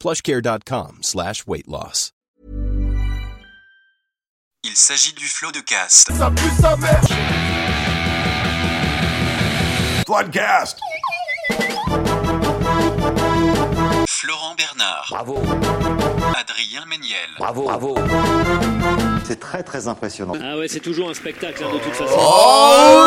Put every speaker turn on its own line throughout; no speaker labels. plushcare.com slash weight loss.
Il s'agit du flot de cast.
Floodcast.
Florent Bernard. Bravo. Adrien Méniel. Bravo.
C'est très très impressionnant.
Ah ouais, c'est toujours un spectacle hein, de toute façon.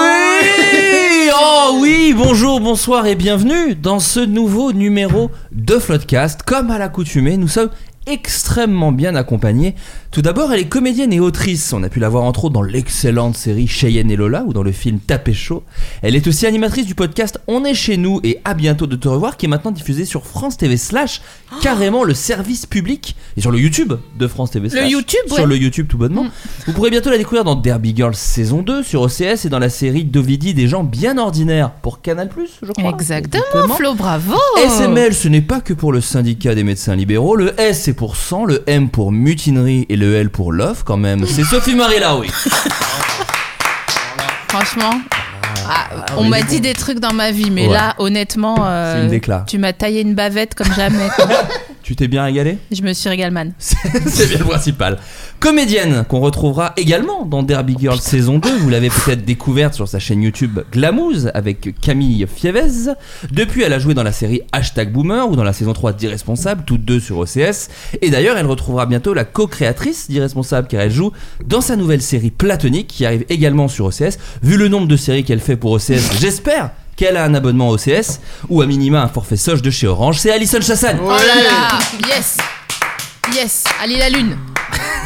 Oui, oh oui, bonjour, bonsoir et bienvenue dans ce nouveau numéro de Floodcast. Comme à l'accoutumée, nous sommes extrêmement bien accompagnés. Tout d'abord, elle est comédienne et autrice. On a pu la voir entre autres dans l'excellente série Cheyenne et Lola ou dans le film Tapé chaud. Elle est aussi animatrice du podcast On est chez nous et à bientôt de te revoir qui est maintenant diffusé sur France TV slash
Oh
carrément le service public et sur le YouTube de France TV slash.
YouTube,
Sur
ouais. Mm.
le YouTube tout bonnement. Vous pourrez bientôt la découvrir dans Derby Girls saison 2 sur OCS et dans la série Dovidi des gens bien ordinaires pour Canal+, je crois.
Exactement, Flo, bravo
SML, ce n'est pas que pour le syndicat des médecins libéraux. Le S c'est pour sang, le M pour mutinerie et le L pour love quand même. C'est Sophie Marie Laoui.
Franchement, ah, on
mais
m'a
dis
dit
donc.
des trucs dans ma vie, mais
Ouais.
là, honnêtement, euh,
C'est une décla.
tu m'as taillé une bavette comme jamais.
Tu t'es bien régalé
Je me suis régalman.
C'est c'est bien le principal. Comédienne qu'on retrouvera également dans Derby Girl saison 2. Vous l'avez peut-être découverte sur sa chaîne YouTube Glamouze avec Camille Fievez. Depuis, elle a joué dans la série Hashtag Boomer ou dans la saison 3 d'Irresponsable, toutes deux sur OCS. Et d'ailleurs, elle retrouvera bientôt la co-créatrice d'Irresponsable car elle joue dans sa nouvelle série Platonique qui arrive également sur OCS. Vu le nombre de séries qu'elle fait pour OCS, j'espère qu'elle a un abonnement OCS ou à minima un forfait soche de chez Orange. C'est Alison Chassan.
Oh là là Yes Yes Allez la lune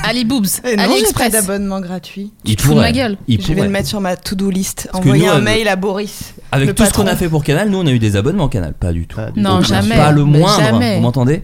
Allez boobs
Et non,
Allez
j'ai pas
express
d'abonnement gratuit.
Il
te fous de
pourrait.
ma gueule.
Il
Je vais
pourrait.
le mettre sur ma to-do list.
que
Envoyer
nous,
un
avec-
mail à Boris.
Avec
le
tout ce qu'on a
patron.
fait pour Canal, nous on a eu des abonnements Canal, pas du tout.
Non,
Donc,
jamais.
Pas le
Mais
moindre,
jamais.
vous m'entendez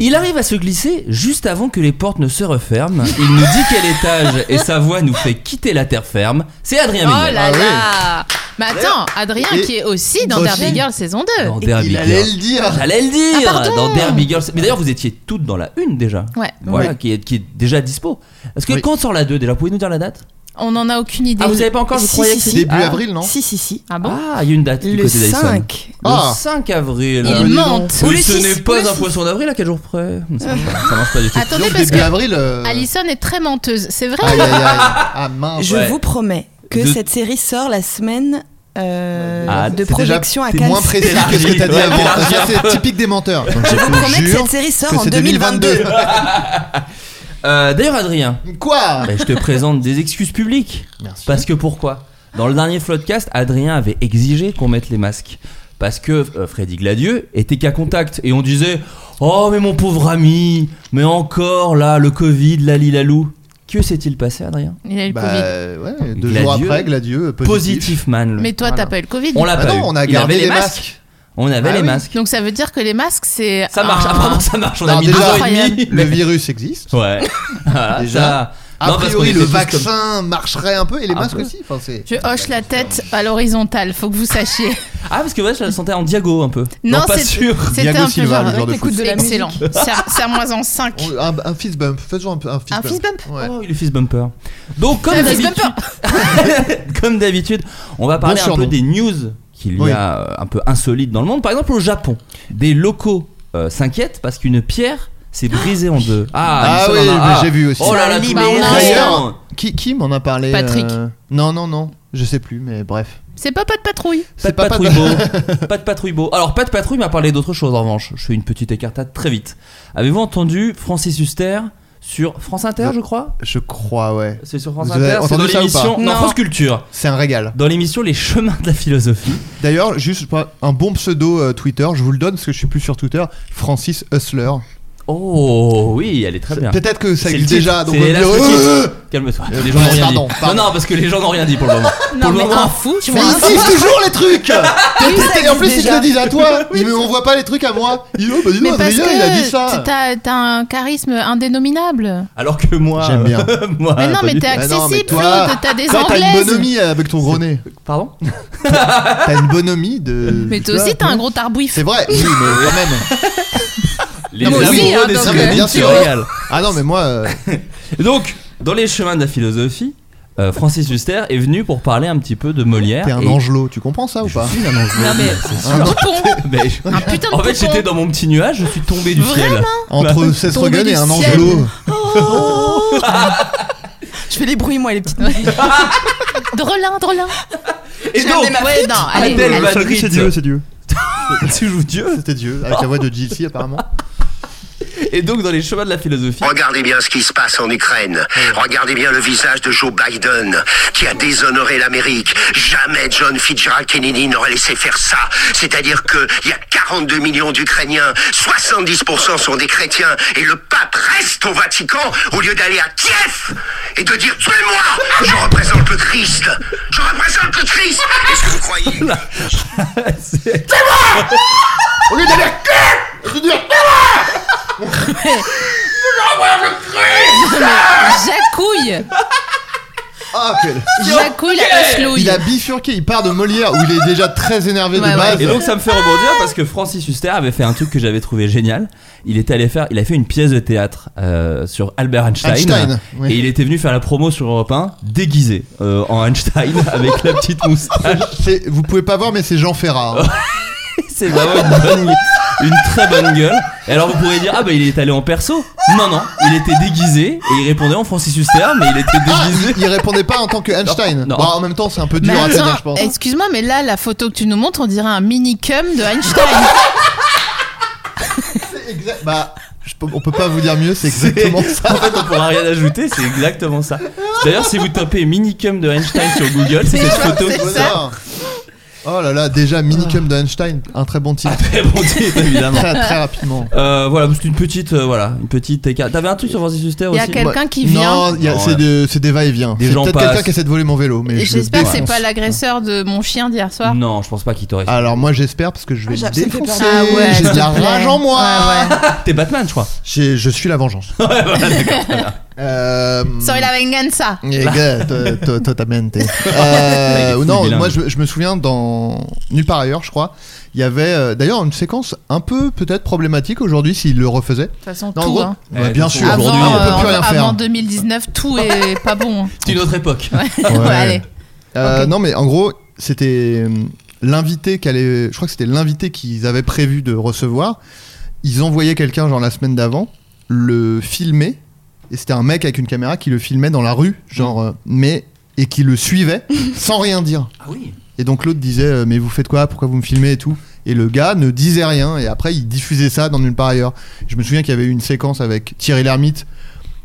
Il arrive à se glisser juste avant que les portes ne se referment. Il nous dit quel étage et sa voix nous fait quitter la terre ferme. C'est Adrien Ah
Oh
Méniel.
là là Mais attends, Adrien
Et-
qui est aussi dans
Aussi.
Derby Girl saison 2
Dans Derby
Il allait
Girls.
le dire.
J'allais le dire
Ah, pardon.
dans Derby Girls. Mais d'ailleurs, vous étiez toutes dans la une déjà.
Ouais,
Voilà, qui, est, qui est déjà dispo. Est-ce que
Oui.
quand sort la 2 déjà Vous Pouvez nous dire la date
on n'en a aucune idée.
Ah, vous savez pas encore Je
Si,
croyais
si,
que
si.
c'était-
Début
Ah.
avril, non
Si, si, si.
Ah bon
Ah, il y a une date du
Le
côté d'Alison.
5.
Le
Ah.
5 avril.
Il monte
Oui,
le
ce
six,
n'est pas
le
un
six.
poisson d'avril à 4 jours près. Ça marche pas, ça marche pas du tout.
Attendez,
Donc,
parce
début
que
avril. euh,
Alison est très menteuse, c'est vrai
Aïe aïe aïe. Ah mince.
Je
Ouais.
vous promets que
De-
cette série sort la semaine euh, de
Ah,
C'est déjà-
projection à
T'es
Cannes.
moins précis que ce que t'as dit
Ouais,
avant.
t'élargis
Ça,
un peu.
c'est typique des menteurs. Donc,
Je vous promets que
jure
cette série sort
que
en
c'est
2022.
2022.
Euh, D'ailleurs, Adrien,
Quoi
bah, je te présente des excuses publiques.
Merci.
Parce que pourquoi Dans le dernier Floodcast, Adrien avait exigé qu'on mette les masques. Parce que euh, Freddy Gladieux était qu'à contact. Et on disait Oh, mais mon pauvre ami, mais encore là, le Covid, la lilalou. Que s'est-il passé, Adrien
Il a eu le
Bah
Covid.
ouais, deux
Gladieux.
jours après, Gladieux, positif.
Positif, man.
Mais toi,
Voilà.
t'as pas eu le Covid.
On l'a
Bah
pas
non,
eu.
on a
Il
gardé
avait
les masques.
On avait
Ah
les
oui.
masques.
Donc ça veut dire que les masques, c'est.
Ça marche,
un-
ah, pardon, ça marche, on a
Non,
mis
déjà,
deux et
incroyable.
demi.
Le virus existe.
Ouais. Voilà,
Déjà.
ça-
A
Non, parce qu'on
priori,
était
le
tous comme-
vaccin marcherait un peu et les
Un
masques
peu.
aussi. Enfin, c'est-
Je hoche la tête à l'horizontale, faut que vous sachiez.
Ah, parce que ouais, je la sentais en Diago un peu.
Non,
pas
c'est-
sûr.
C'était
Diago
un peu
Silva, le
genre.
joueur de
T'écoutes
foot. Oh,
de la musique.
Excellent. Serre- Serre-moi en 5.
On- Un, un fist bump. Faisons un, un fist
Un
bump.
fist bump
Ouais.
Oh, il est fist bumper. Donc, comme
Un fist
d'habitude, comme d'habitude, on va parler
Bon
un peu
surnom.
des news qu'il y
Oui.
a euh, un peu insolites dans le monde. Par exemple, au Japon, des locaux euh, s'inquiètent parce qu'une pierre s'est brisée en deux. Ah,
Ah
nous
oui,
sommes en-
mais
ah.
j'ai vu aussi.
Oh là là, tout le
Bah, on
monde
a
est
un
content.
Qui, qui m'en a parlé
Patrick.
euh, Non, non, non. Je sais plus, mais bref.
C'est pas pas de patrouille.
Pas
C'est
de patrouille beau. Pas de patrouille beau. Alors, pas de patrouille m'a parlé d'autre chose en revanche. Je fais une petite écartade très vite. Avez-vous entendu Francis Huster sur France Inter, je crois.
Je crois, ouais.
C'est sur France
Vous avez
Inter, c'est
entendu
dans
ça ou
l'émission
pas
non,
Non.
France Culture.
C'est un régal.
Dans l'émission Les chemins de la philosophie.
D'ailleurs, juste je prends un bon pseudo euh, Twitter, je vous le donne parce que je suis plus sur Twitter, Francis Hustler.
Oh oui, elle est très bien.
Peut-être que ça
C'est le
existe
titre,
déjà, donc
c'est
on va
hélas
dire,
le titre.
Euh,
Calme-toi.
Euh,
Les gens n'ont rien
pardon,
dit.
pardon.
Non, non, parce que les gens n'ont rien dit pour le moment.
Non,
pour le
mais
moment,
un fou, tu
Mais
vois.
ils disent Ah, toujours les trucs
Oui, ça
Et en
existe
plus, ils te
déjà.
le disent à toi Mais on voit pas les trucs à moi Ils disent, oh, bah dis
Mais
donc,
parce
Adrien, il a dit ça Ah,
que t'as- t'as un charisme indénominable.
Alors que moi.
J'aime bien.
euh, moi,
mais non,
pas
mais
du
t'es
tout.
Bah non, mais
accessible,
toi-
Claude, t'as des
Toi, t'as une
anglaises.
bonhomie avec ton gros nez.
Pardon
T'as une bonhomie de.
Mais
tu
toi aussi,
vois,
t'as un gros tarbouif.
C'est vrai, oui, mais quand même.
Les
Non, mais
amoureux
oui,
hein,
des
donc,
amoureux
euh,
bien
qui
sûr.
régalent.
Ah non, mais moi. euh,
Donc, dans les chemins de la philosophie, euh, Francis Huster est venu pour parler un petit peu de Molière.
T'es un
et-
angelot, tu comprends ça ou
Je
pas
suis un angelot.
Non, mais-
c'est sûr.
Un poupon.
Mais je-
Un Ah, putain de
En fait,
poupon.
j'étais dans mon petit nuage, je suis tombé du ciel.
Entre Seth
Tombé
Rogen
du
et un
ciel.
angelot.
Je fais les bruits, moi, les petites.
Drelin, drelin.
Et
J'ai amené
donc,
ma flûte.
non,
Allez,
Adèle
allez.
Madrid,
C'est Dieu, c'est Dieu.
tu joues Dieu.
C'était Dieu, avec la voix de GLC apparemment.
Et donc, dans les chemins de la philosophie,
Regardez bien ce qui se passe en Ukraine. Regardez bien le visage de Joe Biden, qui a déshonoré l'Amérique. Jamais John Fitzgerald Kennedy n'aurait laissé faire ça. C'est-à-dire qu'il y a 42 millions d'Ukrainiens, 70% sont des chrétiens, et le pape reste au Vatican au lieu d'aller à Kiev et de dire Tuez-moi Je représente le Christ Je représente le Christ Est-ce que vous croyez
c'est-
Au lieu d'aller à Kiev, je veux dire,
Jacouille.
ah, quel-
Jacouille la
Il
passe-louille.
a bifurqué, il part de Molière où il est déjà très énervé
Ouais,
de base.
Et donc ça me fait rebondir parce que Francis Huster avait fait un truc que j'avais trouvé génial. Il était allé faire, il a fait une pièce de théâtre euh, sur Albert Einstein,
Einstein, oui.
et il était venu faire la promo sur Europe 1 déguisé euh, en Einstein avec la petite moustache.
C'est- vous pouvez pas voir, mais c'est Jean Ferrat. hein.
C'est vraiment une bonne, une très bonne gueule. Et alors vous pourrez dire ah bah il est allé en perso. Non non, il était déguisé et il répondait en Francis Huster, mais il était
Ah,
déguisé.
il, il répondait pas en tant que Einstein.
Non, non.
Bon, en même temps, c'est un peu dur
Mais
à tenir,
attends,
je pense.
excuse-moi, mais là, la photo que tu nous montres, on dirait un mini cum de Einstein.
C'est exact- Bah, je peux- on peut pas vous dire mieux, c'est
C'est-
exactement ça.
En fait, on pourra rien ajouter, c'est exactement ça. D'ailleurs, si vous tapez minicum de Einstein sur Google, c'est
Mais
cette
ouais,
photo
c'est
qui
ça.
Voilà. Oh là là, déjà Minicum de Einstein, un très bon titre.
est rebondie, évidemment.
Très très rapidement.
Euh, voilà, c'est une petite, euh, voilà, une petite écart. T'avais un truc sur Francis Huster
Il
aussi.
y a quelqu'un qui vient.
Non, il y a-
Non,
c'est
ouais.
de- c'est des va-et-vient.
Des
C'est
hein. gens
peut-être
passent.
quelqu'un qui essaie de voler mon vélo. mais
Et
je le
J'espère que c'est
défonce.
pas l'agresseur de mon chien d'hier soir.
Non, je pense pas qu'il t'aurait.
Alors moi j'espère parce que je vais
Ah,
le
ça me fait peur.
défoncer.
Ah ouais,
J'ai
s'il
de la
te plaît.
rage en moi.
Ouais, ouais.
T'es Batman, je crois.
J'ai- Je suis la vengeance. Euh,
Soy la venganza.
Eh, gars, to- to- Totalmente. Euh,
Il est fou,
non,
bilingue.
moi je, je me souviens dans Nulle part ailleurs, je crois, il y avait euh, d'ailleurs une séquence un peu peut-être problématique aujourd'hui s'il le refaisait.
De toute façon,
Non, en
tout.
gros,
hein.
bah,
Eh,
bien
tout
sûr,
Avant,
aujourd'hui,
on
euh,
peut plus rien
avant
faire.
2019, tout est pas bon.
C'est une autre époque.
Ouais, allez.
Euh,
Ok.
Non, mais en gros, c'était euh, l'invité qu'elle est. Je crois que c'était l'invité qu'ils avaient prévu de recevoir. Ils envoyaient quelqu'un, genre la semaine d'avant, le filmer. Et c'était un mec avec une caméra qui le filmait dans la rue, genre, euh, mais. Et qui le suivait sans rien dire.
Ah oui.
Et donc l'autre disait, euh, mais vous faites quoi Pourquoi vous me filmez et tout Et le gars ne disait rien. Et après, il diffusait ça dans nulle part ailleurs. Je me souviens qu'il y avait eu une séquence avec Thierry Lhermitte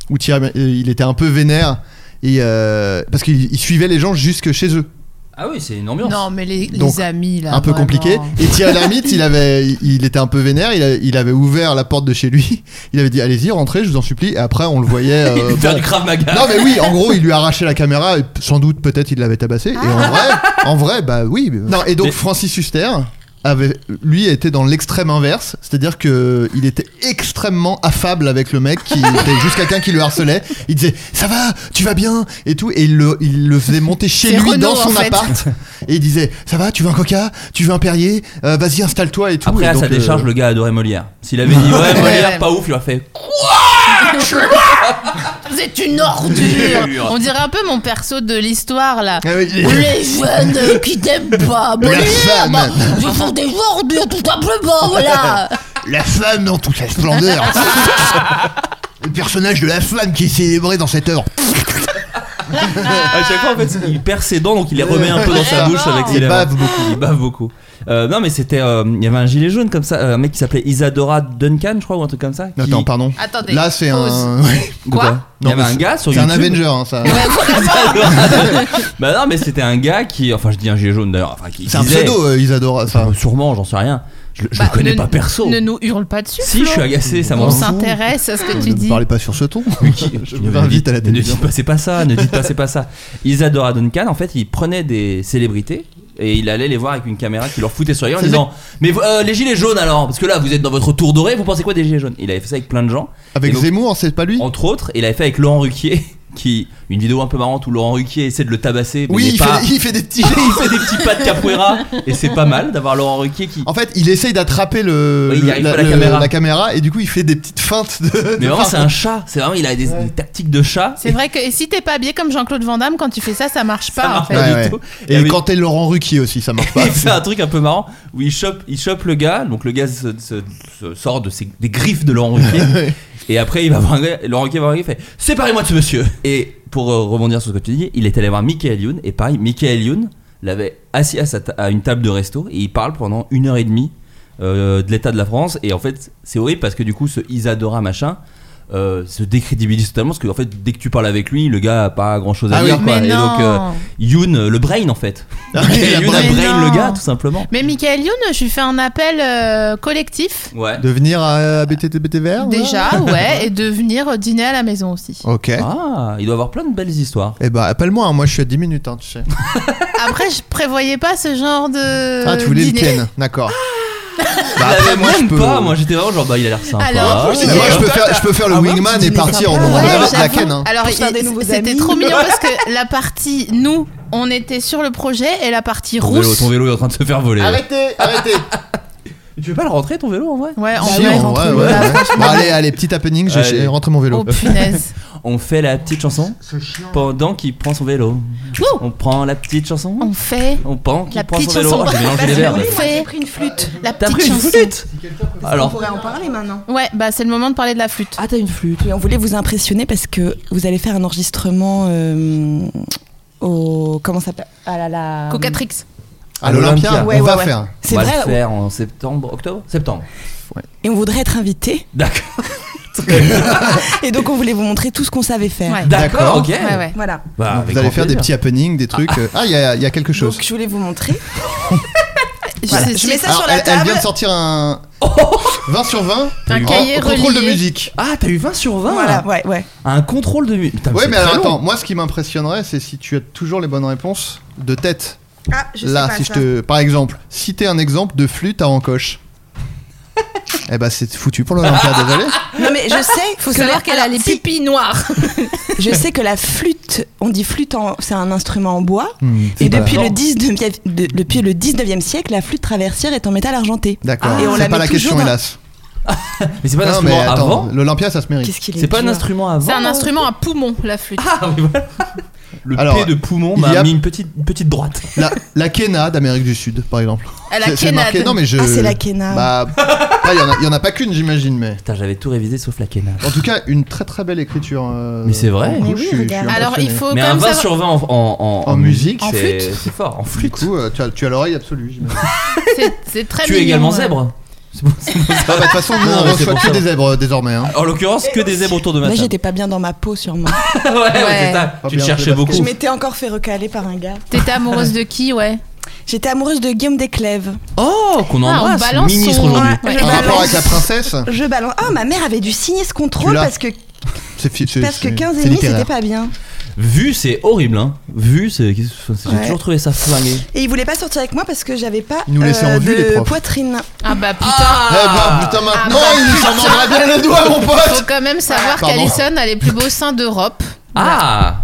où Thierry, euh, il était un peu vénère. Et euh, parce qu'il il suivait les gens jusque chez eux.
Ah oui, c'est une ambiance.
Non, mais les, les
Donc,
amis là.
un peu
vraiment.
compliqué. Et Thierry Lhermitte, il, avait, il était un peu vénère, il, a- il avait ouvert la porte de chez lui, il avait dit allez-y, rentrez, je vous en supplie. Et après, on le voyait. euh,
Il fait faire
bon.
du Krav Maga.
Non, mais oui, en gros, il lui arrachait la caméra, et p- sans doute, peut-être, il l'avait tabassé. Et en vrai, en vrai, bah oui. mais- Non, et donc,
Mais-
Francis Huster. Avait, lui était dans l'extrême inverse, c'est-à-dire que il était extrêmement affable avec le mec qui était juste quelqu'un qui le harcelait. Il disait ça va, tu vas bien et tout, et il le, il le faisait monter chez
C'est
lui
Renaud,
dans son
en fait.
appart et il disait ça va, tu veux un coca, tu veux un Perrier, Euh, vas-y installe-toi et tout.
Après,
Et
à
donc,
sa
euh,
décharge, le gars adorait Molière. S'il avait dit ouais, Molière,
ouais.
pas ouf, il aurait fait.
Vous êtes une ordure. On dirait un peu mon perso de l'histoire là.
ah oui,
Les jeunes qui t'aiment pas,
la
Molière,
femme,
bah, ce sont des ordures tout simplement, voilà.
la femme dans toute sa splendeur. le personnage de la femme qui est célébré dans cette œuvre.
Ah.
à chaque fois, en fait, il perd ses dents, donc il les remet un peu dans sa bouche avec ses
Il
lèvres.
bave beaucoup.
Il bave beaucoup. Euh, non, mais c'était. euh, Il y avait un gilet jaune comme ça, euh, un mec qui s'appelait Isadora Duncan, je crois, ou un truc comme ça. qui-
Attends, pardon.
Attendez,
Là, c'est un. Ouais.
De quoi Il y avait
mais
un
c'est-
gars sur
C'est un
YouTube.
Avenger, hein,
Euh,
ça.
bah non, mais c'était un gars qui. Enfin, je dis un gilet jaune d'ailleurs. Enfin, qui
C'est un
disait-
pseudo, euh, Isadora, ça.
Euh, Sûrement, j'en sais rien. Je, le- je
Bah,
le connais
ne-
pas perso.
Ne nous hurle pas dessus.
Si,
Flo.
je suis agacé, ça
On
m'en fout.
s'intéresse à ce que
Ne
tu
me
dis.
parlez pas sur ce ton. Je
Ne
vous invite
dites-
à la télévision.
Ne dites pas c'est pas ça, ne dites pas c'est pas ça. Isadora Duncan, en fait, il prenait des célébrités et il allait les voir avec une caméra qui leur foutait sur les yeux en
C'est
disant Mais vous- euh, les gilets jaunes alors Parce que là, vous êtes dans votre tour doré, vous pensez quoi des gilets jaunes Il avait fait ça avec plein de gens.
Avec
Et donc,
Zemmour, c'est pas lui
Entre autres, il avait fait avec Laurent Ruquier, qui. Une vidéo un peu marrante où Laurent Ruquier essaie de le tabasser. mais
Oui,
il est
il
pas-
fait, il fait des petits.
il fait des petits pas de capoeira et c'est pas mal d'avoir Laurent Ruquier qui.
En fait, il essaye d'attraper le,
Oui, il
le-
arrive pas à la
le-
caméra.
et du coup, il fait des petites feintes de.
Mais
de
vraiment,
fin.
c'est un chat. C'est vraiment, il a des, des tactiques de chat.
C'est vrai que et si t'es pas habillé comme Jean-Claude Van Damme, quand tu fais ça, ça marche pas
Ça
en
marche
fait.
pas.
Ouais,
du
ouais.
tout.
Et,
Et avec-
quand t'es Laurent Ruquier aussi, ça marche pas.
Il fait un truc un peu marrant où il chope, il chope le gars, donc le gars se, se- se sort de ses, des griffes de Laurent Ruquier, et après il va voir un gars, et Laurent Ruquier va voir un gars, il fait Séparez-moi de ce monsieur Et pour euh, rebondir sur ce que tu dis, il est allé voir Michael Youn, et pareil, Michael Youn l'avait assis à, sa ta- à une table de resto, et il parle pendant une heure et demie euh, de l'état de la France, et en fait c'est horrible parce que du coup ce Isadora machin. euh, se décrédibilise totalement parce que en fait dès que tu parles avec lui le gars a pas grand chose à
Ah oui.
dire quoi.
Mais
et
non.
donc euh, Youn euh, le brain en fait
Ah oui,
Michael
la
Youn a
brain.
brain
Mais
le
non.
gars tout simplement
Mais Michael Youn, je lui fais un appel euh, collectif
Ouais.
De venir à, à BTT BTVR ouais.
déjà, Ah ouais, et de venir dîner à la maison aussi.
Ok.
Ah, il doit avoir plein de belles histoires.
Eh bah, appelle-moi, hein, moi je suis à 10 minutes, hein, tu sais.
Après, je prévoyais pas ce genre de
ah, tu voulais
dîner.
le Ken, d'accord. Bah,
Je l'avais
après, moi je
Eh, même
peux.
pas, moi j'étais vraiment genre bah il a l'air sympa.
Alors,
Bah, moi, je, peux faire, je peux faire le wingman et partir en
Ouais,
en- la,
j'avoue.
Ken. hein.
Alors,
Pour faire
il-
des nouveaux
c'était
amis.
trop mignon parce que la partie nous, on était sur le projet et la partie
ton, vélo,
rousse.
ton vélo est en train de se faire voler.
Arrêtez, arrêtez.
Tu veux pas le rentrer ton vélo en vrai
Ouais, en
Si,
vrai.
en vrai, ouais, ouais. Bon, allez, allez, petit happening, j'ai-
Allez.
j'ai rentré mon vélo.
Oh punaise.
On fait la petite chanson pendant qu'il prend son vélo.
Oh.
Ouh.
On prend la petite chanson.
On fait
On prend qu'il
La
prend
petite
son vélo.
chanson.
Ah, J'ai mélangé les verbes.
On fait
pris une flûte.
la
T'as
petite
pris une
chanson.
flûte
On
Alors.
pourrait en parler maintenant.
Ouais, bah c'est le moment de parler de la flûte.
Ah, t'as une flûte.
Et on voulait vous impressionner parce que vous allez faire un enregistrement euh, au comment ça s'appelle à la, la...
Cocatrix.
À l'Olympia,
l'Olympia.
Ouais,
on va
ouais, ouais.
faire.
On
C'est
va
vrai.
le faire en septembre, octobre Septembre.
Et on voudrait être invité.
D'accord.
Et donc on voulait vous montrer tout ce qu'on savait faire.
Ouais.
Ah, D'accord,
D'accord.
ok.
Ouais, ouais.
Voilà.
Bah, avec
Vous allez
grand
faire des petits
plaisir.
happenings, des trucs. euh, Ah, il y, a- il y a quelque chose.
Donc je voulais vous montrer.
Voilà.
Je mets ça
Alors,
sur la
elle, elle
table.
vient de sortir un 20 sur 20
Un
en-
cahier
en contrôle de
relié.
musique.
Ah, t'as eu 20 sur 20
Voilà, ouais, ouais.
Un contrôle de. mu- Putain,
Ouais,
c'est
mais
très
alors
long.
attends, moi ce qui m'impressionnerait, c'est si tu as toujours les bonnes réponses de tête.
Ah, je
Là, si je te. Par exemple, citer un exemple de flûte à encoche. eh bah, c'est foutu pour l'Olympia, désolé.
Non mais je sais,
Faut savoir qu'elle a les
Si,
pipis noirs.
Je sais que la flûte, on dit flûte, en- c'est un instrument en bois.
Hmm, c'est
Et
pas-
depuis
non.
le, 19e, de- depuis le 19e siècle, la flûte traversière est en métal argenté.
D'accord,
Et on
c'est
la
pas
met
la
toujours
question,
dans-
hélas.
Mais c'est pas un
Non, mais
instrument
attends,
avant
l'Olympia, ça se mérite.
Qu'est-ce qu'il est
C'est pas un
dur.
instrument avant
C'est un instrument à poumon, la flûte.
Ah, oui, voilà. Le
Alors,
P de poumon
il y
m'a
a-
mis une petite, une petite droite.
La, la Kena d'Amérique du Sud, par exemple.
Elle
C'est-
a
c'est marqué-
Kenad.
Non, mais je.
Ah, c'est la Kena.
Bah, il y, en a- y en a pas qu'une, j'imagine, mais.
Putain, j'avais tout révisé sauf la Kena.
En tout cas, une très très belle écriture. euh,
Mais c'est vrai.
en
Mais
couche,
oui,
je suis- je suis
regarde.
Alors il
impressionné.
faut
Mais
quand
un
même
20
savoir.
sur 20 en, en, en,
En musique.
En
c'est-
flûte.
c'est fort. En
Du
flûte.
coup, euh, tu as, tu as l'oreille absolue, j'imagine. Ah,
C'est- C'est très
tu es
mignon,
également
ouais.
zèbre. C'est pour- c'est pour
bah,
ça.
De toute façon, nous,
Non,
on
mais c'est
reçoit
pour
que
ça.
des zèbres euh, désormais. hein.
En l'occurrence, que des zèbres autour de ma
Là,
table.
j'étais pas bien dans ma peau, sûrement.
ouais, ouais, c'est ça.
Pas
Tu te
bien
cherchais
joué,
beaucoup.
je m'étais encore fait recaler par un gars.
T'étais amoureuse de qui, ouais
J'étais amoureuse de Guillaume Desclèves.
Oh, qu'on
Ah, on
embrasse.
balance
ministre
son-
aujourd'hui.
Ouais.
Je
En
balance.
rapport avec la princesse,
Je balance. Ah, ma mère avait dû signer ce
Tu
contrôle
l'as
parce que,
c'est fi- c'est-
parce que
c'est-
15 et
c'est
demi,
littéraire.
c'était pas bien.
Vu, c'est horrible. Hein. Vu, c'est. J'ai
Ouais.
toujours trouvé ça flingué.
Et il voulait pas sortir avec moi parce que j'avais pas
Ils nous laissaient en vue, les
de
profs.
poitrine.
Ah bah putain.
Eh bah, putain, maintenant,
Ah, bah,
il s'en mordra bien le doigt, mon
Faut
pote
quand même savoir
Pardon.
qu'Alison a les plus beaux seins d'Europe.
Ah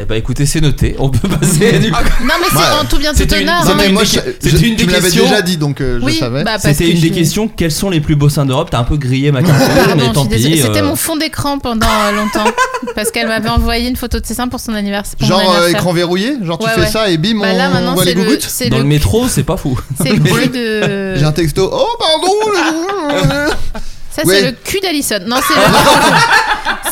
Eh bah écoutez, c'est noté. On peut passer du
Non mais c'est
Ouais.
en tout bien tout
C'était une-
honneur. hein.
Non, mais
une
moi,
des-
je-
c'était
je-
une
tu
des
me l'avais
questions.
déjà dit, donc euh,
Oui,
je savais.
bah, parce
C'était
que
une
je-
des questions. Quels sont les plus beaux seins d'Europe T'as un peu grillé ma question, mais
Pardon,
tant
je suis désolée.
pis.
C'était
euh,
mon fond d'écran pendant euh, longtemps parce qu'elle m'avait envoyé une photo de ses seins pour son anniversaire. pour mon
Genre euh,
anniversaire.
écran verrouillé, genre tu
Ouais,
fais
ouais.
ça et bim,
Bah là
on
maintenant
voit les
c'est le,
gougouttes.
c'est
Dans le
le,
métro, c'est pas fou.
c'est le cul de.
J'ai un texto, oh pardon
Ça,
Ouais.
c'est le cul d'Alison. Non, c'est le...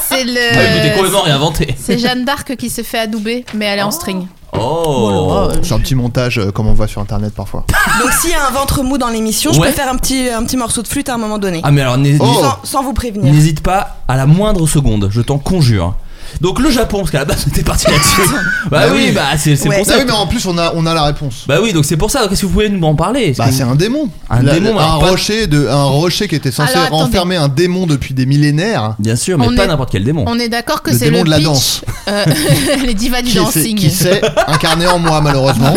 C'est le.
Ah, écoutez, complètement réinventé.
C'est Jeanne d'Arc qui se fait adouber, mais elle est en string.
Oh,
C'est un petit montage euh, comme on voit sur internet parfois.
Donc s'il y a un ventre mou dans l'émission, je
Ouais.
peux faire un petit, un petit morceau de flûte à un moment donné.
Ah, mais alors,
Oh.
n'hésite-
Oh.
sans, sans vous prévenir.
N'hésite pas à la moindre seconde, je t'en conjure. Donc le Japon, parce qu'à la base on était parti là-dessus. bah, oui, bah c'est c'est le
Ah oui,
concept.
mais en plus, on a, on a la réponse.
Bah oui, donc c'est pour ça. Qu'est-ce que vous pouvez m'en parler Est-ce
Bah,
que vous-
c'est un démon.
Un
La-
démon,
un
alors pas-
rocher de, un rocher qui était censé
Alors, attendez.
renfermer un démon depuis des millénaires.
Bien sûr, mais
On
pas
est- Bah,
n'importe quel démon.
On est d'accord que
Le
c'est le
démon de la
pitch,
danse.
euh, les divas du
qui s'est-
dancing.
qui s'est incarné en moi malheureusement.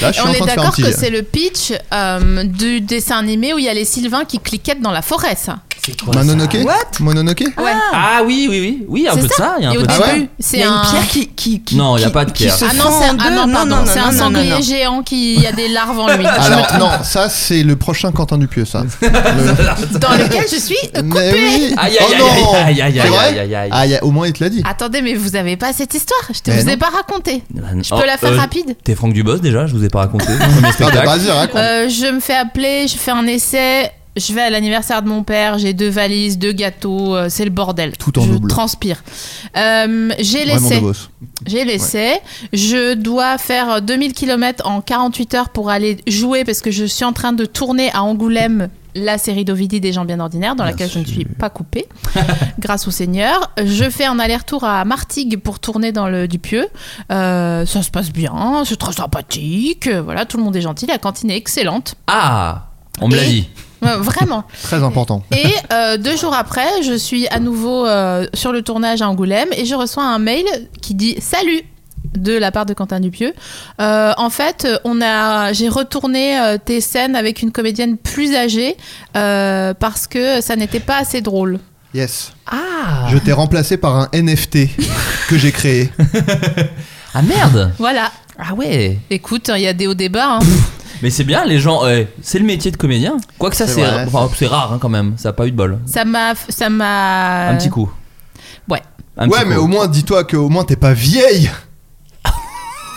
Là, je suis
On
en
est
train de faire un
d'accord
petit.
que c'est le pitch euh, du dessin animé où il y a les Sylvains qui cliquettent dans la forêt, ça.
C'est quoi
euh, Mononoke
ça
Mononoke
Ouais.
Ah oui, oui, oui, oui, un
C'est
peu de ça. Il y a un
Et
peu
au
de ça.
début,
Ah ouais
Il y
c'est
a
un.
une pierre qui, qui, qui-
Non, il y a
qui-
pas de
qui
pierre.
se
Ah
fend
non, c'est
en
un, ah
deux.
non,
Non,
pardon,
non,
c'est
non,
un
non,
sanglier
non, non.
géant qui il y a des larves en lui.
Ah non, non, ça c'est le prochain Quentin Dupieux, ça.
Dans lequel je suis euh, coupée.
Mais oui.
Aïe, aïe,
oh
aïe,
non.
aïe, aïe, aïe,
C'est vrai
aïe, aïe, aïe.
Ah, il y a- au moins il te l'a dit.
Attendez, mais vous avez pas cette histoire. Je te
Mais
vous ai
non.
pas raconté.
Je
peux la faire rapide
Oh, euh, T'es Franck Dubos déjà, je vous ai pas raconté. Premier
Ah, bah,
spectacle.
vas-y, raconte.
Euh, je me fais appeler, je fais un essai. Je vais à l'anniversaire de mon père, j'ai deux valises, deux gâteaux, euh, c'est le bordel.
Tout en
je
double.
transpire. Euh, j'ai
Vraiment de
l'essai.
boss.
J'ai l'essai. Je dois faire euh, 2000 km en 48 heures pour aller jouer parce que je suis en train de tourner à Angoulême la série d'Ovidie des gens bien ordinaires dans laquelle je ne suis pas coupée grâce au Seigneur. Je fais un aller-retour à Martigues pour tourner dans le Dupieux. Euh, ça se passe bien, c'est très sympathique. euh, Voilà, tout le monde est gentil, la cantine est excellente.
Ah, on me l'a
Et-
dit.
Euh, vraiment.
Très important.
Et euh, deux jours après, je suis à nouveau euh, sur le tournage à Angoulême et je reçois un mail qui dit Salut de la part de Quentin Dupieux. Euh, en fait, on a, j'ai retourné euh, tes scènes avec une comédienne plus âgée euh, parce que ça n'était pas assez drôle.
Yes.
Ah,
Je t'ai remplacé par un NFT que j'ai créé.
ah merde.
Voilà.
Ah ouais.
Écoute, il y a des hauts débats. hein.
Mais c'est bien, les gens. ouais, c'est le métier de comédien. Quoique ça,
C'est
c'est
vrai,
enfin, c'est rare hein, quand même. Ça a pas eu de bol.
ça m'a, ça m'a.
Un petit coup.
Euh, Ouais.
Un
ouais,
petit
mais
coup.
au moins, dis-toi qu'au moins, t'es pas vieille.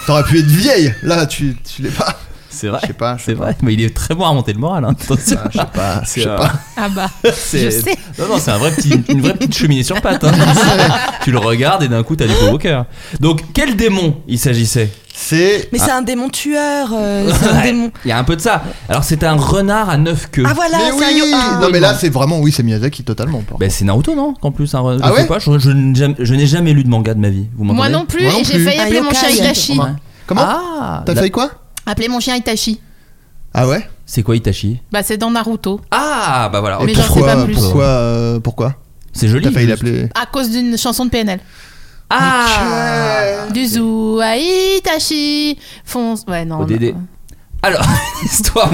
T'aurais pu être vieille. Là, tu, tu l'es pas.
C'est vrai.
Je sais pas. Ah,
C'est vrai. Mais il est très bon à monter le moral. Hein. Attention.
Je sais pas. Je
C'est,
sais
euh,
pas.
Ah bah.
c'est-
Je sais.
Non, non, c'est un vrai petit, une vraie petite cheminée sur pattes. hein. tu le regardes et d'un coup, t'as du beau au cœur. Donc, quel démon il s'agissait
C'est.
Mais c'est un démon tueur. euh, c'est un
Ouais,
démon.
Il y a un peu de ça. Alors, c'est un renard à neuf queues.
Ah voilà,
mais
c'est un
oui.
yo- ah.
non, mais là, c'est vraiment. Oui, c'est Miyazaki totalement. par
Ben, c'est Naruto, non Qu'en plus, un renard.
Ah
je sais
ouais
pas, je, je n'ai jamais, je n'ai jamais lu de manga de ma vie. Vous
Moi
m'entendez
non plus,
Moi non
et j'ai
plus.
failli
Un
appeler mon
yokai,
chien
hein.
Itachi.
contre. Comment
Ah
T'as
la-
failli quoi
Appeler mon chien Itachi.
Ah ouais
C'est quoi Itachi
Bah, c'est dans Naruto.
Ah bah voilà.
Mais
ok.
j'en sais
Pourquoi
pas plus.
Pourquoi euh, Pourquoi
C'est joli.
T'as failli
juste.
l'appeler.
À cause d'une chanson de PNL.
Ah
Du zoo à Itachi Fonce Ouais non,
ODD.
non.
Alors, histoire.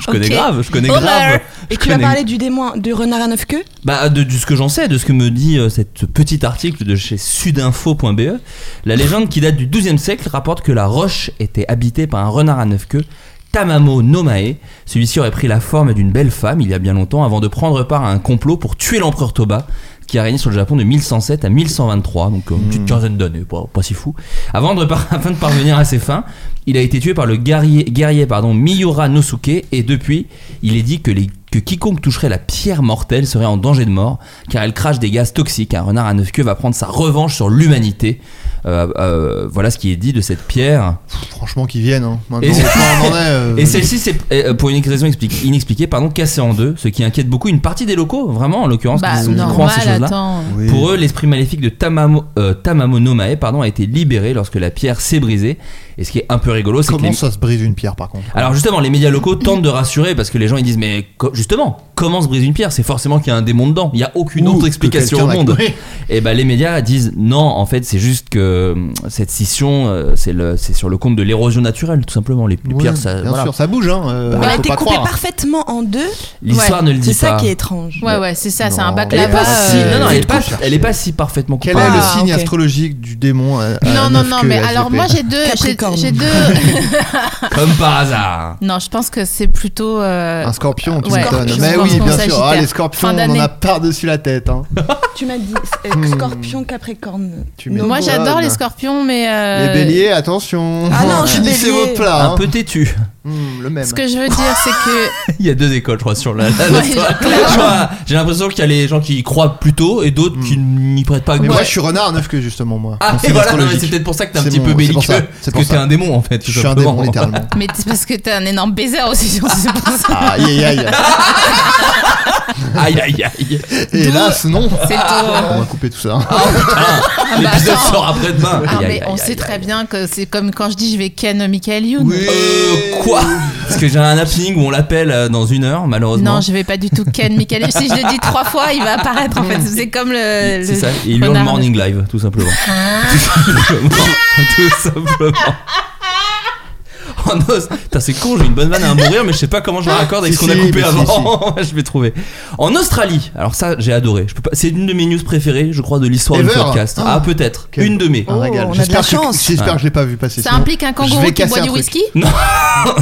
Je connais
Ok.
grave, je connais
Homer.
grave.
Et
Je
tu vas
connais-
parler du démon, du renard à neuf queues
Bah, de, de ce que j'en sais, de ce que me dit euh, cette petit article de chez sudinfo.be, la légende qui date du 12e siècle rapporte que la roche était habitée par un renard à neuf queues, Tamamo no Mae. Celui-ci aurait pris la forme d'une belle femme il y a bien longtemps avant de prendre part à un complot pour tuer l'empereur Toba qui a régné sur le Japon de 1107 à 1123, donc euh, une petite quinzaine d'années, pas, pas si fou. Avant de, par- afin de parvenir à ses fins, il a été tué par le guerrier, guerrier pardon, Miura Nosuke, et depuis, il est dit que, les- que quiconque toucherait la pierre mortelle serait en danger de mort, car elle crache des gaz toxiques. Un renard à neuf queues va prendre sa revanche sur l'humanité. Euh, euh, voilà ce qui est dit de cette pierre.
Pff, Franchement, qu'ils viennent. Hein. Maintenant,
Et c'est-
on en est, euh,
Et celle-ci, c'est euh, pour une raison explique- inexpliquée, pardon, cassée en deux, ce qui inquiète beaucoup une partie des locaux, vraiment en l'occurrence,
Bah,
qui, qui croient en ces
normal,
choses-là.
attends.
oui.
Pour eux, l'esprit maléfique de Tamamo, euh, Tamamo no Mae, pardon, a été libéré lorsque la pierre s'est brisée. Et ce qui est un peu rigolo, c'est que.
Comment
les-
ça se brise une pierre par contre
Alors justement, les médias locaux tentent de rassurer parce que les gens ils disent mais co- justement, comment se brise une pierre C'est forcément qu'il y a un démon dedans. Il n'y a aucune
Ou
autre
que
explication au
quelqu'un l'a
monde.
cloué.
Et bah les médias disent non, en fait c'est juste que hum, cette scission, euh, c'est le, c'est sur le compte de l'érosion naturelle tout simplement. Les, les
Ouais,
pierres, ça,
bien
voilà.
sûr, ça bouge. Hein. euh,
Elle a
faut
été
pas
coupée
croire.
parfaitement en deux.
L'histoire
Ouais,
ne le dit
C'est ça
pas.
qui est étrange.
Ouais ouais c'est ça, c'est un
Non.
bac
Elle est pas
là-bas,
si,
euh,
non, non, elle est
Faut
pas,
chercher.
elle est pas si parfaitement
Quel est
coupable.
le
Ah,
signe
ok.
astrologique du démon à- à
Non non
neuf
non
queues
mais
SVP?
alors moi j'ai deux j'ai
Capricorne.
j'ai deux
Comme par hasard.
Non, je pense que c'est plutôt euh,
Un scorpion, tu
Ouais.
m'étonnes.
Scorpion,
Mais oui,
scorpion,
bien sûr. Ah,
sagittaire.
les scorpions,
Fin
on en
d'année.
a par-dessus la tête. Hein.
Tu m'as dit euh, scorpion, capricorne.
Tu
No
m'étonnes.
Moi
go.
j'adore
bonne.
les scorpions mais euh,
Les béliers, attention.
Ah non, je suis
Finissez
bélier.
votre plat.
Un
hein.
peu têtu.
le même.
Ce que je veux dire, c'est que
Il y a deux écoles, je crois, sur la. la- la-
Ouais,
Je crois, J'ai l'impression qu'il y a les gens qui y croient plutôt et d'autres
Hmm.
qui n'y prêtent pas.
Mais moi,
Ouais.
je suis renard neuf que justement, moi.
Ah,
Conseil
et voilà, non, mais
astrologique.
c'est peut-être pour ça que t'es un
C'est
petit
mon-
peu
c'est pour
belliqueux.
ça, c'est
Parce
pour
que t'es
ça.
un démon, en fait. tout
Je suis un
simplement.
démon, littéralement.
Mais c'est parce que t'es un énorme baiser aussi, je pense que
Ah,
c'est pour ça.
Aïe, aïe, aïe.
Aïe, aïe, aïe.
Et hélas, non.
C'est
On va
tout.
couper tout ça.
Ah, bah,
L'épisode
attends.
sort après-demain.
Ah,
Aïe, aïe,
mais on
aïe,
sait
aïe.
très bien que c'est comme quand je dis je vais ken Michael Youn.
Euh, quoi Parce que j'ai un happening où on l'appelle euh, dans une heure, malheureusement.
Non, je vais pas du tout ken Michael Youn. Si je le dis trois fois, il va apparaître en fait. C'est comme le.
C'est
le
ça, et il hurle
renard. Ah.
Morning Live, tout simplement. tout simplement. Tout simplement. Oh non, c'est- putain, c'est con, j'ai une bonne vanne à mourir, mais je sais pas comment je
Ah.
la raccorde avec ce
Si,
qu'on a
si, mais
coupé
si,
avant. je vais trouver. En Australie, alors ça, j'ai adoré. Je peux pas... C'est une de mes news préférées, je crois, de l'histoire du
Ever.
podcast. Ah,
Ah.
peut-être.
Quel-
Une de mes.
Oh,
Un régal.
on a de la
J'espère que-
chance.
J'espère
Ouais.
que je l'ai pas vu passer.
Ça
sinon
implique un
je
kangourou
vais
qui boit
casser
du
un truc.
whisky
Non,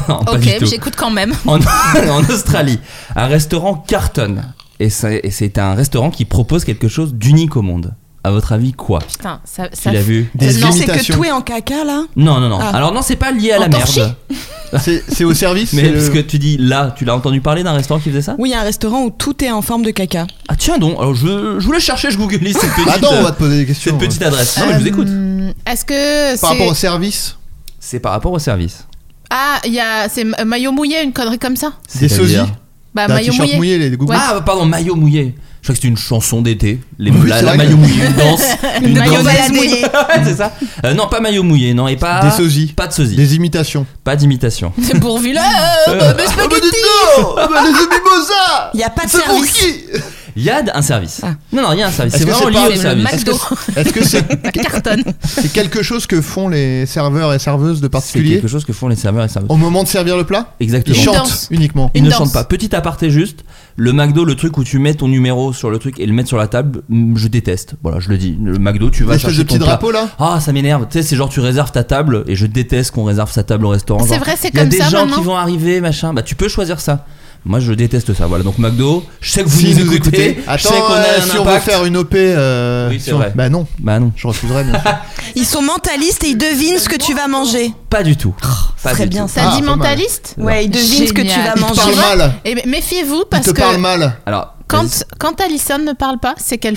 pas
Ok,
du tout.
mais j'écoute quand même.
en, en Australie, un restaurant cartonne. Et c'est et c'est un restaurant qui propose quelque chose d'unique au monde. À votre avis, quoi
Putain, ça. ça
Tu l'as vu
Des
Non, c'est que
imitations.
tout est en caca là.
Non, non, non.
Ah.
Alors non, c'est pas lié à
En
la
torchis
merde.
C'est c'est au service.
Mais
c'est
parce
le-
que tu dis là, tu l'as entendu parler d'un restaurant qui faisait ça
Oui, il y a un restaurant où tout est en forme de caca.
Ah tiens donc, alors je, je voulais chercher, je googlise cette petite,
Attends, on va
euh,
te poser des questions.
cette petite adresse. Non, mais je vous écoute.
Hum, Est-ce que
Par rapport au
c'est.
service,
Euh, C'est par rapport au service.
Ah, il y a. C'est maillot mouillé, une connerie comme ça
des sosies,
C'est-à-dire
Bah,
t'as un
maillot
t-shirt
mouillé.
mouillé, les gougous.
Ah pardon, maillot mouillé. Je crois que c'est une chanson d'été. Les
Oui,
la,
c'est
la
vrai
maillot
que-
mouillé, une danse. Une
maillot
danse.
balade mouillé.
Ouais, c'est ça. Euh, non, pas maillot mouillé, non et pas
Des sosies.
pas de sosie,
Des imitations.
pas d'imitation.
C'est Bourvil. Euh,
Euh,
mais
Ah Oh, bah dites donc Ah bah les mimosas
Il n'y a pas de
C'est pour
service.
qui
Il y a d- un service.
Ah.
Non non, il y a un service.
Est-ce
C'est
que
vraiment
c'est
lié
pas-
au
le
service.
Mac- McDo.
Est-ce que c'est
cartonne.
c'est quelque chose que font les serveurs et serveuses de
C'est
particuliers
quelque chose que font les serveurs et serveuses.
au moment de servir le plat Ils
Exactement.
Une
chantent
danse.
uniquement.
Il
Une
ne
danse.
chante pas. Petit aparté juste, le McDo, le truc où tu mets ton numéro sur le truc et le mettre sur la table, mm, je déteste. Voilà, je le dis. Le McDo, tu vas
L'espèce
chercher
de
ton
petit
plat.
drapeau là
Ah, ça m'énerve. Tu sais, c'est genre tu réserves ta table et je déteste qu'on réserve sa table au restaurant.
C'est
Genre,
vrai, c'est
Il y a
comme
des
ça
gens
maintenant
qui vont arriver, machin. Bah, tu peux choisir ça. Moi, je déteste ça. Voilà. Donc McDo, je sais que vous
Si
nous, écoutez. je sais
Attends,
qu'on
euh,
a un
si on veut
impact.
faire une OP. euh,
Oui, c'est
si on-
vrai.
Bah non,
Bah non,
je refuserais. bien sûr.
Ils sont mentalistes et ils devinent ce que tu vas manger.
pas du
Oh,
tout. Pas
serait
du
bien
tout.
T'as
Ah,
dit
pas mal.
mentaliste
Ouais, ils devinent ce que tu vas
Génial.
Ils te
manger.
Tu vois
parlent mal.
Eh ben, méfiez-vous
Ils
parce
te
que
parlent mal.
Alors,
quand,
vas-y.
quand Alison ne parle pas, c'est qu'elle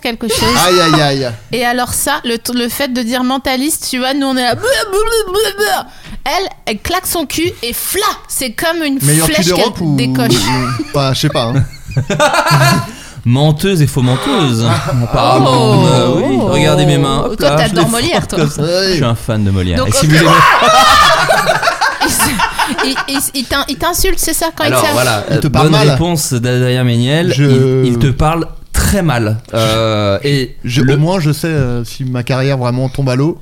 quelque chose.
Aïe aïe aïe.
Et alors ça, le, le fait de dire mentaliste, tu vois, nous on est là. blablabla. Elle, elle claque son cul et fla C'est comme une
Meilleur cul
flèche
d'Europe
qu'elle
ou.
décoche.
ou- Bah, je sais pas. hein.
menteuse et fomenteuse. Apparemment.
Oh.
Euh, oui, regardez mes mains. Hop
Toi,
là, je
t'adores
les
Molière,
frotte
toi.
comme ça. Je suis un fan de Molière.
Donc,
Et si
ok.
vous aimez-
Il se- il- il- il t'in- il t'insulte, c'est ça quand
Alors
il te
voilà,
Il te
euh,
parle
bonne
mal.
réponse d'Adrien Méniel.
Je-
Il, il te parle très mal. Euh, et
Je-
le-
Au moins, je sais euh, si ma carrière vraiment tombe à l'eau.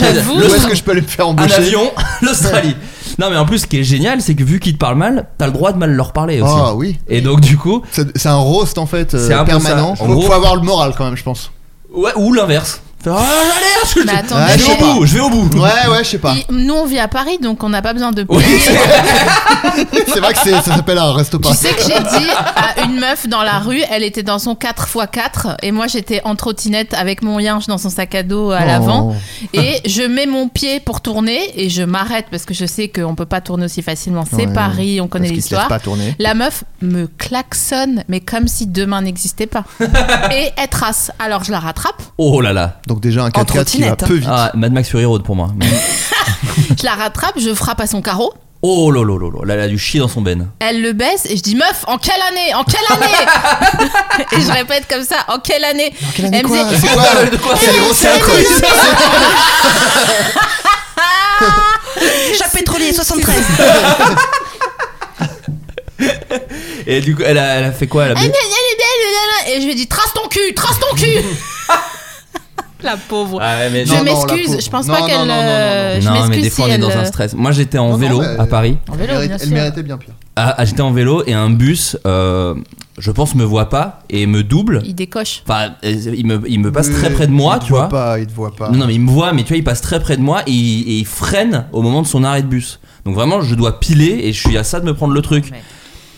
J'avoue.
Où est-ce que je peux aller me faire
un
embaucher
avion, l'Australie. Non mais en plus, ce qui est génial, c'est que vu qu'il te parle mal, t'as le droit de mal leur parler aussi.
Ah oui.
Et donc du coup,
C'est c'est un roast en fait euh,
C'est un peu
permanent.
ça. En
Faut,
gros-
faut avoir le moral quand même, je pense.
ouais, ou l'inverse. Faire, Ah, allez, je,
Mais
je-
attendez,
je vais
je sais
au bout,
pas.
je vais au bout.
Ouais, ouais, je sais pas.
Il- nous on vit à Paris donc on n'a pas besoin de
Oui,
payer.
c'est-
C'est vrai que c'est- ça s'appelle un resto
Tu
pas.
sais que j'ai dit à une meuf dans la rue, elle était dans son 4x4 et moi j'étais en trottinette avec mon yinche dans son sac à dos à l'avant
Oh.
et je mets mon pied pour tourner et je m'arrête parce que je sais qu'on peut pas tourner aussi facilement. C'est
Ouais,
Paris, on connaît
Parce qu'ils se laissent
l'histoire.
pas tourner.
La meuf me klaxonne mais comme si demain n'existait pas et elle trace. Alors je la rattrape,
oh là là,
Donc déjà un 4x4 qui va
trottinette, hein.
peu vite.
ah, Mad Max Fury Road pour moi.
je la rattrape, je frappe à son carreau.
Oh là là là là, là, elle a du chi dans son ben.
Elle le baisse et je dis meuf en quelle année en quelle année et je répète comme ça en quelle année,
quelle année
elle me
quoi
disait,
C'est quoi
De quoi
C'est les gros cercles.
Ah
Chaque pétrolier 73.
Et du coup, elle a, elle a fait quoi Elle a
Ah,
bu-
gna, gna, gna, gna, gna, gna. Et je lui ai dit trace ton cul, trace ton cul. La pauvre.
Ah ouais, mais
je
non, non, la
m'excuse,
pauvre.
je pense
Non,
pas
non,
qu'elle.
non, non,
euh, Je
non, mais
m'excuse
des fois
si
on est
elle,
dans
euh,
un stress. Moi j'étais en
Non, non,
vélo
mais-
à Paris.
En vélo,
Elle mérite-
bien
Elle
sûr.
méritait bien pire.
Ah, ah, j'étais en vélo et un bus, euh, je pense, me voit pas et me double.
Il décoche.
Enfin, euh, il me, il me passe
Oui,
très près de moi,
Euh, il te
tu
voit
vois.
Pas, il te voit pas.
Non, non, mais il me voit, mais tu vois, il passe très près de moi et il, et il freine au moment de son arrêt de bus. Donc vraiment, je dois piler et je suis à ça de me prendre le truc.
Mais-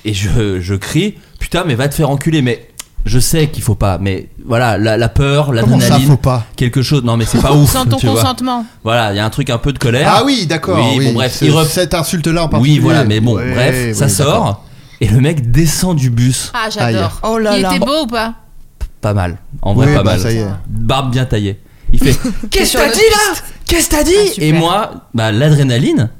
Et je, je crie, putain, mais va te faire enculer, mais. Je sais qu'il faut pas, mais voilà, la, la peur,
Comment ça,
l'adrénaline,
faut pas
quelque chose. Non, mais c'est pas Ah, ouf.
Sans ton
tu vois.
consentement.
Voilà, il y a un truc un peu de colère.
Ah oui, d'accord.
Oui,
oui,
bon, bref,
ce-
il rep-
Cette insulte-là en particulier.
Oui, voilà, mais bon,
Ouais,
bref, ça
oui, d'accord.
sort et le mec descend du bus.
Ah, j'adore.
Oh là
Il
là.
était beau ou pas
Pas mal, en vrai,
Oui,
pas
bah,
mal.
ça y est.
Barbe bien taillée. Il fait Qu'est-ce que
sur
t'as
notre
dit là Qu'est-ce que t'as dit
super.
Et moi, bah, l'adrénaline.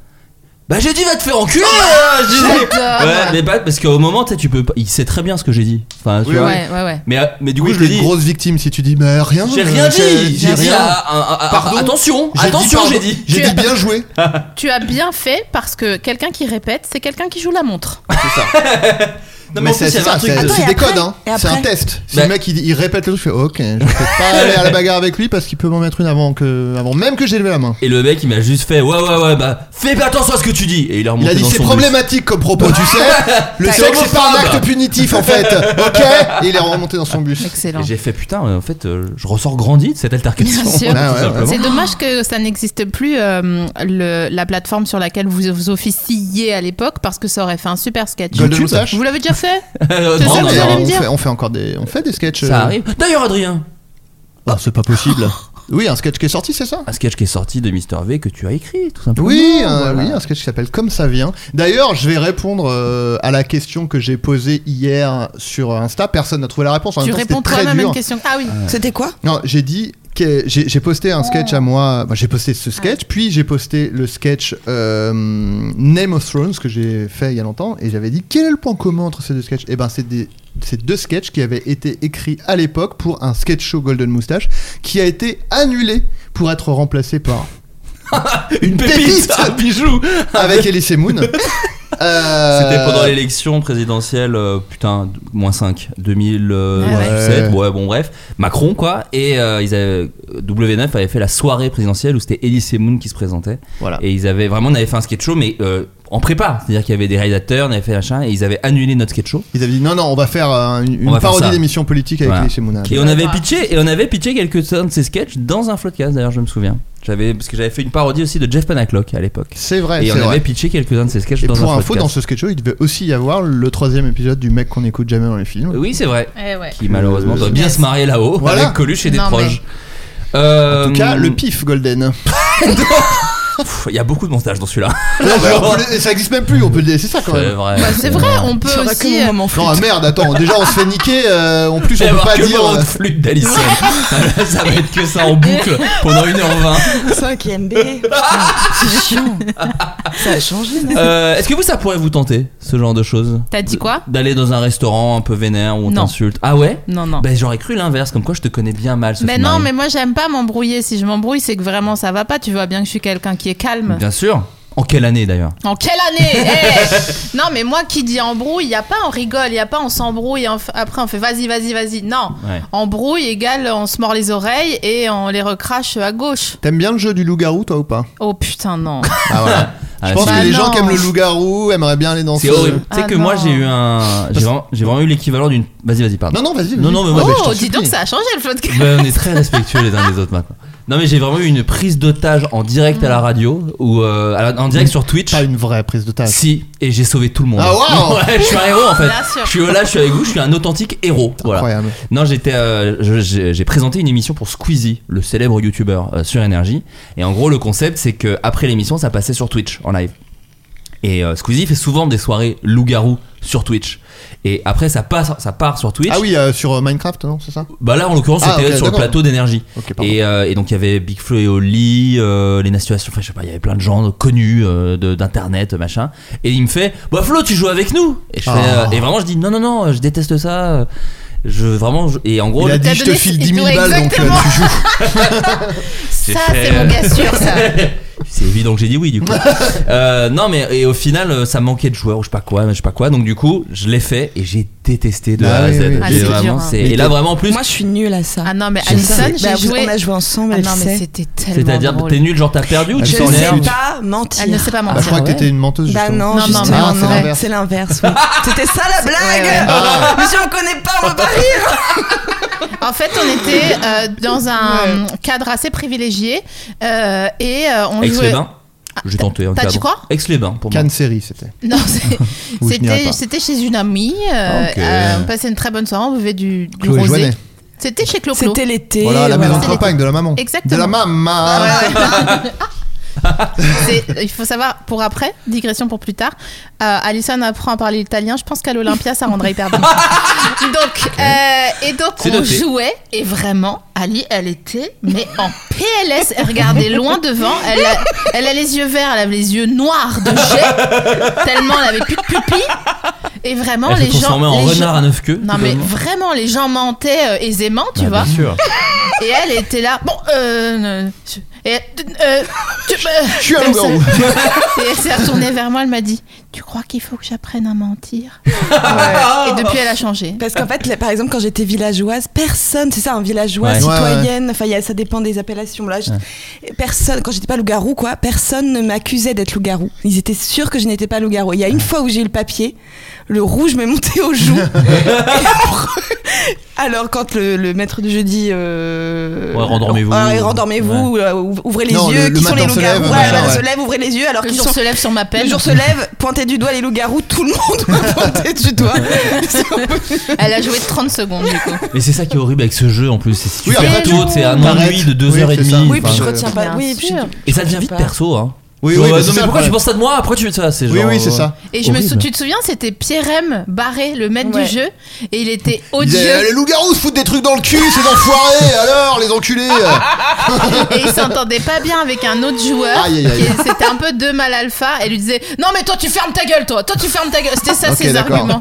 Bah, j'ai dit, va te faire enculer hein, je disais.
Ah, J'adore.
Ouais, mais pas parce qu'au moment, tu sais, tu peux pas. Il sait très bien ce que j'ai dit. Enfin, tu
Oui,
vois.
oui.
Ouais, ouais, ouais.
Mais, euh, mais du coup,
Oui,
je
je
lui
suis
dis.
une grosse victime si tu dis, mais rien.
J'ai
euh,
rien dit
J'ai
J'ai dit
rien.
ah, ah, ah,
Pardon
Attention
J'ai dit
Attention,
pardon.
j'ai dit
J'ai
Tu-
dit bien joué.
Tu as bien fait parce que quelqu'un qui répète, c'est quelqu'un qui joue la montre.
Non, mais en plus, il y avait un truc
c'est-
de-
Attends,
c'est
et
des
après
codes, hein.
Et
C'est un
après
test. Si
Bah-
le mec il, il répète le truc, je fais ok, je vais peut-être pas aller à la bagarre avec lui parce qu'il peut m'en mettre une avant que, avant même que j'ai levé la main.
Et le mec, il m'a juste fait Ouais, ouais, ouais, bah, fais bien attention à ce que tu dis Et il est
Il
remonté
a dit
dans
c'est
son bus.
problématique comme propos, tu sais. Le
T'as-
sexe c'est pas un
homophobe.
acte punitif en fait, ok. Et il est remonté dans son bus.
Excellent.
Et j'ai fait Putain, euh, en fait, euh, je ressors grandi de cette altercation.
Bien sûr.
tout
Ah ouais,
simplement.
C'est dommage que ça n'existe plus, euh, le- la plateforme sur laquelle vous vous officiez à l'époque, parce que ça aurait fait un super sketch.
Golden Moustache
Vous l'avez déjà fait
Euh,
C'est
non,
ça que
non,
vous
non,
allez me
on,
dire
fait, on fait encore des, on fait des sketchs. euh,
Ça arrive. D'ailleurs, Adrien,
ah, c'est pas possible. Oui, un sketch qui est sorti, c'est ça
un sketch qui est sorti de Mister V que tu as écrit, tout simplement.
Oui, un,
Voilà.
oui, un sketch qui s'appelle Comme ça vient. D'ailleurs, je vais répondre euh, à la question que j'ai posée hier sur Insta. Personne n'a trouvé la réponse. En
Tu
même temps,
réponds
c'était très
toi-même à
dur.
une question. Ah oui.
C'était quoi
Non, j'ai dit que j'ai j'ai posté un sketch à moi. bah, j'ai posté ce sketch, puis j'ai posté le sketch euh, Name of Thrones que j'ai fait il y a longtemps, et j'avais dit quel est le point commun entre ces deux sketchs Eh ben, c'est des ces deux sketchs qui avaient été écrits à l'époque pour un sketch show Golden Moustache qui a été annulé pour être remplacé par
Une pépite,
pépite.
un bijou.
avec Elise Moon. Euh,
C'était pendant l'élection présidentielle, euh, putain, d- moins 5,
Ah
2017,
Ouais.
euh, ouais. bon bref, Macron quoi, et euh, ils avaient, W9 avait fait la soirée présidentielle où c'était Elise Moon qui se présentait,
Voilà.
et ils avaient vraiment, on avait fait un sketch show, mais euh, en prépa, c'est-à-dire qu'il y avait des réalisateurs, on avait fait machin, et ils avaient annulé notre sketch show,
Ils avaient dit non, non, on va faire euh, une,
On va
une
faire
parodie
ça.
d'émission politique avec
Voilà.
Elise Moon.
et on avait pitché, et on avait pitché quelques-uns de ces sketchs dans un floodcast d'ailleurs, je me souviens, j'avais, parce que j'avais fait une parodie aussi de Jeff Panaclock à l'époque,
C'est vrai,
et
c'est
on
vrai.
avait pitché quelques-uns de ces sketchs
Et
dans
pour
un
info,
podcast.
dans ce sketch show, il devait aussi y avoir le troisième épisode du mec qu'on écoute jamais dans les films.
Oui, c'est vrai.
Eh ouais.
qui malheureusement doit bien se marier là-haut
Voilà.
avec Coluche et des
Non, mais-
proches. Euh,
En tout cas, le pif Golden.
pff, Il y a beaucoup de montage dans celui-là.
Non, mais on peut le- ça existe même plus, on peut le laisser ça quand
C'est
même.
vrai.
Bah, c'est vrai, on peut
Faudra que
aussi.
mon
euh,
moment
Non, ah, merde, attends, déjà on se fait niquer, euh, en plus
Je
on
vais
peut
avoir
pas
que
dire.
le
euh,
flûte d'Alison. Là, ça va être que ça en boucle pendant 1h20.
5 MB. C'est chiant. Ça a changé, non
Euh, Est-ce que vous, ça pourrait vous tenter, ce genre de choses
T'as dit quoi
D'aller dans un restaurant un peu vénère où on
Non.
t'insulte. Ah ouais
Non, non.
Bah, j'aurais cru l'inverse, comme quoi je te connais bien mal. Sophie
mais non,
Marie.
mais moi j'aime pas m'embrouiller. Si je m'embrouille, c'est que vraiment ça va pas. Tu vois bien que je suis quelqu'un qui est calme.
Bien sûr. En quelle année d'ailleurs
En quelle année Eh Non, mais moi qui dis embrouille, il y a pas on rigole, il y a pas on s'embrouille et on f- après on fait vas-y, vas-y, vas-y. Non,
Ouais.
embrouille égale on se mord les oreilles et on les recrache à gauche.
T'aimes bien le jeu du loup-garou, toi ou pas
Oh putain non.
Ah voilà.
Ah,
Je pense
c'est-
Bah
que les gens
non.
qui aiment le loup-garou aimeraient bien aller dans
C'est
ce-
horrible. Tu sais
Ah
que moi
non.
j'ai eu un. J'ai vraiment, j'ai vraiment eu l'équivalent d'une. Vas-y, vas-y, pardon.
Non, non, vas-y. vas-y.
Non, non, mais moi,
Ah,
mais
je t'en
oh, dis donc
supplie.
ça a changé le flot de
Ben, on est très respectueux les uns des autres maintenant. Non mais j'ai vraiment eu une prise d'otage en direct à
Mm.
la radio ou euh, à la- en direct sur Twitch.
Mm. Pas une vraie prise de tâche.
Si et j'ai sauvé tout le monde.
Ah, waouh
Ouais, je suis un héros en fait.
Bien sûr.
Je suis là, je suis avec vous, je suis un authentique héros. Voilà.
Incroyable.
Non, j'étais, euh, je- j'ai j'ai présenté une émission pour Squeezie, le célèbre youtubeur euh, sur énergie. Et en gros, le concept, c'est que après l'émission, ça passait sur Twitch en live. Et euh, Squeezie fait souvent des soirées loup-garou sur Twitch. Et après, ça passe, ça part sur Twitch.
Ah oui, euh, sur euh, Minecraft, non, c'est ça
Bah là, en l'occurrence,
Ah,
c'était
ok,
sur le
d'accord.
plateau d'énergie.
Ok, pardon.
Et, euh, et donc il y avait Big Flo et Oli, euh, Lena Situation, enfin je sais pas, il y avait plein de gens connus euh, de- d'internet, machin. Et il me fait, bah Flo, tu joues avec nous Et, je fais,
Ah.
euh, et vraiment je dis, non, non, non, euh, je déteste ça. euh, Je vraiment, je- et en gros,
Il a
le-
dit je te
donné-
file
il
10 000
doit
balles donc euh,
exactement-
tu joues.
j'ai
Ça,
fait,
c'est mon
euh,
gars sûr, ça.
c'est évident que j'ai dit oui du coup. Euh, non mais et au final euh, ça manquait de joueurs ou je sais pas quoi, je sais pas quoi. Donc du coup je l'ai fait et j'ai détesté de
Ah
A à
oui,
Z.
oui.
Ah,
J'ai
c'est dur,
vraiment,
hein.
c'est- et là vraiment en plus,
Moi, je suis nulle à ça.
Ah non, mais
Je
Alison,
sais.
j'ai
Bah, vous-
joué-
On a joué ensemble,
Ah
elle
non, mais
sait.
c'était tellement.
c'est-à-dire
drôle.
t'es nul, genre t'as perdu ou
Elle
tu
Je
s'en
t'emmerdes
ne
chute.
sais pas mentir.
Elle ne sait pas
Ah, je
mentir.
crois que
ouais.
t'étais une menteuse.
Bah
justement.
non,
Non, non,
justement,
mais
Ah, c'est
ouais,
l'inverse.
c'est l'inverse. oui. C'était ça la blague
Ouais, ouais.
Ah.
Mais si on connaît pas, on peut pas rire
En fait, on était euh, dans un cadre assez privilégié euh, et euh, on
Avec
jouait.
les bains.
Ah,
J'ai tenté un
T'as dit
cadre.
quoi
Aix-les-Bains pour moi.
Cannes série, c'était.
Non, c'est-
Ou je n'irai
c'était
pas.
c'était chez une amie. euh,
Ok.
euh, on passait une très bonne soirée, on buvait du, du
Chloé
rosé.
Joinet.
C'était chez Clo-Clo.
C'était l'été.
Voilà, la maison de
C'était
campagne de la maman.
Exactement.
De la maman.
C'est- Il faut savoir, pour après, digression pour plus tard, euh, Alison apprend à parler italien. Je pense qu'à l'Olympia, ça rendrait hyper bien. donc, euh, et donc,
C'est
on
noté.
jouait, et vraiment, Ali, elle était, mais en PLS. Elle regardait loin devant. Elle a, elle a les yeux verts, elle avait les yeux noirs de jet, tellement elle avait plus de pupilles. Et vraiment,
Elle s'est
les gens.
transformée en
les gens-
renard à neuf queues.
Non, mais vraiment, les gens mentaient euh, aisément, tu vois.
Bah, bien sûr.
Et elle était là. Bon, euh. euh, je- et, euh, tu- euh,
Je suis à
comme ça.
Lugano.
Et elle s'est retournée vers moi, elle m'a dit Tu crois qu'il faut que j'apprenne à mentir Et depuis, elle a changé.
Parce qu'en fait, là, par exemple, quand j'étais villageoise, personne, c'est ça, un villageois,
Ouais.
citoyenne, enfin, il y a- ça dépend des appellations. Là, je- personne, quand j'étais pas loup-garou, quoi, personne ne m'accusait d'être loup-garou. Ils étaient sûrs que je n'étais pas loup-garou. Il y a une fois où j'ai eu le papier, le rouge m'est monté aux joues. Alors, quand le, le maître du jeu dit. euh,
Ouais, rendormez-vous.
Ah,
alors, et rendormez-vous, euh, ouv- ouvrez les
Non,
yeux,
le-
qui
le
sont les
matin se
loups-garous.
lève,
Ouais,
machin,
le matin se
ouais.
lève, ouvrez les yeux, alors
Le
qu'ils
jour
sont
se lève sur ma
le
pelle.
jour se lève, pointez du doigt les loups-garous, tout le monde me pointait du doigt.
Elle a joué 30 secondes, du coup.
Mais c'est ça qui est horrible avec ce jeu en plus. C'est si tu
Oui,
fais
après,
pas tôt,
tu-
c'est un
t'arrêtes.
ennui de
Oui, c'est
2h30.
ça.
Oui, puis je
Enfin,
retiens pas.
Bien
Bah Oui, puis je-
sûr.
Et ça devient vite
pas.
perso. Hein.
Oui,
Genre,
oui,
euh,
mais
non,
c'est
mais
ça,
pourquoi
ouais.
tu penses ça de moi Après, tu fais ça. C'est
Oui,
genre,
oui, c'est
euh,
ça.
Et je me sou-
Horrible.
tu te souviens, c'était Pierre M. Barré, le maître
Ouais.
du jeu, et il était
Il disait,
odieux.
eh, les loups-garous se foutent des trucs dans le cul, ces enfoirés, alors, les enculés.
et il s'entendait pas bien avec un autre joueur.
Aïe, aïe, aïe.
qui- C'était un peu deux mal alpha. Et lui disait Non, mais toi, tu fermes ta gueule, toi. Toi, tu fermes ta gueule. C'était ça,
Ok,
ses
d'accord.
arguments.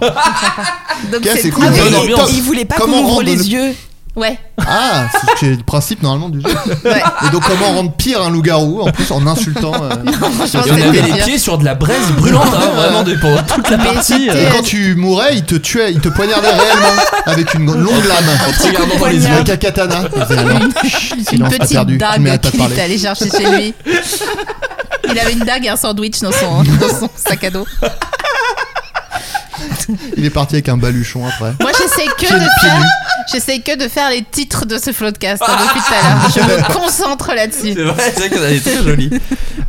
Ok,
Donc, c'est
c'est cool.
Ah oui,
Bonne
il-
ambiance.
il voulait pas
Comment
qu'on ouvre
rendre
les
le-
yeux.
Ouais.
Ah, c'est ce qui est le principe normalement du jeu.
ouais.
Et donc, comment rendre pire un loup-garou en plus en insultant euh,
franchement,
Et on
c'était
avait les
dur.
pieds sur de la braise brûlante, hein, vraiment, de- pour toute la
Mais
partie.
c'était-
Ah, Et quand tu mourais, il te tuait, il te poignardait réellement avec une longue lame.
en te regardant dans les yeux.
Avec un katana. Il faisait, non, chut,
Une
silence, t'as perdu,
petite
tu ne
dague
mérites pas de
qu'il est
parler.
allé chercher chez lui. Il avait une dague et un sandwich dans son, dans son sac à dos.
Il est parti avec un baluchon après.
Moi, j'essaie que
Pied
de
pied
faire.
nu.
J'essaie que de faire les titres de ce podcast hein, depuis tout à l'heure. Je me concentre là-dessus.
C'est vrai, c'est vrai que ça est très joli.
Mais,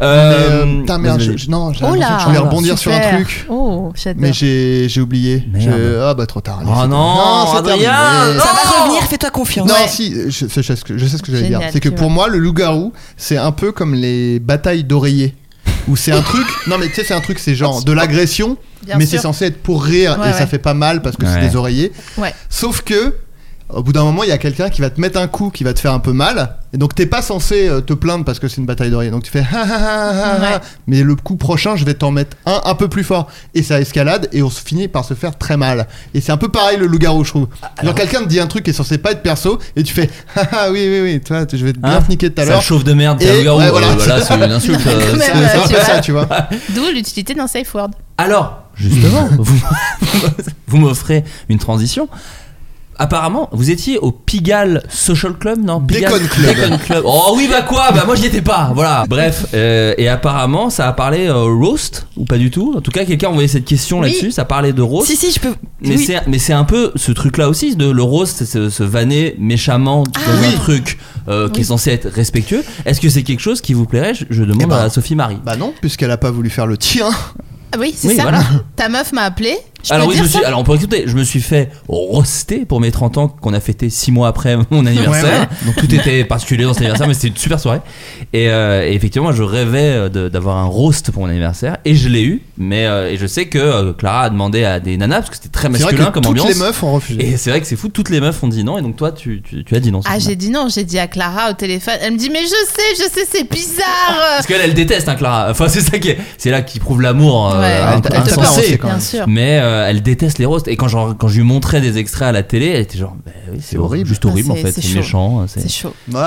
euh, putain, merde, je- je- non, j'ai
Oh
l'impression
là
que je voulais rebondir sur un
Super.
truc.
Oh, j'adore.
Mais j'ai j'ai oublié.
Merde.
Je- Ah bah trop tard. allez,
Oh
c'est-
non,
c'est terminé.
Adrien, non.
Ça va revenir, fais-toi confiance.
Non,
Ouais.
si, je, je sais ce que, je sais ce que j'allais
Génial,
dire. C'est que
tu
pour
vois.
moi, le loup-garou, c'est un peu comme les batailles d'oreillers. Où c'est un truc. Non, mais tu sais, c'est un truc, c'est genre de l'agression,
Bien
mais
sûr.
c'est censé être pour rire
Ouais,
et
ouais.
ça fait pas mal parce que c'est
Ouais.
des oreillers.
Ouais.
Sauf que. Au bout d'un moment, il y a quelqu'un qui va te mettre un coup, qui va te faire un peu mal, et donc t'es pas censé euh, te plaindre parce que c'est une bataille d'oreillers. Donc tu fais ha ha ha ha ha,
Ouais.
mais le coup prochain, je vais t'en mettre un un peu plus fort, et ça escalade, et on se finit par se faire très mal. Et c'est un peu pareil le loup-garou, je trouve.
Ah,
Genre quelqu'un te dit un truc qui est censé pas être perso, et tu fais ah ah, oui oui oui, toi tu- je vais te bien
Hein
te niquer tout à
Ça
l'heure.
chauffe de merde, t'es
Et-
un loup-garou.
ouais, voilà.
Euh, voilà, c'est une insulte.
Non, mais
euh,
quand
C'est
même,
c'est-
c'est
euh,
un
tu
peu
vois.
ça, tu vois.
D'où l'utilité d'un safe word.
Alors, justement, vous, vous m'offrez une transition. Apparemment, vous étiez au Pigalle Social Club, non Pigalle
Déconne Club.
Déconne Club. Oh oui, bah quoi Bah moi j'y étais pas, voilà. Bref, euh, et apparemment ça a parlé euh, roast, ou pas du tout. En tout cas, quelqu'un a envoyé cette question
Oui.
là-dessus, ça parlait de roast.
Si, si, je peux.
Mais
oui.
c'est mais c'est un peu ce truc là aussi de le roast c'est se, se vanner méchamment
Ah
dans un
oui.
truc euh, qui est censé être respectueux. Est-ce que c'est quelque chose qui vous plairait je, je demande
Eh ben.
à Sophie Marie.
Bah non, puisqu'elle a pas voulu faire le tien.
Ah oui, c'est
Oui,
ça.
voilà.
Ta meuf m'a appelé. Je
alors
peux
oui, je
dire
me suis-
ça
alors on peut écouter, je me suis fait roaster pour mes 30 ans qu'on a fêté 6 mois après mon anniversaire.
Ouais,
Donc tout était particulier dans cet anniversaire mais c'était une super soirée. Et, euh, et effectivement, je rêvais euh, de- d'avoir un roast pour mon anniversaire et je l'ai eu mais euh, et je sais que euh, Clara a demandé à des nanas parce que c'était très
C'est vrai
masculin
que
comme
toutes
ambiance.
les meufs ont refusé.
Et c'est vrai que c'est fou, toutes les meufs ont dit non, et donc toi tu, tu, tu as dit non.
Ah,
Sophie.
j'ai dit non, j'ai dit à Clara au téléphone. Elle me dit, mais je sais, je sais, c'est bizarre.
Parce qu'elle, elle déteste, hein, Clara. Enfin, c'est ça qui est, c'est là qui prouve l'amour euh,
Ouais,
int-
elle t'a pas
insensé.
lancé, quand
Bien
même.
sûr.
Mais euh, elle déteste les roasts. Et quand, j'en- quand je lui montrais des extraits à la télé, elle était genre, bah oui, c'est
C'est horrible.
horrible, juste
Ah,
horrible en
c'est-
fait,
c'est
c'est
chaud.
méchant. hein, c'est-
C'est chaud.
Ouais,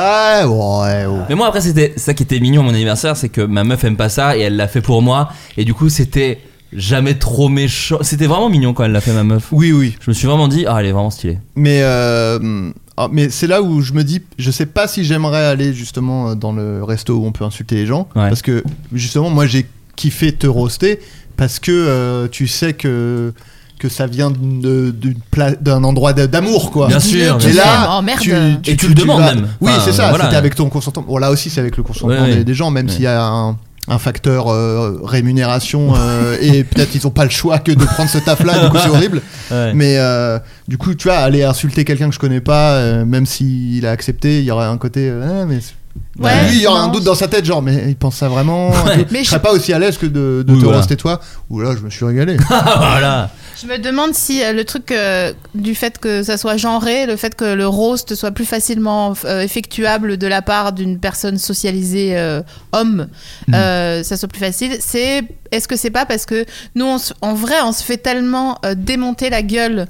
ouais, ouais.
Mais moi, après, c'était ça qui était mignon à mon anniversaire, c'est que ma meuf aime pas ça et elle l'a fait pour moi. Et du coup, c'était jamais trop méchant. C'était vraiment mignon quand elle l'a fait, ma meuf.
Oui, oui.
Je me suis vraiment dit, ah, elle est vraiment stylée.
Mais, euh, ah, mais c'est là où je me dis, je sais pas si j'aimerais aller justement euh, dans le resto où on peut insulter les gens.
Ouais.
Parce que justement, moi j'ai kiffé te roaster parce que euh, tu sais que, que ça vient de- d'une pla- d'un endroit d'- d'amour quoi.
Bien sûr.
tu
Et
bien sûr.
là,
Oh, merde.
tu,
Et tu le demandes
vas-
même.
Oui,
Enfin,
c'est ça,
voilà.
c'était avec ton consentement. Bon, là aussi, c'est avec le consentement
Ouais, ouais.
des, des gens, même
Ouais.
s'il y a un, un facteur euh, rémunération euh, et peut-être ils ont pas le choix que de prendre ce taf là du coup c'est horrible
Ouais.
mais euh, du coup tu vois aller insulter quelqu'un que je connais pas euh, même s'il a accepté il y aurait un côté euh, Ah, mais c'est-
Ouais,
lui il y aurait un
non.
doute dans sa tête genre mais il pense ça vraiment
Ouais.
Et tout.
Mais
je serais pas aussi à l'aise que de, de
Oui,
te
voilà.
roaster toi ou là je me suis régalé
Ah, voilà
Je me demande si euh, le truc euh, du fait que ça soit genré, le fait que le roast soit plus facilement euh, effectuable de la part d'une personne socialisée euh, homme,
Mm.
euh, ça soit plus facile, c'est est-ce que c'est pas parce que nous on se- en vrai on se fait tellement euh, démonter la gueule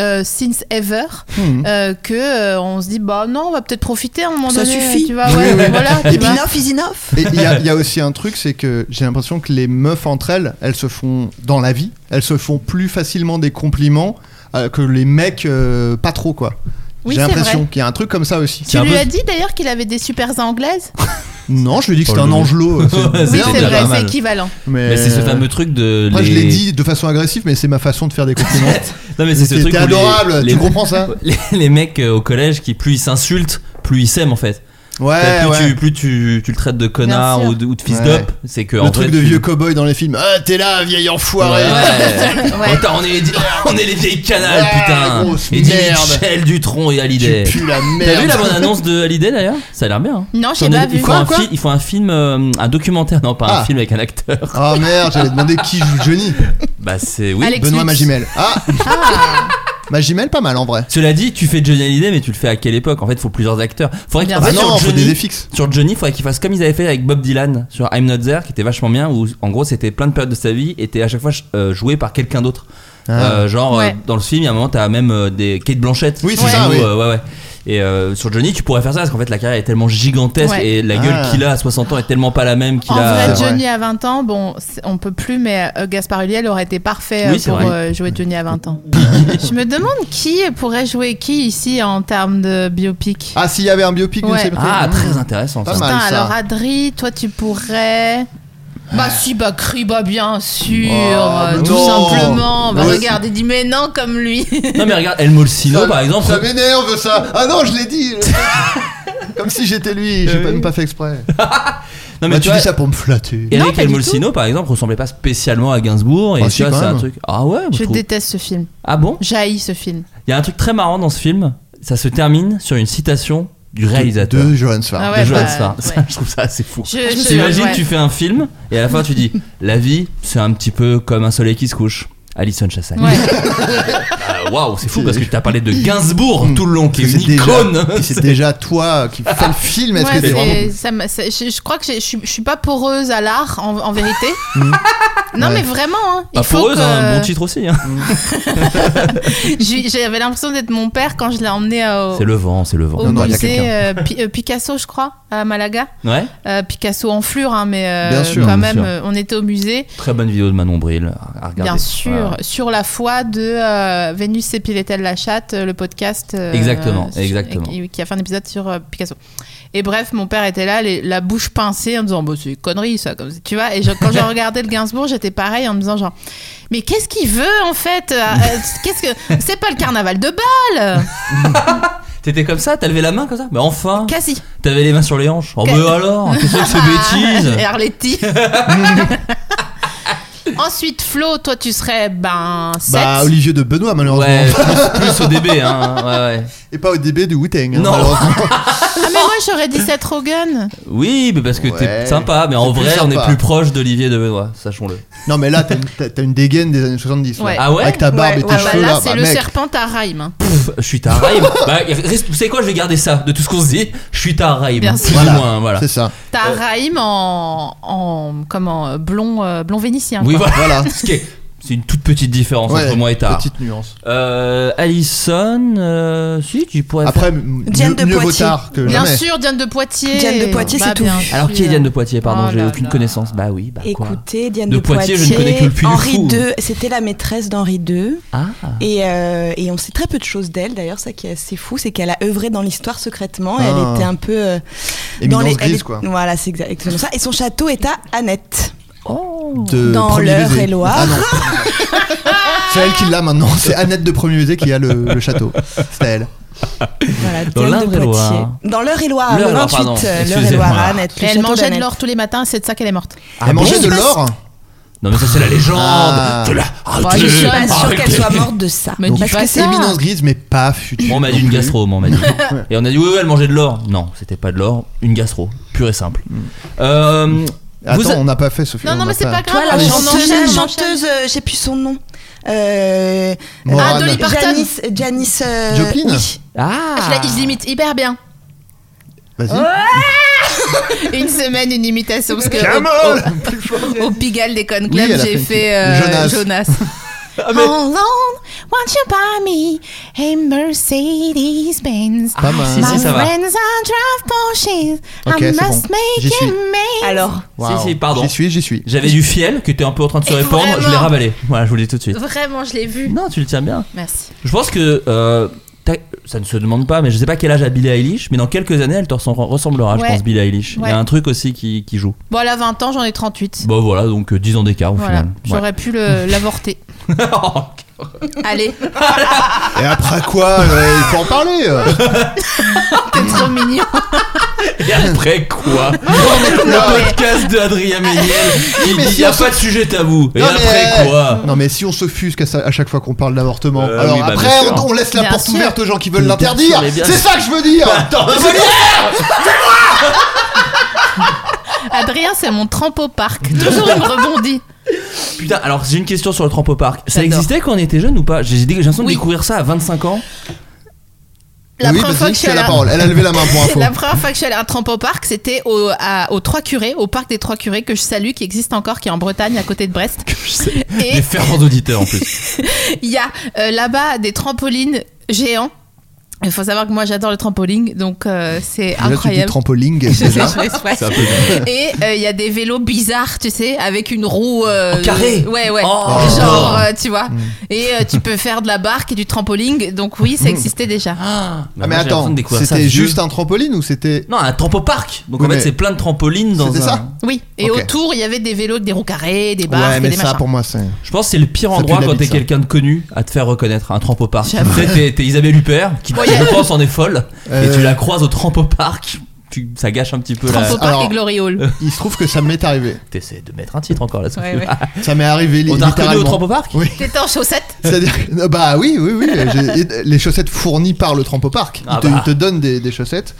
euh, since ever
Mhm.
euh, que euh, on se dit bah non on va peut-être profiter à un moment
Ça
donné
suffit.
tu vois ouais, voilà tu
Et puis-
vois.
Enough is enough.
Et il y, a- il y a aussi un truc, c'est que j'ai l'impression que les meufs entre elles, elles se font dans la vie, elles se font plus facilement des compliments euh, que les mecs euh, pas trop quoi.
Oui,
j'ai
c'est
l'impression
vrai.
qu'il y a un truc comme ça aussi.
tu lui as dit d'ailleurs qu'il avait des supers anglaises
Non, je lui ai dit que c'était
Oh,
un
le-
angelot. euh, c'est-
Ouais,
oui
c'est
c'est
déjà
vrai
pas
c'est
mal.
équivalent
Mais,
Mais c'est ce fameux truc de.
Euh, Moi,
les-
je l'ai dit de façon agressive, mais c'est ma façon de faire des compliments.
Non, mais c'est ce
T'es-
truc.
t'es
où les-
adorable,
les-
tu comprends ça
les, les mecs euh, au collège qui, plus ils s'insultent, plus ils s'aiment en fait.
Ouais,
Plus,
Eh, ouais.
Tu, plus tu, tu le traites de connard
Bien
ou
sûr.
de, ou de fils
Ouais.
d'up, c'est que
Le
en
truc
vrai,
de
tu-
vieux cowboy dans les films. Ah, t'es là, vieil enfoiré.
Ouais. Attends, on est, les- on est les vieilles canales,
Ah,
putain.
grosse
Eddie
merde.
Mitchell, Dutron et Hallyday.
Tu pues la
T'as
merde.
vu la bonne annonce de Hallyday d'ailleurs Ça a l'air bien. hein.
Non, j'ai
Ils font
pas
un-
vu.
Ils font,
Quoi,
un
quoi
fi- ils font un film, euh, un documentaire, non pas un
Ah.
film avec un acteur.
Ah merde, j'avais demandé qui joue Johnny.
Bah c'est oui.
Alex
Benoît
Lutz.
Magimel. Ah, Magimel, pas mal en vrai.
Cela dit, tu fais Johnny Hallyday, mais tu le fais à quelle époque En fait, il faut plusieurs acteurs. Faudrait
Bien
qu'en fait,
sûr. Ah non,
sur
faut
Johnny,
des effixes.
Sur Johnny, faudrait qu'il fasse comme ils avaient fait avec Bob Dylan sur I'm Not There, qui était vachement bien, où en gros, c'était plein de périodes de sa vie, était à chaque fois euh, joué par quelqu'un d'autre.
Ah.
Euh, genre,
Ouais.
euh, dans le film, il y a un moment, t'as même euh, des Kate Blanchett.
Oui, c'est
qui
ça,
joue,
oui.
euh, ouais, ouais. Et euh, sur Johnny, tu pourrais faire ça parce qu'en fait, la carrière est tellement gigantesque
Ouais.
et la gueule
Ah.
qu'il a à 60 ans est tellement pas la même qu'il
En
a.
vrai, Johnny à 20 ans, bon, c'est- on peut plus, mais euh, Gaspard Ulliel aurait été parfait euh,
Oui, c'est
pour
vrai.
euh, jouer Johnny à 20 ans. Je me demande qui pourrait jouer qui ici en termes de biopic.
Ah, s'il y avait un biopic
Ouais.
de Sébastien.
Ah, très intéressant.
Pas
ça.
mal.
Putain,
ça.
alors Adri, toi tu pourrais. Bah si, bah cri, bah bien sûr, euh, tout
Oh, non.
simplement. Bah
Ouais.
regarde, il dit mais non comme lui.
Non, mais regarde, El Molsino,
Ça-
par exemple.
Ça m'énerve ça. Ah non, je l'ai dit. Comme si j'étais lui, j'ai pas, même pas fait exprès.
Non,
Bah, tu
vois-
dis ça pour me flatter.
Non,
Eric
pas
El
du
Molsino, par exemple, ressemblait pas spécialement à Gainsbourg. Et
Ah,
tu
si,
vois,
quand
c'est un
même.
truc. Ah ouais, je
Je
trouve.
déteste ce film.
Ah bon
J'haïs ce film.
Il y a un truc très marrant dans ce film. Ça se termine sur une citation du réalisateur.
De Johan Svar.
Ah
de
ouais,
Johann
bah,
Svar. Ça,
ouais.
je trouve ça assez fou.
Je- je-
T'imagines,
ouais.
tu fais un film et à la fin tu dis La vie, c'est un petit peu comme un soleil qui se couche. Alison Chassagne.
Ouais.
Ah, Waouh, c'est Mm. fou parce que t'as parlé de Gainsbourg tout le long, qui est
C'est
une
déjà-
icône.
C'est déjà toi qui fais le film. Est-ce
Ouais,
que t'es
c'est-
vraiment.
ça m'a- ça- je, je crois que j'ai- je suis- je suis pas poreuse à l'art en, en vérité.
Hmm.
non, mais vraiment, hein, il
Pas
faut
pour eux,
que.
un bon titre aussi. hein.
J'ai- J'avais l'impression d'être mon père quand je l'ai emmené au,
C'est le vent, c'est le
au
vent.
Non, non, il y a
musée
quelqu'un.
euh, Pi- euh, Picasso, je crois, à Malaga.
Ouais,
Euh, Picasso en fleur, hein, mais euh,
Bien sûr,
bien
quand même,
sûr.
euh, on était au musée,
très bonne vidéo de Manon Bril à à regarder.
bien sûr,
Voilà.
sur la foi de euh, Vénus et Piletel la chatte, euh, le podcast. euh,
Exactement,
sur-
exactement.
et- et qui a fait un épisode sur euh, Picasso. Et bref, mon père était là, les- la bouche pincée, en me disant, bah, c'est une connerie, ça, comme tu vois. Et je- quand j'ai regardé le Gainsbourg, j'étais pareil, en me disant, genre, mais qu'est-ce qu'il veut, en fait euh, euh, Qu'est-ce que. C'est pas le carnaval de Bâle
T'étais comme ça, t'as levé la main comme ça Mais enfin
Cassie
T'avais les mains sur les hanches. Oh,
Ca-
mais alors Qu'est-ce que c'est bêtise
Arletty Ensuite, Flo, toi, tu serais, ben, 7.
Bah, Olivier de Benoît, malheureusement.
Ouais, plus, plus au DB, hein. Ouais, ouais.
Et pas au DB du Wu-Tang. hein,
Non.
malheureusement.
Ah, mais moi, j'aurais dit Seth Rogen.
Oui, mais parce que t'es
Ouais.
sympa, mais en
C'est plus
vrai, on est
sympa.
plus proche d'Olivier de Benoît, sachons-le.
Non, mais là, t'as une, t'as- t'as une dégaine des années 70. là.
Ouais.
Ah ouais
Avec ta barbe
Ouais,
et tes
ouais, bah
cheveux
là,
là.
c'est
bah,
le
mec.
serpent à rime. hein.
Pff, Je suis ta raïbe. bah, reste- vous savez quoi, je vais garder ça. De tout ce qu'on se dit, je suis ta raïbe.
Bien
Plus
sûr.
ou
Voilà.
moins, voilà.
C'est ça.
T'as Raïm en, en comment euh, blond euh, blond vénitien.
Ah,
Oui,
quoi.
voilà.
Voilà.
Ce qui est- C'est une toute petite différence
Ouais,
entre moi et ta.
Petite nuance.
Euh, Allison, euh, si tu pourrais.
Après, m-
Diane
mieux
de
mieux vaut
Poitiers.
tard que
Bien
jamais.
sûr, Diane de Poitiers.
Diane de Poitiers,
Bah,
c'est tout.
bien
faire- Alors qui est
sûr.
Diane de Poitiers Pardon,
Oh
j'ai
là
aucune
là.
connaissance. Bah oui, bah quoi.
Écoutez, Diane
De
de,
Poitiers, je ne connais que le puits du
Henri
fou.
II, c'était la maîtresse d'Henri II.
Ah.
Et, euh, et on sait très peu de choses d'elle. D'ailleurs, ça qui est assez fou, c'est qu'elle a œuvré dans l'histoire secrètement. Et
Ah.
Elle était un peu euh, dans
Éminence
les. elle
grise,
est-
quoi.
Voilà, c'est exa- exactement ça. Et son château est à Annette.
De
Dans
Premier
l'Eure
Baiser.
et Loire.
Oh. Ah non. c'est elle qui l'a maintenant. C'est Annette de Premier Baiser qui a le, le château. C'est à elle.
Voilà,
Dans
Diane de
l'Indre-et-Loire.
Poitiers. Dans l'Eure-et-loire,
L'Eure-et-Loire,
le 28.
pardon.
euh,
Excusez-moi.
L'Eure-et-Loire, Annette.
Et
le
elle
château
mangeait de
d'Annette.
l'or tous les matins, c'est de ça qu'elle est morte.
Ah bon
Manger de l'or
Non, mais ça, c'est la légende.
Ah.
De la-
Je
Arrêtez.
suis pas sûre qu'elle
Arrêtez.
soit morte de ça.
Me dis
Parce
pas
que
ça.
c'est
Éminence grise, mais pas future.
Moi, on m'a dit
non
une
plus.
gastro, moi, on m'a dit. Et on a dit, oui, oui, elle mangeait de l'or. Non, c'était pas de l'or, une gastro, pure et simple. Euh,
Attends,
vous a-
on n'a pas fait Sophie.
Non,
on
non,
n'a
mais c'est pas grave.
Toi, la
on
chanteuse, la
enchaîne, on
chanteuse, euh, je sais plus son nom. Euh,
Morane.
Ah, Dolly Parton.
Janice, Janice euh,
Joplin
oui.
Ah,
enchaîne. Je la- je l'imite hyper bien.
Vas-y.
Une semaine, une imitation. Parce que
Camel
au, au- au Pigalle des Con
Oui,
Club,
elle a fait
j'ai
une-
fait euh,
Jonas.
Jonas.
Ah, mais-
How long won't you buy me a Mercedes Benz?
Pas mal.
si,
My
si, ça va.
friends all drive Porsches.
Ok,
I
c'est
must
bon. J'y
make
suis.
it make.
Alors,
Waouh.
si, pardon.
J'y suis, j'y suis.
J'avais du fiel qui était un peu en train de se
Et
répandre, je l'ai
vraiment.
ravalé. Voilà, je vous le dis tout de suite.
Vraiment, je l'ai vu.
Non, tu le tiens bien.
Merci.
Je pense que. euh, t'as- ça ne se demande pas, mais je sais pas quel âge a Billie Eilish, mais dans quelques années, elle te ressem- ressemblera, je
Ouais.
pense, Billie Eilish. Il
Ouais.
y a un truc aussi qui, qui joue.
Bon, elle a 20 ans, j'en ai 38.
Bon, voilà, donc euh, 10 ans d'écart au
voilà,
final.
j'aurais pu le- l'avorter.
Ouais.
Oh,
Allez,
Et après quoi euh, Il faut en parler. euh.
t'es trop mignon.
Et après quoi Le podcast de Adrien Méniel, il
mais
dit
si
y a
on se-
pas de sujet tabou. Et
Non, mais,
après
euh,
quoi
Non mais si on s'offusque à, ça- à chaque fois qu'on parle d'avortement,
Euh,
alors
oui, bah,
après
bien
on,
sûr.
on laisse la
Bien
porte
sûr.
ouverte aux gens qui veulent
Mais bien sûr,
l'interdire.
mais bien
C'est
sûr.
ça que je veux dire.
Attends, mais
Molière
Adrien, c'est mon trempeau parc. Toujours il me rebondit.
Putain, alors j'ai une question sur le trampo park. Ça
J'adore.
existait quand on était jeune ou pas J'ai j'ai- j'ai l'impression de
Oui.
découvrir ça à 25 ans.
La
oui,
première
vas-y,
fois que je
tu
suis
as
allée
la
à-
parole. Elle a levé la main pour info.
La première fois que je suis allée à un trampo parc, c'était au, à- aux Trois Curés, au parc des Trois Curés que je salue, qui existe encore, qui est en Bretagne, à côté de Brest.
Des
Et
fervents auditeurs en plus.
il y a euh, là-bas des trampolines géants. Il faut savoir que moi j'adore le trampoline, donc euh, c'est
Déjà, tu dis
incroyable.
trampoline.
Je sais,
déjà.
je l'expresse.
C'est un peu dingue.
Et euh, il y a des vélos bizarres, tu sais, avec une roue. euh,
En carré
Ouais, ouais.
Oh, j'adore.
Genre, euh, tu
Mm.
vois. Et euh, tu peux faire de la barque et du trampoline. Donc, oui,
Mm.
ça existait déjà.
Ah,
Ah, mais
moi, j'ai l'impression
attends,
de découvrir ça
c'était
vieux.
juste un trampoline ou c'était
Non, un trampo park. Donc
Oui,
en fait,
mais-
c'est plein de trampolines dans un.
c'était ça
Oui. Et
Ok.
autour, il y avait des vélos, des roues carrées, des barques
Ouais,
et
mais
des
ça
machins.
pour moi c'est.
Je pense que c'est le pire
Ça pue
endroit
la
quand
bite,
t'es
ça.
quelqu'un de connu à te faire reconnaître. Un trampo park. Tu sais, t'es- t'es Isabelle Huppert, qui
Ouais,
je
y a-
pense en est folle, et
Euh.
tu la croises au trampo park. Tu- Ça gâche un petit peu la.
Trampo Park
Alors- euh,
et Glory Hall.
Il se trouve que ça m'est arrivé.
T'essaies de mettre un titre encore là. Sophie.
Ouais, ouais.
Ça m'est arrivé li-
On t'a reconnu au
littéralement.
trampo park
Oui.
T'étais en chaussettes
C'est-à-dire, que- bah oui, oui, oui. j'ai- et les chaussettes fournies par le trampopark.
Ah
ils, te,
bah.
ils te donnent des, des chaussettes.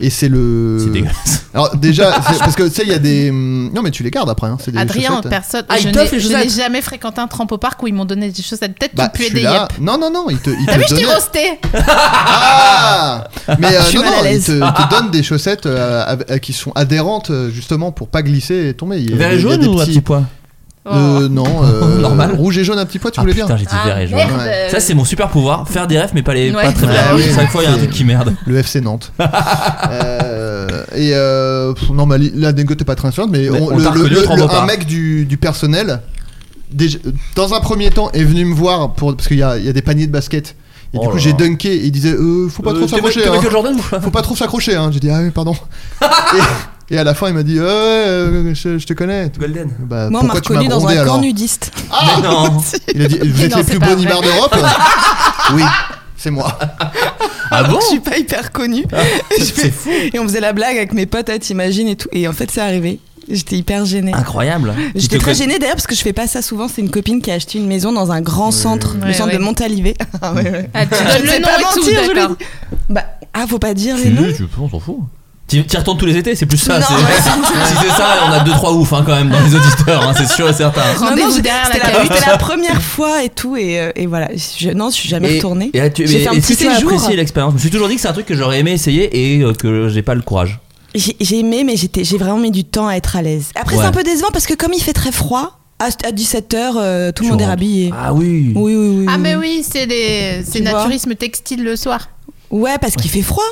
Et c'est le.
C'est dégueulasse.
Alors déjà, c'est- parce que tu sais, il y a des. hum, Non, mais tu les gardes après. hein, c'est des
Adrien, en
chaussettes.
personne.
Ah, ils
je
t'offrent les
n'ai je
chaussettes.
n'ai jamais fréquenté un trampo park où ils m'ont donné des chaussettes. Peut-être
Bah,
tu puais des
celui-là-
yep.
Non, non, non, ils te, ils
T'as
te
vu, je t'ai
donnaient-
roasté
Ah Mais euh,
Je suis
non,
mal
non,
à
ils
l'aise.
te, ils te donnent des chaussettes euh, avec- euh, qui sont adhérentes euh, justement pour pas glisser et tomber. Il y a- il
Vert
y
et
a
jaune
des
ou un
petits-
petit poids
Euh, Non, euh,
Normal.
Rouge et jaune, un petit poids, tu
Ah
voulais
putain,
bien.
j'ai dit
Ah,
vert et jaune.
merde.
Ouais.
Ça, c'est mon super pouvoir, faire des rêves, mais pas, les,
Ouais.
pas très
Ouais,
bien.
Ah oui.
Chaque fois, il y a un truc qui merde.
Le FC Nantes. Euh, et euh, pff, non, mais l'anecdote est pas très insolente, mais
Mais
on-
on
le-
t'a
le-
reconnu
le-
au trampo
le- un
park.
mec du, du personnel, déjà- dans un premier temps, est venu me voir pour, parce qu'il y a, il y a des paniers de basket. Et
Oh
du coup,
là
j'ai
là.
dunké et il disait euh, Faut pas trop
Euh, t'es
s'accrocher.
Michael-
hein.
Michael Jordan ou quoi
Faut pas trop s'accrocher. Hein. J'ai dit Ah oui, pardon. et, et à la fin, il m'a dit Ouais, euh, je, je te connais.
Golden.
Bah,
moi, on m'a
pourquoi tu m'as
reconnu dans
grondé
un camp
alors Ah
nudiste.
Mais non.
Il a dit Vous
Mais
êtes
non,
les
c'est
plus
pas
beaux
vrai.
nibards d'Europe Oui, c'est moi.
Ah bon
Je suis pas hyper connue. Je fais- Et on faisait la blague avec mes potes, ah, t'imagines et tout. Et en fait, c'est arrivé. J'étais hyper gênée.
Incroyable. Tu
J'étais
te
très
connais-
gênée d'ailleurs parce que je fais pas ça souvent. C'est une copine qui a acheté une maison dans un grand centre, le
Ouais,
centre
ouais.
de Montalivet. Ah, ouais, ouais.
Ah, tu
Je
donnes
ne
le
fais
nom
pas
et tout,
mentir, je
d'accord.
le dis. Bah, ah, faut pas dire les
Tu,
noms.
tu peux, on s'en fout. T'y t'y retournes tous les étés, c'est plus ça.
Non,
c'est-
ouais,
si c'est ça, on a 2-3 ouf hein, quand même dans les auditeurs, hein, c'est sûr et certain.
Non, non,
Rendez-vous
j'ai-
derrière la
c'était
cage.
C'était la première fois et tout. Et, euh, et voilà, je, non, je suis jamais retournée.
Et, et as-tu-
J'ai
mais
fait un
est-ce
petit
que tu as
séjour.
apprécié l'expérience Je me suis toujours dit que c'est un truc que j'aurais aimé essayer et euh, que j'ai pas le courage.
J'ai j'ai aimé, mais j'étais- j'ai vraiment mis du temps à être à l'aise. Après,
Ouais.
c'est un peu décevant parce que comme il fait très froid, à, 17h, tout
Tu
le monde est
rentres.
rhabillé.
Ah oui.
Oui, oui, oui.
Ah, mais oui, c'est des c'est
Tu vois
naturisme textile le soir.
Ouais, parce qu'il fait froid.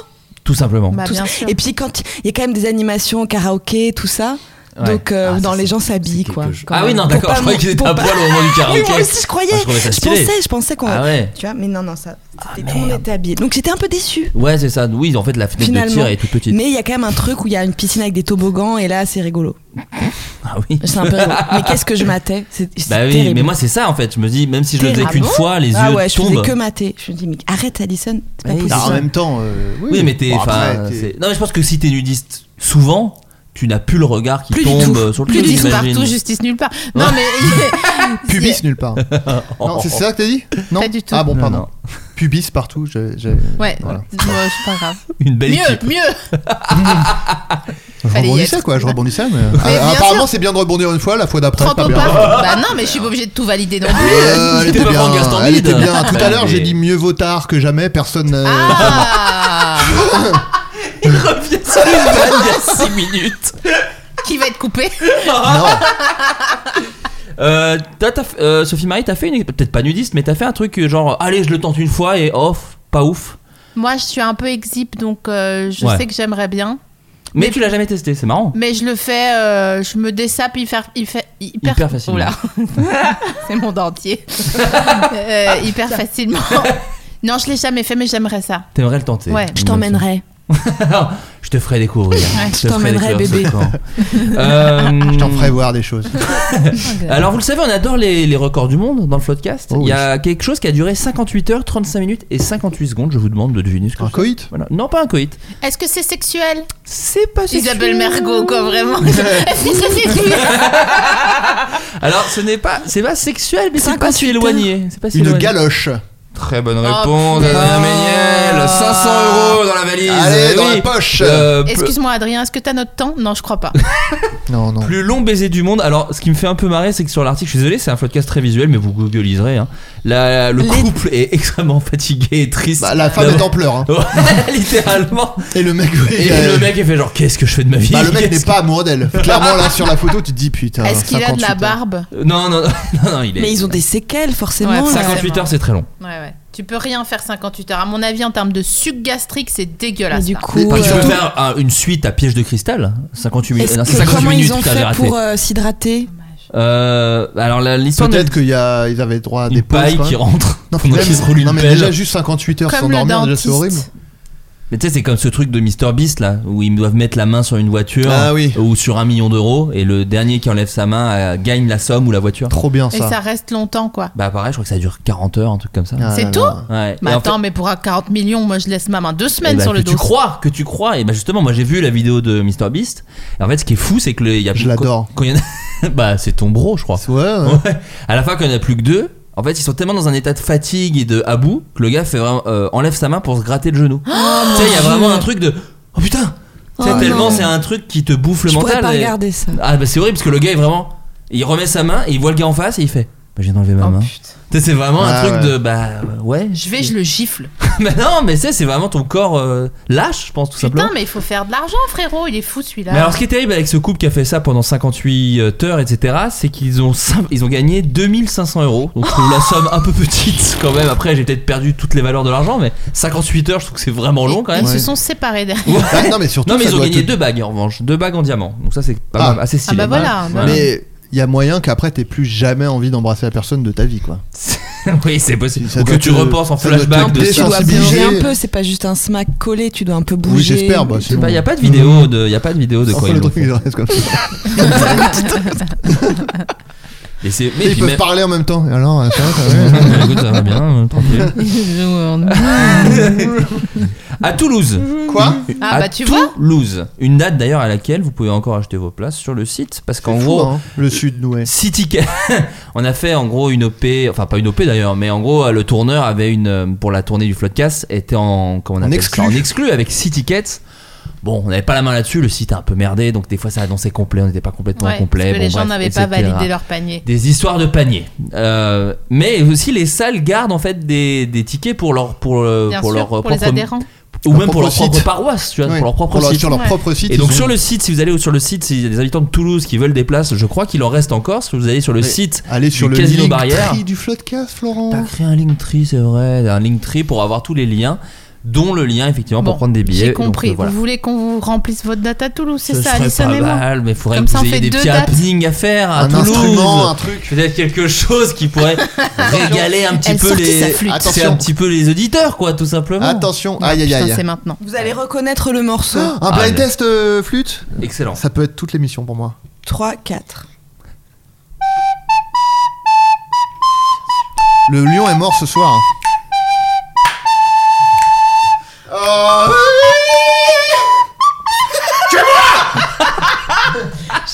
Tout simplement.
Bah,
tout
bien
ça.
sûr.
Et puis quand il y a quand même des animations, karaoké, tout ça.
Ouais.
Donc euh,
Ah,
dans
ça,
les
c'est-
gens
c'est
s'habillent
quelque
quoi.
chose.
Quand
Ah oui,
même.
non,
Pour
d'accord,
pas
je croyais
mon-
qu'ils étaient
pour
à
pas-
poil au moment du
Oui,
karaoké.
moi aussi je croyais.
Ah, je trouvais ça
je
stylé.
pensais, je pensais qu'on.
Ah ouais.
Tu vois, mais non, non, ça. c'était-
Ah,
tout le monde
merde.
était habillé. Donc j'étais un peu déçue.
Ouais, c'est ça. Oui, en fait, la fenêtre de
Finalement.
tir est toute petite.
Mais il y a quand même un truc où il y a une piscine avec des toboggans et là c'est rigolo.
Ah oui.
C'est un peu rigolo. Mais qu'est-ce que je matais C'est c'est
Bah oui,
terrible.
mais moi c'est ça en fait. Je me dis, même si je le faisais
Terrible.
qu'une
Ah bon
fois, les
Ah
yeux
ouais, je
tombent.
faisais que mater. Je me dis, mais arrête, Alison, c'est pas
Oui,
possible.
non, en même
Ah, temps, euh,
oui. mais t'es.
Bon,
enfin,
après, t'es-
c'est- non, mais je pense que si t'es nudiste souvent, tu n'as plus le regard qui
Plus du
tombe
tout.
sur le
Plus
truc,
du tout
j'imagine.
partout, justice nulle part. Non, mais.
Pubis nulle part. Non, c'est ça que t'as dit Non
Pas du tout.
Ah bon,
Non,
pardon.
Oh. non.
Pubis partout. je- je-
Ouais,
voilà.
moi, c'est pas grave.
Une belle
mieux,
équipe.
mieux
Je
Fallait y
rebondissais
être.
quoi, je rebondissais. Mais...
Mais
Ah,
bien
apparemment,
sûr.
c'est bien de rebondir une fois, la fois d'après,
Trop
c'est pas
pas
bien.
Bah non, mais je suis pas obligée de tout valider non plus.
Euh, elle
T'es
était
pas
bien.
Franck Gastambide.
Elle était bien. Tout
Bah,
à l'heure, j'ai
mais-
dit mieux vaut tard que jamais. Personne. euh,
Ah
Il revient sur une vanne il y a 6 minutes.
Qui va être coupé
Euh, t'as- t'as f- euh, Sophie Marie, t'as fait une. Peut-être pas nudiste, mais t'as fait un truc euh, genre, allez, je le tente une fois et off, pas ouf.
Moi, je suis un peu exip, donc euh, je
Ouais.
sais que j'aimerais bien.
Mais, tu l'as jamais testé, c'est marrant.
Mais je le fais, euh, je me dessape hyper, hyper, hyper,
Hyper facilement.
Oula. C'est mon dentier. Euh, hyper facilement. Non, je l'ai jamais fait, mais j'aimerais ça.
T'aimerais le tenter.
Ouais.
Je t'emmènerai.
Je te ferai découvrir.
je
te ferai
t'emmènerai,
découvrir ce camp.
Je
Euh,
t'en ferai voir des choses.
Oh,
Alors vous le savez, on adore les, les records du monde dans le podcast.
Oh oui.
Il y a quelque chose qui a duré 58 heures, 35 minutes et 58 secondes. Je vous demande de deviner ce que
Un
c'est.
coït
Voilà. Non, pas un coït.
Est-ce que c'est sexuel
C'est pas sexuel.
Isabelle Mergot, quoi, vraiment. Est-ce que c'est sexuel
Alors ce n'est pas, c'est pas sexuel, mais c'est pas si
58
éloigné. C'est pas si
Une
éloigné.
galoche.
Très bonne
réponse,
réponse,
Oh, putain. Adrien
Méniel. 500 euros dans la valise. Eh Euh,
Allez, dans la poche.
Excuse-moi, Adrien, est-ce que t'as notre temps Non, je crois pas.
Non, non.
Plus long baiser du monde. Alors, ce qui me fait un peu marrer, c'est que sur l'article, je suis désolé, c'est un podcast très visuel, mais vous googliserez. Hein. La- le
Les-
couple est extrêmement fatigué et triste.
Bah, la femme est en pleurs. hein.
Ouais, littéralement.
Et le mec.
Et
euh,
le mec, il fait genre, qu'est-ce que je fais de ma vie
Bah, le mec
Qu'est-ce
n'est pas amoureux d'elle. Clairement, là, sur la photo, tu te dis putain.
Est-ce qu'il a de
58
la
ans.
barbe
que- Non, non, non, non, non, il est.
Mais ils ont des séquelles, forcément.
Ouais,
là.
58 heures, c'est très long.
Ouais, ouais. Tu peux rien faire 58 heures. À mon avis, en termes de suc gastrique, c'est
Mais
dégueulasse.
du
là.
coup,
Mais
Enfin,
euh,
tu peux faire un- une suite à piège de cristal 58 minutes.
est-ce
non,
que-
c'est 58
comment
minutes,
ils ont
putain, j'ai
fait
raté.
pour euh, s'hydrater
Euh, alors, la- l'histoire de
Peut-être qu'ils avaient droit à des
une
pauses,
paille
quand
qui
même.
rentre
Non,
pendant
mais-
qu'il se roule une
non, mais
pelle.
déjà juste 58 heures sans
Comme le
dormir, déjà
dentiste.
c'est horrible.
Mais tu sais, c'est comme ce truc de Mr Beast là, où ils doivent mettre la main sur une voiture
Ah oui.
ou sur un million d'euros, et le dernier qui enlève sa main euh, gagne la somme ou la voiture.
Trop bien
Et
ça.
ça reste longtemps, quoi.
Bah pareil, je crois que ça dure 40 heures, un truc comme ça.
Ah
C'est
là
tout
là. ben,
Ouais.
Mais
Et en
Bah, attends,
fait-
mais pour un 40 millions, moi je laisse ma main deux
eh
semaines
bah,
sur le
que
dos.
tu crois, que tu crois. Et bah justement, moi j'ai vu la vidéo de Mr Beast. Et en fait, ce qui est fou, c'est que le- il y a
Je
quand-
l'adore.
quand il y en a- bah c'est ton bro, je crois.
Ouais, ouais.
Ouais. À la fin, quand il n'y en a plus que deux, en fait, ils sont tellement dans un état de fatigue et de à bout que le gars fait vraiment, euh, enlève sa main pour se gratter le genou. tu sais, il y a vraiment un truc de oh putain. Tu sais,
Oh
tellement
non.
c'est un truc qui te bouffe le
Je
mental.
pourrais pas
et-
regarder ça.
Ah bah c'est horrible parce que le gars est vraiment, il remet sa main et il voit le gars en face et il fait. Bah, j'ai enlevé ma
Oh,
main. Tu
putain.
sais, c'est vraiment
Ah,
un truc
ouais.
de bah ouais.
Je vais, je le gifle.
Mais non, mais tu sais, c'est vraiment ton corps euh, lâche, je pense tout simplement.
Putain, mais il faut faire de l'argent, frérot. Il est fou celui-là.
Mais alors, ce qui est terrible avec ce couple qui a fait ça pendant 58 heures, etc., c'est qu'ils ont, cin- ils ont gagné 2500 euros. Donc, je trouve la somme un peu petite quand même. Après, j'ai peut-être perdu toutes les valeurs de l'argent, mais 58 heures, je trouve que c'est vraiment long quand
Ils
même.
se sont séparés derrière.
Ah, non mais surtout
Non, mais
ça
ils ont
doit
gagné
te-
deux bagues en revanche, deux bagues en diamant. Donc, ça, c'est pas
Ah.
mal, assez stylé.
Ah bah voilà,
Ouais.
Mais il y a moyen qu'après t'aies plus jamais envie d'embrasser la personne de ta vie quoi.
Bah oui, c'est possible.
Ça
Ou que
doit
tu
te-
repenses en
ça doit te
flashback de
Tu
décharger.
dois
sensibiliser.
bouger un peu, Euh, c'est pas juste un smack collé, tu dois un peu bouger.
Oui j'espère. Bah,
Il
sinon-
n'y a pas de vidéo de, y a pas de, vidéo de
Enfin,
quoi
Mmh. le
ils l'ont
truc,
fait.
ils restent comme ça.
Et c'est- mais
Ils
puis
peuvent
même- Ah
parler en même temps. Et Alors ça, ça, ouais.
Écoute, ça va bien, euh, tranquille.
euh,
À Toulouse.
Quoi
Ah,
à
bah, tu vois.
Toulouse. Une date d'ailleurs à laquelle vous pouvez encore acheter vos places sur le site parce qu'en
C'est fou,
gros.
hein, le sud noué.
Six tickets. on a fait en gros une OP, enfin pas une OP d'ailleurs, mais en gros le tourneur avait une euh, pour la tournée du Floodcast était en comment on
En
appelle
exclu.
ça, en exclu avec six tickets. Bon, on n'avait pas la main là-dessus, le site est un peu merdé, donc des fois ça annonçait complet, on n'était pas complètement
Ouais,
complet.
parce que
bon,
les gens
bref,
n'avaient pas
etc.
validé leur panier.
Des histoires de paniers. Euh, mais aussi les salles gardent en fait des, des tickets pour leur pour, euh,
Bien
pour
sûr,
leur euh,
pour les
propre-
adhérents.
ou
Leur
même pour leur
propre
propre
site.
paroisse, tu vois,
Ouais,
pour leur propre
pour leur-
site.
sur leur
Ouais.
propre site.
Et
ils
donc
ont-
sur le site, si vous allez sur le site, s'il y a des habitants de Toulouse qui veulent des places, je crois qu'il en reste encore. Si vous allez sur le
Mais
site
Allez sur
du
le
Casino
link
Barrière,
tri du Floodcast Florent.
t'as créé un Linktree, c'est vrai, un Linktree pour avoir tous les liens, dont le lien effectivement pour
Bon,
prendre des billets.
J'ai
Donc,
compris.
euh, voilà.
Vous voulez qu'on vous remplisse votre date à Toulouse, c'est
Ce
ça,
serait
Alison
pas
et moi
mal, mais il faudrait
Comme
que
ça,
vous
on fait
ayez des
deux
petits
dates.
happenings à faire à
Un
Toulouse.
instrument, un truc.
Peut-être quelque chose qui pourrait régaler un petit
Elle
peu
sortit sa
les,
flûte. Ah,
c'est un
Attention.
petit peu les auditeurs quoi, tout simplement.
Attention, aïe aïe
Putain, c'est
aïe.
maintenant.
Vous allez reconnaître le morceau.
Un blind
Ah,
test euh, flûte
Excellent.
Ça peut être toute l'émission pour moi.
3, 4.
Le lion est mort ce soir. hein.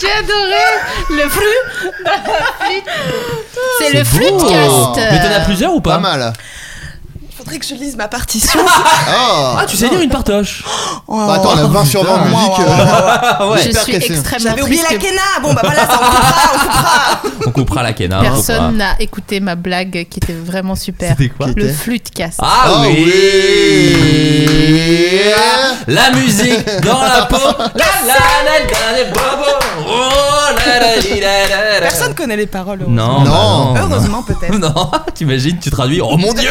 J'ai adoré le flûte. C'est le
beau.
flûtecast.
plusieurs ou pas
Pas mal.
Faudrait que je lise ma partition.
Oh.
Ah, tu sais dire une partoche
Oh.
Bah, attends, on a 20 sur 20 en
Wow,
musique.
wow,
euh,
Ouais.
Je
J'espère
suis
qu'elle sait.
extrêmement
J'avais oublié la
triste que
Kena. Bon, bah voilà, ça on coupera, on coupera.
On coupera la Kena. hein, on
Personne
coupera.
n'a écouté ma blague qui était vraiment super.
C'était quoi
Le
C'était
flûtecast.
Ah
Ah
oui.
oui.
La musique dans la peau. La la la la les bobos. Oh la la li, la la la.
Personne connaît les paroles. heureusement.
Non, bah non.
Non.
Heureusement, peut-être.
Non, t'imagines, tu traduis. Oh mon dieu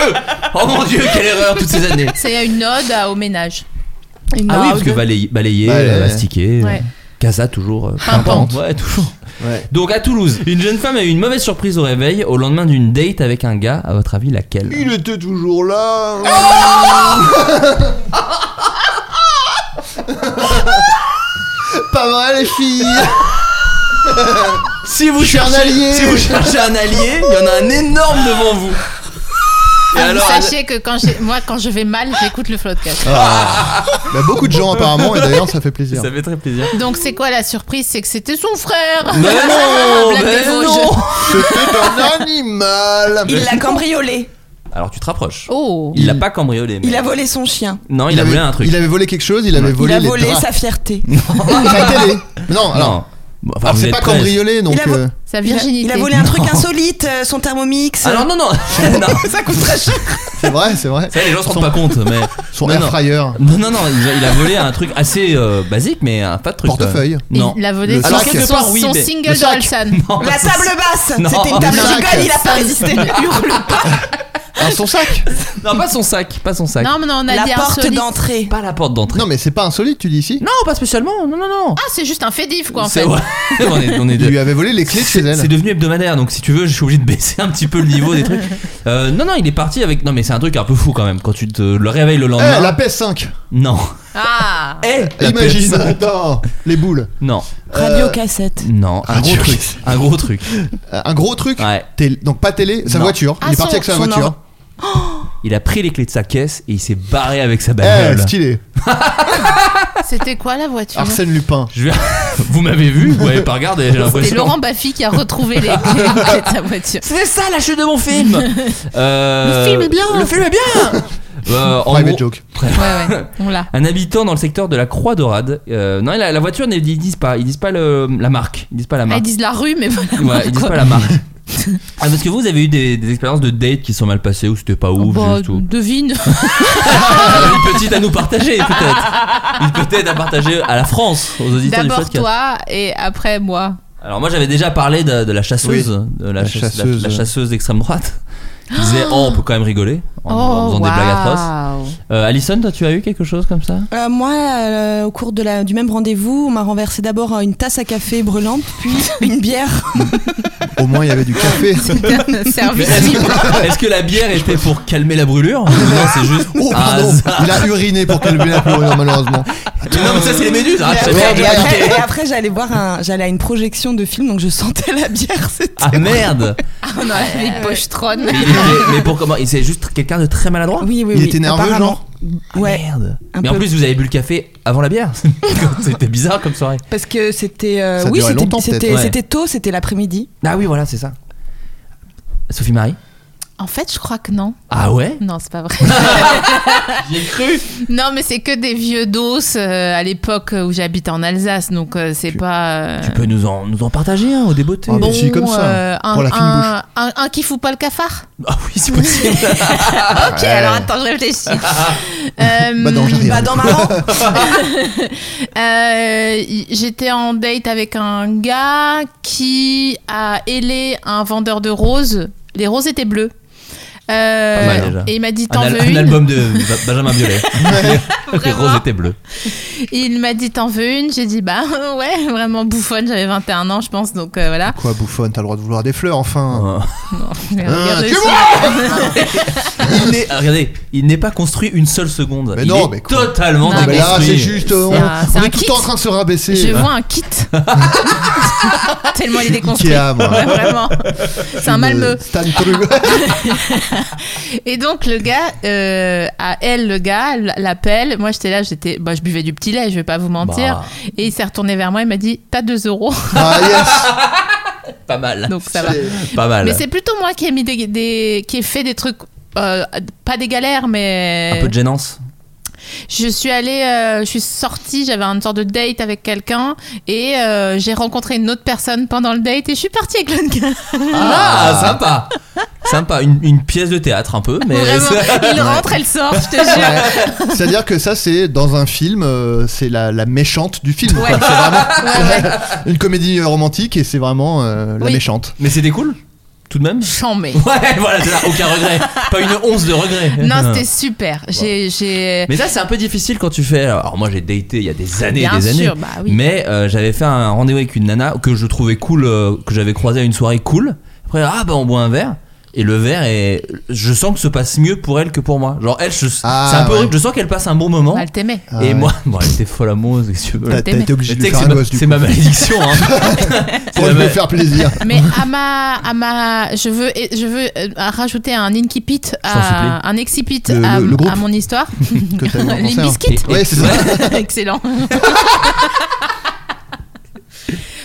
Oh mon dieu, quelle erreur toutes ces années
C'est une ode à- au ménage. Une
Ah oui,
ode.
parce que balayer, balayer,
Balayer.
euh, mastiquer. euh,
Ouais.
Casa toujours. euh,
Pimpante.
Ouais, toujours.
Ouais.
Donc à Toulouse, une jeune femme a eu une mauvaise surprise au réveil au lendemain d'une date avec un gars. À votre avis, laquelle
Il était toujours là. Pas vrai les filles
Si vous
Je suis un
cherchez-
allié.
si vous cherchez un allié, il y en a un énorme devant vous. Et
Ah, vous
alors,
sachez que quand j'ai- moi, quand je vais mal, j'écoute le flotcast.
Bah, Beaucoup de gens apparemment et d'ailleurs ça fait plaisir.
ça fait très plaisir.
Donc, c'est quoi la surprise C'est que c'était son
Mais
frère
non,
Blague
mais
des Vosges.
non.
C'était un animal
Il l'a cambriolé.
Alors tu te rapproches.
Oh
Il l'a pas cambriolé. mais-
Il a volé son chien.
Non, il, a
avait,
volé un truc.
Il avait volé quelque chose, il avait volé
il a
les
volé
draps.
sa fierté.
Sa télé. Non, alors,
Non. Bon, enfin,
alors,
vous
c'est
êtes
pas
presque.
cambriolé donc.
Il a vo-
euh,
Il
Sa
a,
virginité.
il a volé un truc insolite, euh, son thermomix.
Alors Ah, non, non. non.
ça coûte très cher.
c'est vrai, c'est vrai.
Ça, les gens se rendent
Son-
pas compte, mais
Son
Non,
air
non.
fryer.
Non, non, non, il a, il a volé un truc assez euh, basique, mais un tas de trucs.
Portefeuille.
quoi. Non.
Il a volé
Le
son,
sac.
son-
Part, oui,
son
mais-
single
le
de
sac.
Orelsan.
Non,
La
ça,
table basse,
Non.
c'était une table.
Le
Je
sac.
rigole, il a pas résisté. ne hurle pas.
Ah, son sac
c'est- Non, pas son sac, pas son sac.
Non, mais non, on a
La
dit
porte
insolite.
d'entrée.
Pas la porte d'entrée.
Non, mais c'est pas insolite, tu dis ici
Non, pas spécialement. Non, non, non.
Ah, c'est juste un fait diff, quoi, en
C'est-
fait.
ouais, on est, on est
Il
deux.
lui avait volé les clés de chez
C'est c'est
elle.
devenu hebdomadaire, donc si tu veux, je suis obligé de baisser un petit peu le niveau des trucs. Euh, non, non, il est parti avec. Non, mais c'est un truc un peu fou quand même. Quand tu te le réveilles le
Eh,
lendemain.
la PS5
Non,
Ah
Eh,
La
Imagine
PS5.
Attends, les boules.
non,
radio cassette.
non. Un gros
Radio.
truc. Un gros truc.
Euh, Un gros truc
Ouais.
Tél- Donc pas télé, sa
Non.
voiture.
Ah,
il est parti
son-
avec sa
son
voiture.
or-
Il a pris les clés de sa caisse et il s'est barré avec sa
Eh,
bagnole.
stylé.
C'était quoi la voiture
Arsène Lupin.
Je vais- Vous m'avez vu Vous m'avez pas regardé, j'ai
C'est
l'impression.
Laurent Baffy qui a retrouvé les clés de sa voiture.
C'était ça la chute de mon film Euh,
Le film est bien.
Le film est bien Euh, en
Private
gros,
joke.
Ouais, ouais, on l'a.
Un habitant dans le secteur de la Croix Dorade. euh, non, la, la voiture, ils disent pas, ils disent pas le- la marque, ils disent pas la
Ah, Ils
marque.
disent la rue, mais voilà.
Ouais, ils disent pas la marque. Ah, parce que vous avez eu des, des expériences de dates qui sont mal passées ou c'était pas ouf,
Bah,
juste ou- Ah,
devine.
Une petite à nous partager peut-être. Une peut-être à partager à la France aux auditeurs du
D'abord
podcast.
toi et après moi.
Alors moi j'avais déjà parlé de, de la chasseuse, de la,
La
chasse- la-
chasseuse.
la chasseuse d'extrême droite. Qui disait oh on peut quand même rigoler en, en faisant des
Oh, waouh.
blagues atroces. Euh, Alison, toi tu as eu quelque chose comme ça
Euh, moi, euh, au cours de la- du même rendez-vous, on m'a renversé d'abord une tasse à café brûlante, puis une bière.
Au moins, il y avait du café.
Ah,
Putain,
Mais
Service
Est-ce
libre.
que- est-ce que la bière était pour calmer la brûlure Ou Non c'est juste Ah,
Oh,
un
pardon.
hasard.
Il a uriné pour calmer la brûlure, malheureusement.
Mais non mais ça c'est les méduses. Ah,
et
je
après,
savais pas,
et
j'ai pas
après-
noté.
et après, j'allais voir un, j'allais à une projection de film, donc je sentais la bière. C'était.
Ah merde
On a les pochetrons.
Mais, il était- mais pour comment il- C'est juste quelqu'un de très maladroit
Oui, oui,
Il
oui,
était nerveux,
apparemment. Ah,
genre
Ouais.
Merde
Un
Mais en
peu.
plus vous avez bu le café avant la bière C'était bizarre comme soirée
Parce que c'était. euh,
Ça
oui,
durait
c'était,
longtemps,
c'était,
peut-être. Ouais.
c'était tôt, c'était l'après-midi.
Ah oui voilà c'est ça Sophie Marie
En fait, je crois que non.
Ah ouais
Non, c'est pas vrai.
J'ai cru
non, mais c'est que des vieux dos euh, à l'époque où j'habitais en Alsace, donc euh, c'est pas. euh,
Tu peux nous en, nous en partager un au débeauté
Ah, bon. Si, comme ça,
euh, un,
pour la fine
un, un- un qui fout pas le cafard
Ah oui, c'est possible.
Ok, Eh,
Eh.
alors attends, je réfléchis. Euh,
Bah non, j'ai rien.
Bah, dans marrant.
Euh, y- J'étais en date avec un gars qui a ailé un vendeur de roses. Les roses étaient bleues. Euh,
Pas mal, déjà.
et il m'a dit
un,
t'en
al-
veux
un
une
album de Ba- Benjamin Biolay. Les
Vraiment.
roses étaient bleues.
Il m'a dit t'en veux une J'ai dit bah ouais vraiment bouffonne j'avais 21 ans je pense donc euh, voilà.
Quoi, bouffonne, t'as le droit de vouloir des fleurs, enfin.
Euh,
Mais
Ah,
regardez
tu
ça.
il n'est- ah, regardez, il n'est pas construit une seule seconde.
Mais
il
non,
est
mais quoi.
totalement
Non,
Non, Ah, mais là,
déconstruit.
c'est juste. euh,
C'est
on
un- c'est
on
un
est tout
kit.
le temps en train de se rabaisser.
Je vois un kit. Tellement il est déconstruit.
Ikea, moi.
Ouais, vraiment. C'est un
Une
malmeux.
Stan Tru-
Et donc le gars, euh, à elle le gars, elle l'appelle. Moi j'étais là, j'étais, bah, je buvais du petit lait, je vais pas vous mentir.
Bah.
Et il s'est retourné vers moi, il m'a dit, t'as 2 euros.
Ah,
Pas mal.
Donc ça va.
Pas mal.
Mais c'est plutôt moi qui ai mis des, des- qui ai fait des trucs, euh, pas des galères, mais
Un peu de gênance.
Je suis allée, euh, je suis sortie, j'avais une sorte de date avec quelqu'un et euh, j'ai rencontré une autre personne pendant le date et je suis partie avec le gars.
Ah, sympa. Sympa. Une, une pièce de théâtre un peu, mais.
Vraiment, il rentre, elle sort, je te jure.
C'est-à-dire que ça, c'est dans un film, euh, c'est la, la méchante du film.
Ouais.
quoi. C'est vraiment
Ouais, ouais.
une comédie euh, romantique et c'est vraiment euh, la méchante.
Mais c'était cool, tout de même.
J'en mets.
Ouais, voilà, c'est ça, aucun regret. Pas une once de regret.
Non, c'était super. J'ai, j'ai-
Mais ça, c'est un peu difficile quand tu fais. Alors, moi, j'ai daté il y a des années,
Bien
des années.
sûr, bah oui.
Mais euh, j'avais fait un rendez-vous avec une nana que je trouvais cool, euh, que j'avais croisé à une soirée cool. Après, ah bah, on boit un verre. Et le verre est. Je sens que se passe mieux pour elle que pour moi. Genre, elle, je- c'est un peu
ouais.
horrible. Je sens qu'elle passe un bon moment.
Elle t'aimait.
et moi, bon, elle était folle amoureuse, si tu veux.
Ah T'as- t'as été obligé de
Tu sais
faire
que
un
c'est ma-
gosse, du
C'est
coup.
ma malédiction, hein.
Pour
C'est
me
ma-
faire plaisir.
Mais à ma, à ma, je veux, je veux euh, rajouter un incipit, à, un excipit
Le-
à,
le- le groupe
à mon histoire.
Que t'as eu en
Les
concert.
biscuits.
Ouais, c'est ça.
Excellent.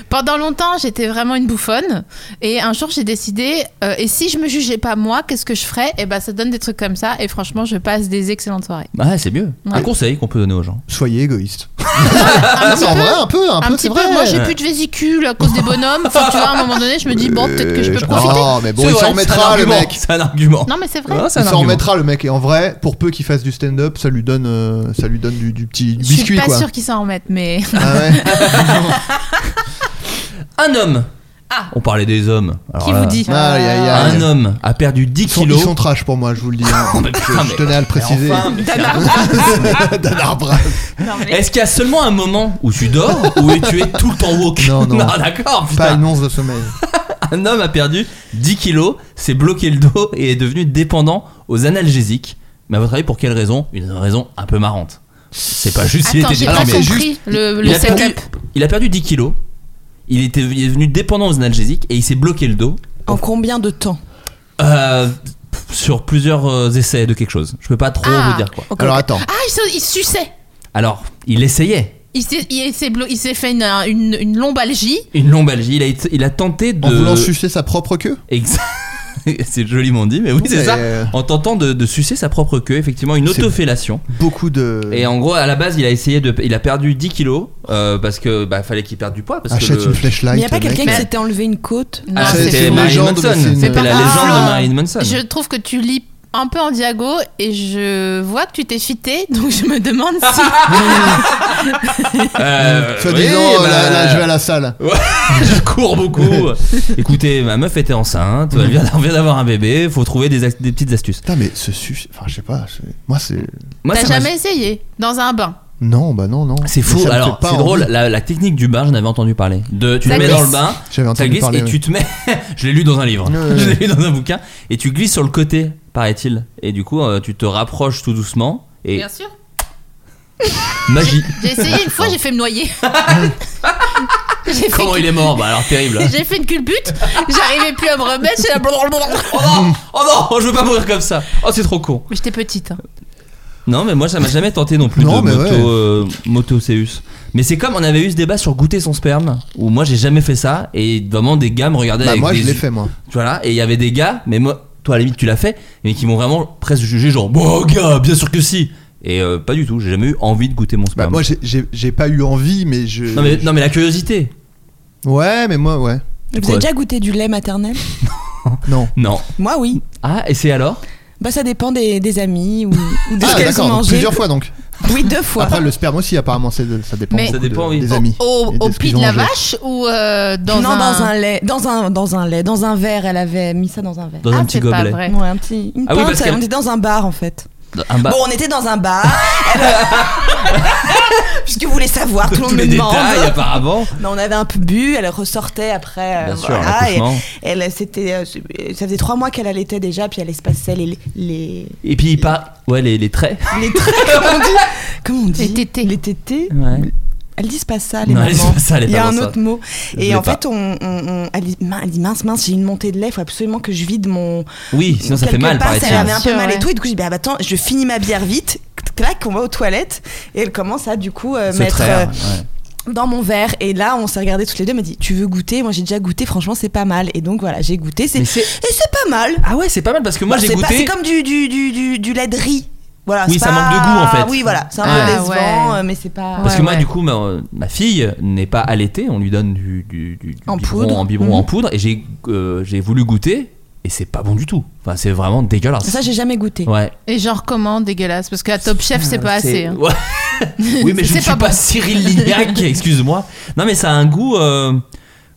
Pendant longtemps, j'étais vraiment une bouffonne. Et un jour, j'ai décidé, euh, et si je me jugeais pas moi, qu'est-ce que je ferais Et ben, ça donne des trucs comme ça. Et franchement, je passe des excellentes soirées.
Ouais, c'est mieux.
Ouais.
Un conseil qu'on peut donner aux gens.
Soyez égoïste. Non,
Un
mais Ah,
petit
en
peu.
vrai, un peu, un,
Un
peu,
petit
c'est
peu.
vrai.
Moi, j'ai plus de vésicule à cause des bonhommes. Enfin, tu vois, à un moment donné, je me dis, bon, peut-être que je peux
Euh,
profiter.
Non, mais bon,
C'est
il s'en
vrai, c'est un
remettra, le
argument,
mec.
C'est un argument.
Non, mais c'est vrai.
Ouais, c'est un
Il s'en
argument.
remettra, le mec. Et en vrai, pour peu qu'il fasse du stand-up, ça lui donne, euh, ça lui donne du, du petit du
Je suis
biscuit,
pas
quoi.
sûre qu'ils s'en remettent, mais.
Ah ouais.
Un homme.
Ah.
On parlait des hommes. Alors
Qui
là,
vous dit
Aïe, aïe, aïe.
Un homme a perdu 10
Ils sont,
kilos.
ils sont trash pour moi, je vous le dis. hein.
mais putain,
je, je
Ah, mais-
tenais à le préciser.
enfin, mais-
Dan Arbra.
Non, mais-
Est-ce qu'il y a seulement un moment où tu dors ou où tu es tout le temps woke
Non, non.
d'accord,
Pas
putain.
une once de sommeil.
Un homme a perdu 10 kilos, s'est bloqué le dos et est devenu dépendant aux analgésiques. Mais à votre avis, pour quelle raison Une raison un peu marrante. C'est pas juste il
Attends,
était
j'ai
déprimé.
pas compris
juste-
le,
il,
le
a perdu,
setup.
il a perdu 10 kilos, il, était, il est devenu dépendant aux analgésiques et il s'est bloqué le dos
En combien de temps
euh, pff, sur plusieurs euh, essais de quelque chose. Je peux pas trop
Ah.
vous dire quoi.
Ok,
Alors
ok.
attends.
Ah, il se, il se suçait.
Alors, il essayait.
Il s'est, il s'est, blo- il s'est fait une, une, une lombalgie.
Une lombalgie. Il a, été- il a tenté de.
En voulant sucer sa propre queue
Exa- c'est joliment dit, mais oui, c'est
Mais,
ça.
euh,
En tentant de, de sucer sa propre queue, effectivement, une
C'est-
autofellation.
Beaucoup de.
Et en gros, à la base, il a essayé de. Il a perdu 10 kilos euh, parce que bah, fallait qu'il perde du poids. Parce
Achète
que le-
une
Mais
flashlight.
il n'y a pas
mec.
quelqu'un qui
Mais-
s'était enlevé une côte
Non,
Ah,
c'est-
c'était
une
Marilyn
légende, mais
Manson.
c'est une-
C'était la
C'est pas-
légende
Ah.
de Marilyn Manson.
Je trouve que tu lis un peu en diago et je vois que tu t'es fité, donc je me demande si.
Euh,
Soit
oui,
disant, euh,
bah,
là, là, je vais à la salle.
je cours beaucoup. Écoutez, ma meuf était enceinte. Elle vient, on vient d'avoir un bébé. Faut trouver des, ac- des petites astuces.
Putain, mais ce suce. Enfin, je sais pas. c'est- Moi, c'est.
Moi,
T'as
ça m'a-
jamais essayé dans un bain.
Non, bah non, non.
C'est
Mais
fou.
ça me
Alors,
fait pas
c'est drôle.
envie.
La, la technique du bain, j'en avais entendu parler. De, tu te
Ça
mets dans le
glisse.
bain.
J'avais
Ça
entendu
glisse
parler,
et
ouais.
tu te mets. je l'ai lu dans un livre.
Ouais, ouais,
Je l'ai
ouais.
lu dans un bouquin. Et tu glisses sur le côté, paraît-il. Et du coup, euh, tu te rapproches tout doucement. Et
Bien sûr.
magie.
J'ai essayé une fois, j'ai fait me noyer. j'ai, fait,
Comment il est mort Bah alors terrible.
j'ai fait une culbute, j'arrivais plus à me remettre. j'ai la-
oh non, oh non, oh, je veux pas mourir comme ça. Oh c'est trop con.
Mais j'étais petite. hein.
Non mais moi ça m'a jamais tenté non plus
Non,
de
mais
moto,
ouais.
euh, motoceus. Mais c'est comme on avait eu ce débat sur goûter son sperme où moi j'ai jamais fait ça et vraiment des gars me regardaient
Bah,
avec
moi,
des
je l'ai
yeux-
fait, moi.
Voilà, et il y avait des gars, mais moi, toi à la limite tu l'as fait, mais qui m'ont vraiment presque jugé genre, bon gars, bien sûr que si. Et euh, pas du tout, j'ai jamais eu envie de goûter mon
Bah,
sperme.
moi, j'ai- j'ai j'ai pas eu envie, mais je.
non, mais, non mais la curiosité.
Ouais, mais moi, ouais.
Vous
quoi
avez déjà goûté du lait maternel
Non.
Non.
Moi, oui.
Ah, et c'est alors
Bah, ça dépend des, des amis ou, ou de
Ah,
ce qu'elles ont
d'accord. donc
mangé.
Plusieurs fois, donc.
Oui, deux fois.
Après, le sperme aussi, apparemment, c'est- ça dépend.
Mais-
beaucoup
Ça dépend,
de-
oui.
Des
Au-
amis.
Au,
et de
au
ce
pied
qu'ils
de
ont
la
mangé.
vache ou euh, dans
non,
un.
dans un lait, dans un, dans un lait, dans un verre, elle avait mis ça dans un verre.
Dans
Ah,
un petit
c'est pas
gobelet.
vrai.
Ouais, un petit, une
Ah oui,
pinte,
parce qu'elle-
on était dans un bar en fait.
Un ba-
Bon, on était dans un bar. Elle a- Puisque vous voulez savoir, tout le
Tous
monde me
les
demande.
détails apparemment.
Mais on avait un peu bu, elle ressortait après. euh,
Bien sûr,
voilà, et,
l'accouchement.
elle, c'était, euh, ça faisait trois mois qu'elle allaitait déjà, puis elle espaçait les, les,
Et puis il part, ouais les, les traits.
les traits, comment on dit Comment on dit
Les tétés.
Les tétés.
Ouais.
Elles disent pas ça, les
Non,
mamans.
elles disent pas ça, les
Il y a un
parents, ça.
autre mot.
Je
Et
l'ai
en
pas.
fait, on, on- on- elle, dit, min- elle dit, mince, mince, j'ai une montée de lait, faut absolument que je vide mon.
Oui, sinon ça fait
Quelque
mal,
part,
paraît-il.
Ça avait un peu
Sûr,
mal et
ouais.
tout. Et du coup, je dis, bah, attends, je finis ma bière vite. Clac, on va aux toilettes. Et elle commence à, du coup, euh,
Se
mettre.
traire,
euh, Dans mon verre, et là on s'est regardé toutes les deux. Elle m'a dit Tu veux goûter Moi j'ai déjà goûté, franchement c'est pas mal. Et donc voilà, j'ai goûté. c'est-
Mais
Et
c'est-
c'est pas mal.
Ah ouais, c'est pas mal parce que moi
Bah,
j'ai
c'est pas-
goûté.
C'est comme du, du, du, du, du lait de riz. Voilà,
Oui,
c'est
ça
pas-
manque de goût, en fait.
Oui, voilà, c'est un
Ah,
peu décevant,
ouais.
euh, mais c'est pas.
Parce
Ouais,
que moi,
ouais.
du coup, ma, ma fille n'est pas allaitée. On lui donne du, du, du- du
En
biberon,
poudre.
en, biberon
Mhm.
en poudre. Et j'ai euh, j'ai voulu goûter. Et c'est pas bon du tout. Enfin, c'est vraiment dégueulasse.
Ça, j'ai jamais goûté.
ouais.
Et genre comment dégueulasse Parce qu'à Top Chef, c'est pas assez. hein.
Ouais. oui, mais je ne suis
C'est pas
pas,
bon.
Cyril Lignac, excuse-moi. Non, mais ça a un goût. euh,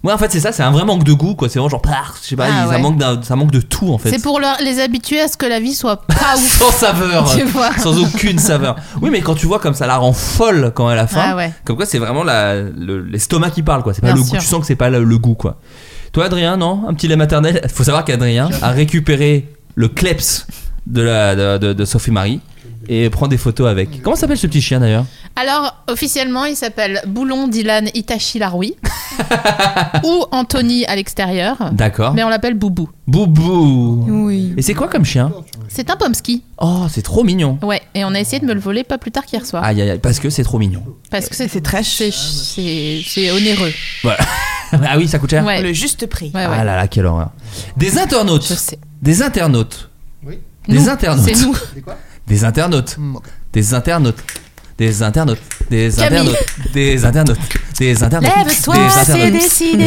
Moi, en fait, c'est ça, c'est un vrai manque de goût, quoi. C'est vraiment genre, pah, je sais pas,
Ah
il- ça,
ouais.
manque d'un- ça manque de tout, en fait.
C'est pour leur- les habituer à ce que la vie soit pas ouf.
Sans saveur.
Tu vois.
Sans aucune saveur. Oui, mais quand tu vois comme ça la rend folle quand elle a faim,
Ah ouais.
comme quoi c'est vraiment la- le- l'estomac qui parle, quoi. C'est pas
Bien
le
sûr.
goût, tu sens que c'est pas le, le goût, quoi. Toi, Adrien, non Un petit lait maternel Faut savoir qu'Adrien a récupéré le kleps de, la, de, de- de Sophie Marie et prend des photos avec. Comment s'appelle ce petit chien d'ailleurs
Alors, officiellement, il s'appelle Boulon Dylan Itachi Laroui ou Anthony à l'extérieur.
D'accord.
Mais on l'appelle Boubou.
Boubou
Oui.
Et c'est quoi comme chien
C'est un pomski.
Oh, c'est trop mignon.
Ouais, et on a essayé de me le voler pas plus tard qu'hier soir.
Aïe, aïe, aïe, parce que c'est trop mignon.
Parce que c'est
C'est très
c'est- c'est c'est onéreux.
Voilà. ah oui, ça coûte cher
Ouais.
Le juste prix.
Ouais, ouais.
Ah là là, quelle horreur. Des internautes.
Je sais.
Des internautes.
Oui.
Des
Nous,
internautes.
C'est nous.
Des internautes.
Hmm, ok.
Des internautes. Des internautes. Des
Camille.
internautes. Des internautes. Des internautes.
Lève-toi,
Des
c'est
internautes.
décidé.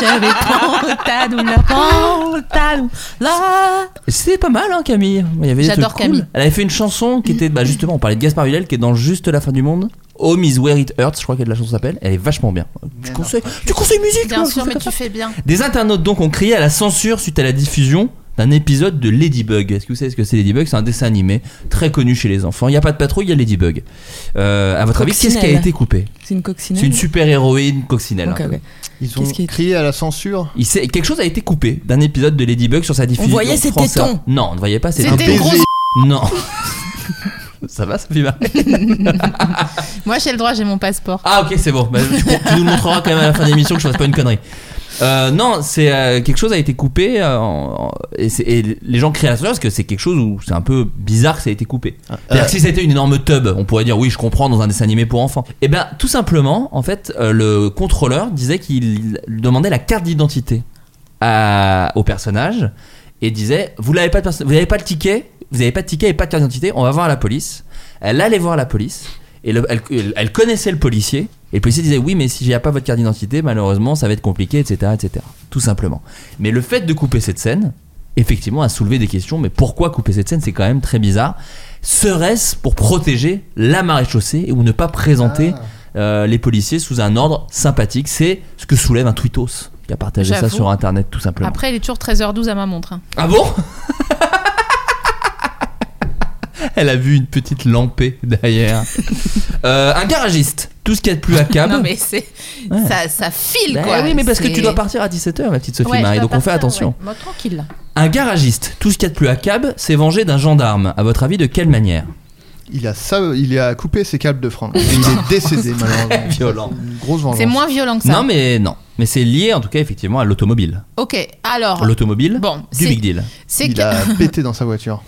J'avais trop ta douleur, prends ta douleur.
C'était pas mal, hein, Camille. Il y avait des
J'adore
trucs cool.
Camille.
Elle avait fait une chanson qui était, bah, justement, on parlait de Gaspard Ulel qui est dans Juste la fin du monde. Home is where it hurts, je crois que la chanson s'appelle. Elle est vachement bien. Tu conseilles, tu conseilles musique, hein,
Bien
moi, je
sûr,
vous fais
mais
comme
tu
ça.
fais bien.
Des internautes donc ont crié à la censure suite à la diffusion d'un épisode de Ladybug. Est-ce que vous savez ce que c'est Ladybug C'est un dessin animé très connu chez les enfants. Il n'y a pas de patrouille, il y a Ladybug. Euh, à votre avis, qu'est-ce qui a
Coccinelle.
été coupé
C'est une coccinelle.
C'est une super héroïne coccinelle.
Ok,
hein.
ok.
Ils ont
Qu'est-ce qui est-
crié à la censure.
Il s'est- quelque chose a été coupé d'un épisode de Ladybug sur sa diffusion.
voyait ses
française.
tétons.
Non, on ne voyait pas ses
C'était
tétons.
une grosse-
Non. Ça va, Sophie Marie
Moi, j'ai le droit, j'ai mon passeport.
Ah ok c'est bon, Bah, tu, tu nous le montreras quand même à la fin de l'émission que je fasse pas une connerie. Euh, non, c'est euh, quelque chose a été coupé euh, en- en- et, c'est- et les gens crient à la censure parce que c'est quelque chose où c'est un peu bizarre que ça a été coupé. C'est-à-dire que si c'était une énorme tub, on pourrait dire oui je comprends dans un dessin animé pour enfants. Et bien tout simplement en fait euh, le contrôleur disait qu'il demandait la carte d'identité à- au personnage et disait vous n'avez pas de perso- vous n'avez pas le ticket vous n'avez pas de ticket et pas de carte d'identité on va voir la police elle allait voir la police et le- elle, elle- elle connaissait le policier et le policier disait oui mais si j'ai pas votre carte d'identité malheureusement ça va être compliqué etc etc tout simplement mais le fait de couper cette scène effectivement a soulevé des questions mais pourquoi couper cette scène c'est quand même très bizarre serait-ce pour protéger la maréchaussée ou ne pas présenter euh, les policiers sous un ordre sympathique c'est ce que soulève un tweetos qui a partagé ça
J'avoue.
sur internet tout simplement
Après, il est toujours 13h12 à ma montre. hein.
ah bon Elle a vu une petite lampée derrière. Euh, un garagiste, tout ce qu'il y a de plus à câble.
Non, mais c'est.
Ah Ouais.
Ça, ça file,
Bah
quoi.
oui, mais parce que
C'est-
tu dois partir à 17h, ma petite Sophie
Ouais, je
Marie,
dois
hein, donc on fait
partir,
attention.
ouais. Moi, tranquille.
Un garagiste, tout ce qu'il y a de plus à câble, s'est vengé d'un gendarme. À votre avis, de quelle manière
Il a, ça, il a coupé ses câbles de franc. Et il est décédé, malheureusement.
violent.
Une grosse vengeance.
C'est moins violent que ça.
Non, mais non. Mais c'est lié en tout cas, effectivement, à l'automobile.
Ok, alors.
L'automobile,
Ah. Bon,
du
c'est-
big deal.
C'est
Il
qu'il
a pété dans sa voiture.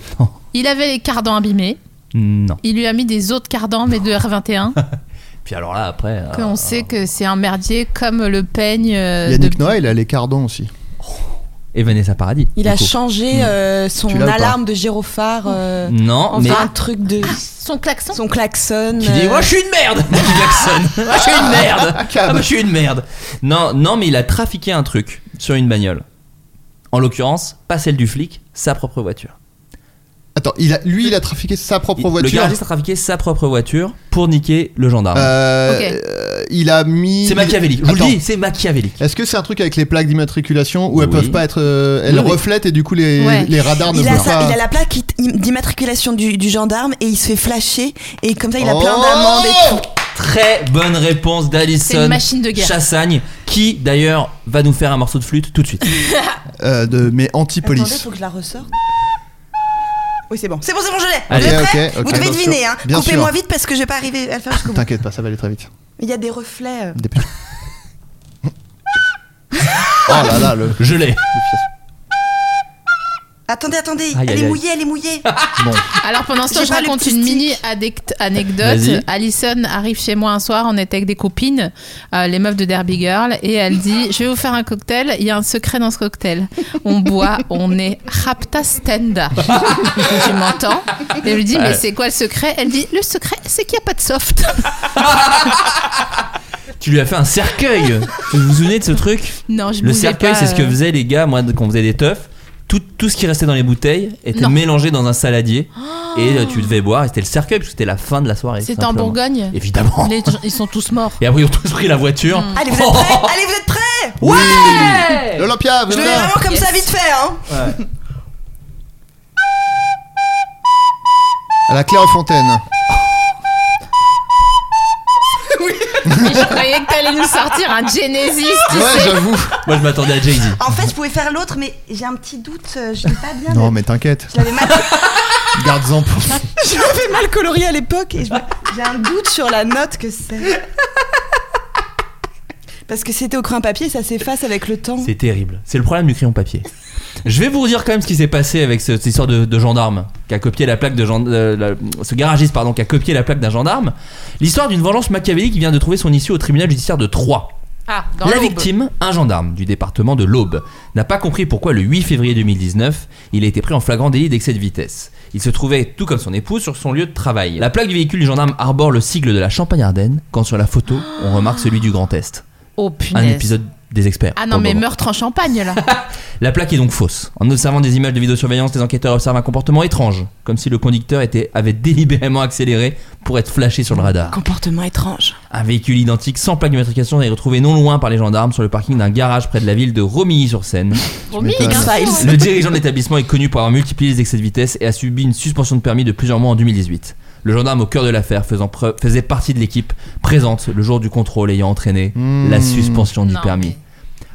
avait les cardans abîmés.
Non.
Il lui a mis des autres cardans, mais de R21.
Puis alors là, après. euh,
qu'on sait que c'est un merdier comme le peigne euh,
Yannick
de-
Noah, il a les cardons aussi.
Et Vanessa Paradis.
Il
du
a
coup.
changé euh,
Tu
son
l'as ou pas
alarme de gyrophare euh,
Non,
en
mais.
un truc de.
son klaxon.
Son klaxon.
Qui dit
euh,
moi je suis une merde Qui klaxonne. Moi, je suis une merde Ah, moi, je suis une merde Non non mais il a trafiqué un truc sur une bagnole. En l'occurrence, pas celle du flic, sa propre voiture.
Attends, il a, lui, il a trafiqué sa propre
Le
voiture.
garagiste a trafiqué sa propre voiture pour niquer le gendarme.
Euh,
Ok.
euh, Il a mis.
c'est machiavélique, je vous le
Attends,
dis, c'est machiavélique.
Est-ce que c'est un truc avec les plaques d'immatriculation où elles
Oui.
peuvent pas être. euh, elles
Oui, oui.
reflètent et du coup les,
Ouais.
les radars ne
Il
peuvent
a, sa-
pas.
il a la plaque i- d'immatriculation du, du gendarme et il se fait flasher et comme ça il a plein
Oh
d'amendes et tout.
Très bonne réponse
C'est
d'Alison
une machine de guerre.
Chassagne, qui d'ailleurs va nous faire un morceau de flûte tout de suite.
Euh, de, mais
Attendez,
anti-police.
faut que je la ressorte. Oui, c'est bon. C'est bon, c'est bon, je l'ai.
Allez,
vous êtes
ok,
prêts
ok.
Vous devez
Bien
deviner.
sûr.
Hein.
Bien
Coupez-moi
sûr.
vite parce que je vais pas arriver à le faire jusqu'au bout.
T'inquiète pas, ça va aller très vite.
Il y a des reflets. euh.
Dépêche. oh là là, le.
Je l'ai.
Attendez, attendez.
Aïe,
elle
aïe,
est
aïe.
mouillée, elle est mouillée.
Bon.
Alors pendant ce temps,
J'ai
je
pas le
raconte
petit
une mini addict-
Vas-y.
anecdote. Alison arrive chez moi un soir, on était avec des copines, euh, les meufs de Derby Girl, et elle dit Je vais vous faire un cocktail, il y a un secret dans ce cocktail. On boit, on est raptastenda. tu m'entends Et je lui dis
Ouais.
Mais c'est quoi le secret Elle dit Le secret, c'est qu'il n'y a pas de soft.
Tu lui as fait un cercueil. vous vous souvenez de ce truc
Non, je
Le
buvais
cercueil,
pas,
c'est ce que
euh.
faisaient les gars, moi, quand on faisait des teufs. Tout, tout ce qui restait dans les bouteilles était
Non. Oh.
mélangé dans un saladier. Et euh, tu devais boire. et C'était le cercueil, parce que c'était la fin de la soirée.
C'est
tout
en
simplement.
Bourgogne
Évidemment.
Les Hmm. gens- Ils sont tous morts.
Et après, ils ont tous pris la voiture.
Allez, vous êtes prêts Allez, vous êtes prêts
Ouais
L'Olympia,
Je le mets vraiment comme ça vite fait. Hein.
À la Clairefontaine.
Et je croyais que t'allais nous sortir un Genesis, tu
Ouais,
sais.
j'avoue.
Moi, je m'attendais à Jay-Z.
En fait, je pouvais faire l'autre, mais j'ai un petit doute. euh, Je l'ai pas bien.
Non, mais t'inquiète.
Je l'avais mal,
Garde-en pour.
je l'avais mal coloré à l'époque et je me- j'ai un doute sur la note que c'est. Parce que c'était au crayon papier, ça s'efface avec le temps.
C'est terrible. C'est le problème du crayon papier. Je vais vous dire quand même ce qui s'est passé avec ce- cette histoire de, de gendarme qui a copié la plaque de gen- euh, la- ce garagiste pardon qui a copié la plaque d'un gendarme. L'histoire d'une vengeance machiavélique vient de trouver son issue au tribunal judiciaire de Troyes.
Ah, dans
La
l'aube.
victime, un gendarme du département de l'Aube, n'a pas compris pourquoi le 8 février 2019, il a été pris en flagrant délit d'excès de vitesse. Il se trouvait, tout comme son épouse, sur son lieu de travail. La plaque du véhicule du gendarme arbore le sigle de la Champagne-Ardenne, quand sur la photo, on remarque celui du Grand Est.
Oh
Un
punaise.
épisode des experts.
Ah
pour
non,
le
mais
moment.
meurtre en champagne là.
La plaque est donc fausse. En observant des images de vidéosurveillance, les enquêteurs observent un comportement étrange, comme si le conducteur était, avait délibérément accéléré pour être flashé sur le radar.
Comportement étrange.
Un véhicule identique sans plaque d'immatriculation est retrouvé non loin par les gendarmes sur le parking d'un garage près de la ville de Romilly-sur-Seine.
Promis,
m'étonnes.
bien sûr.
Files.
Le dirigeant de l'établissement est connu pour avoir multiplié les excès de vitesse et a subi une suspension de permis de plusieurs mois en 2018. Le gendarme au cœur de l'affaire faisant preu- faisait partie de l'équipe présente le jour du contrôle ayant entraîné la suspension du
Non,
permis.
mais-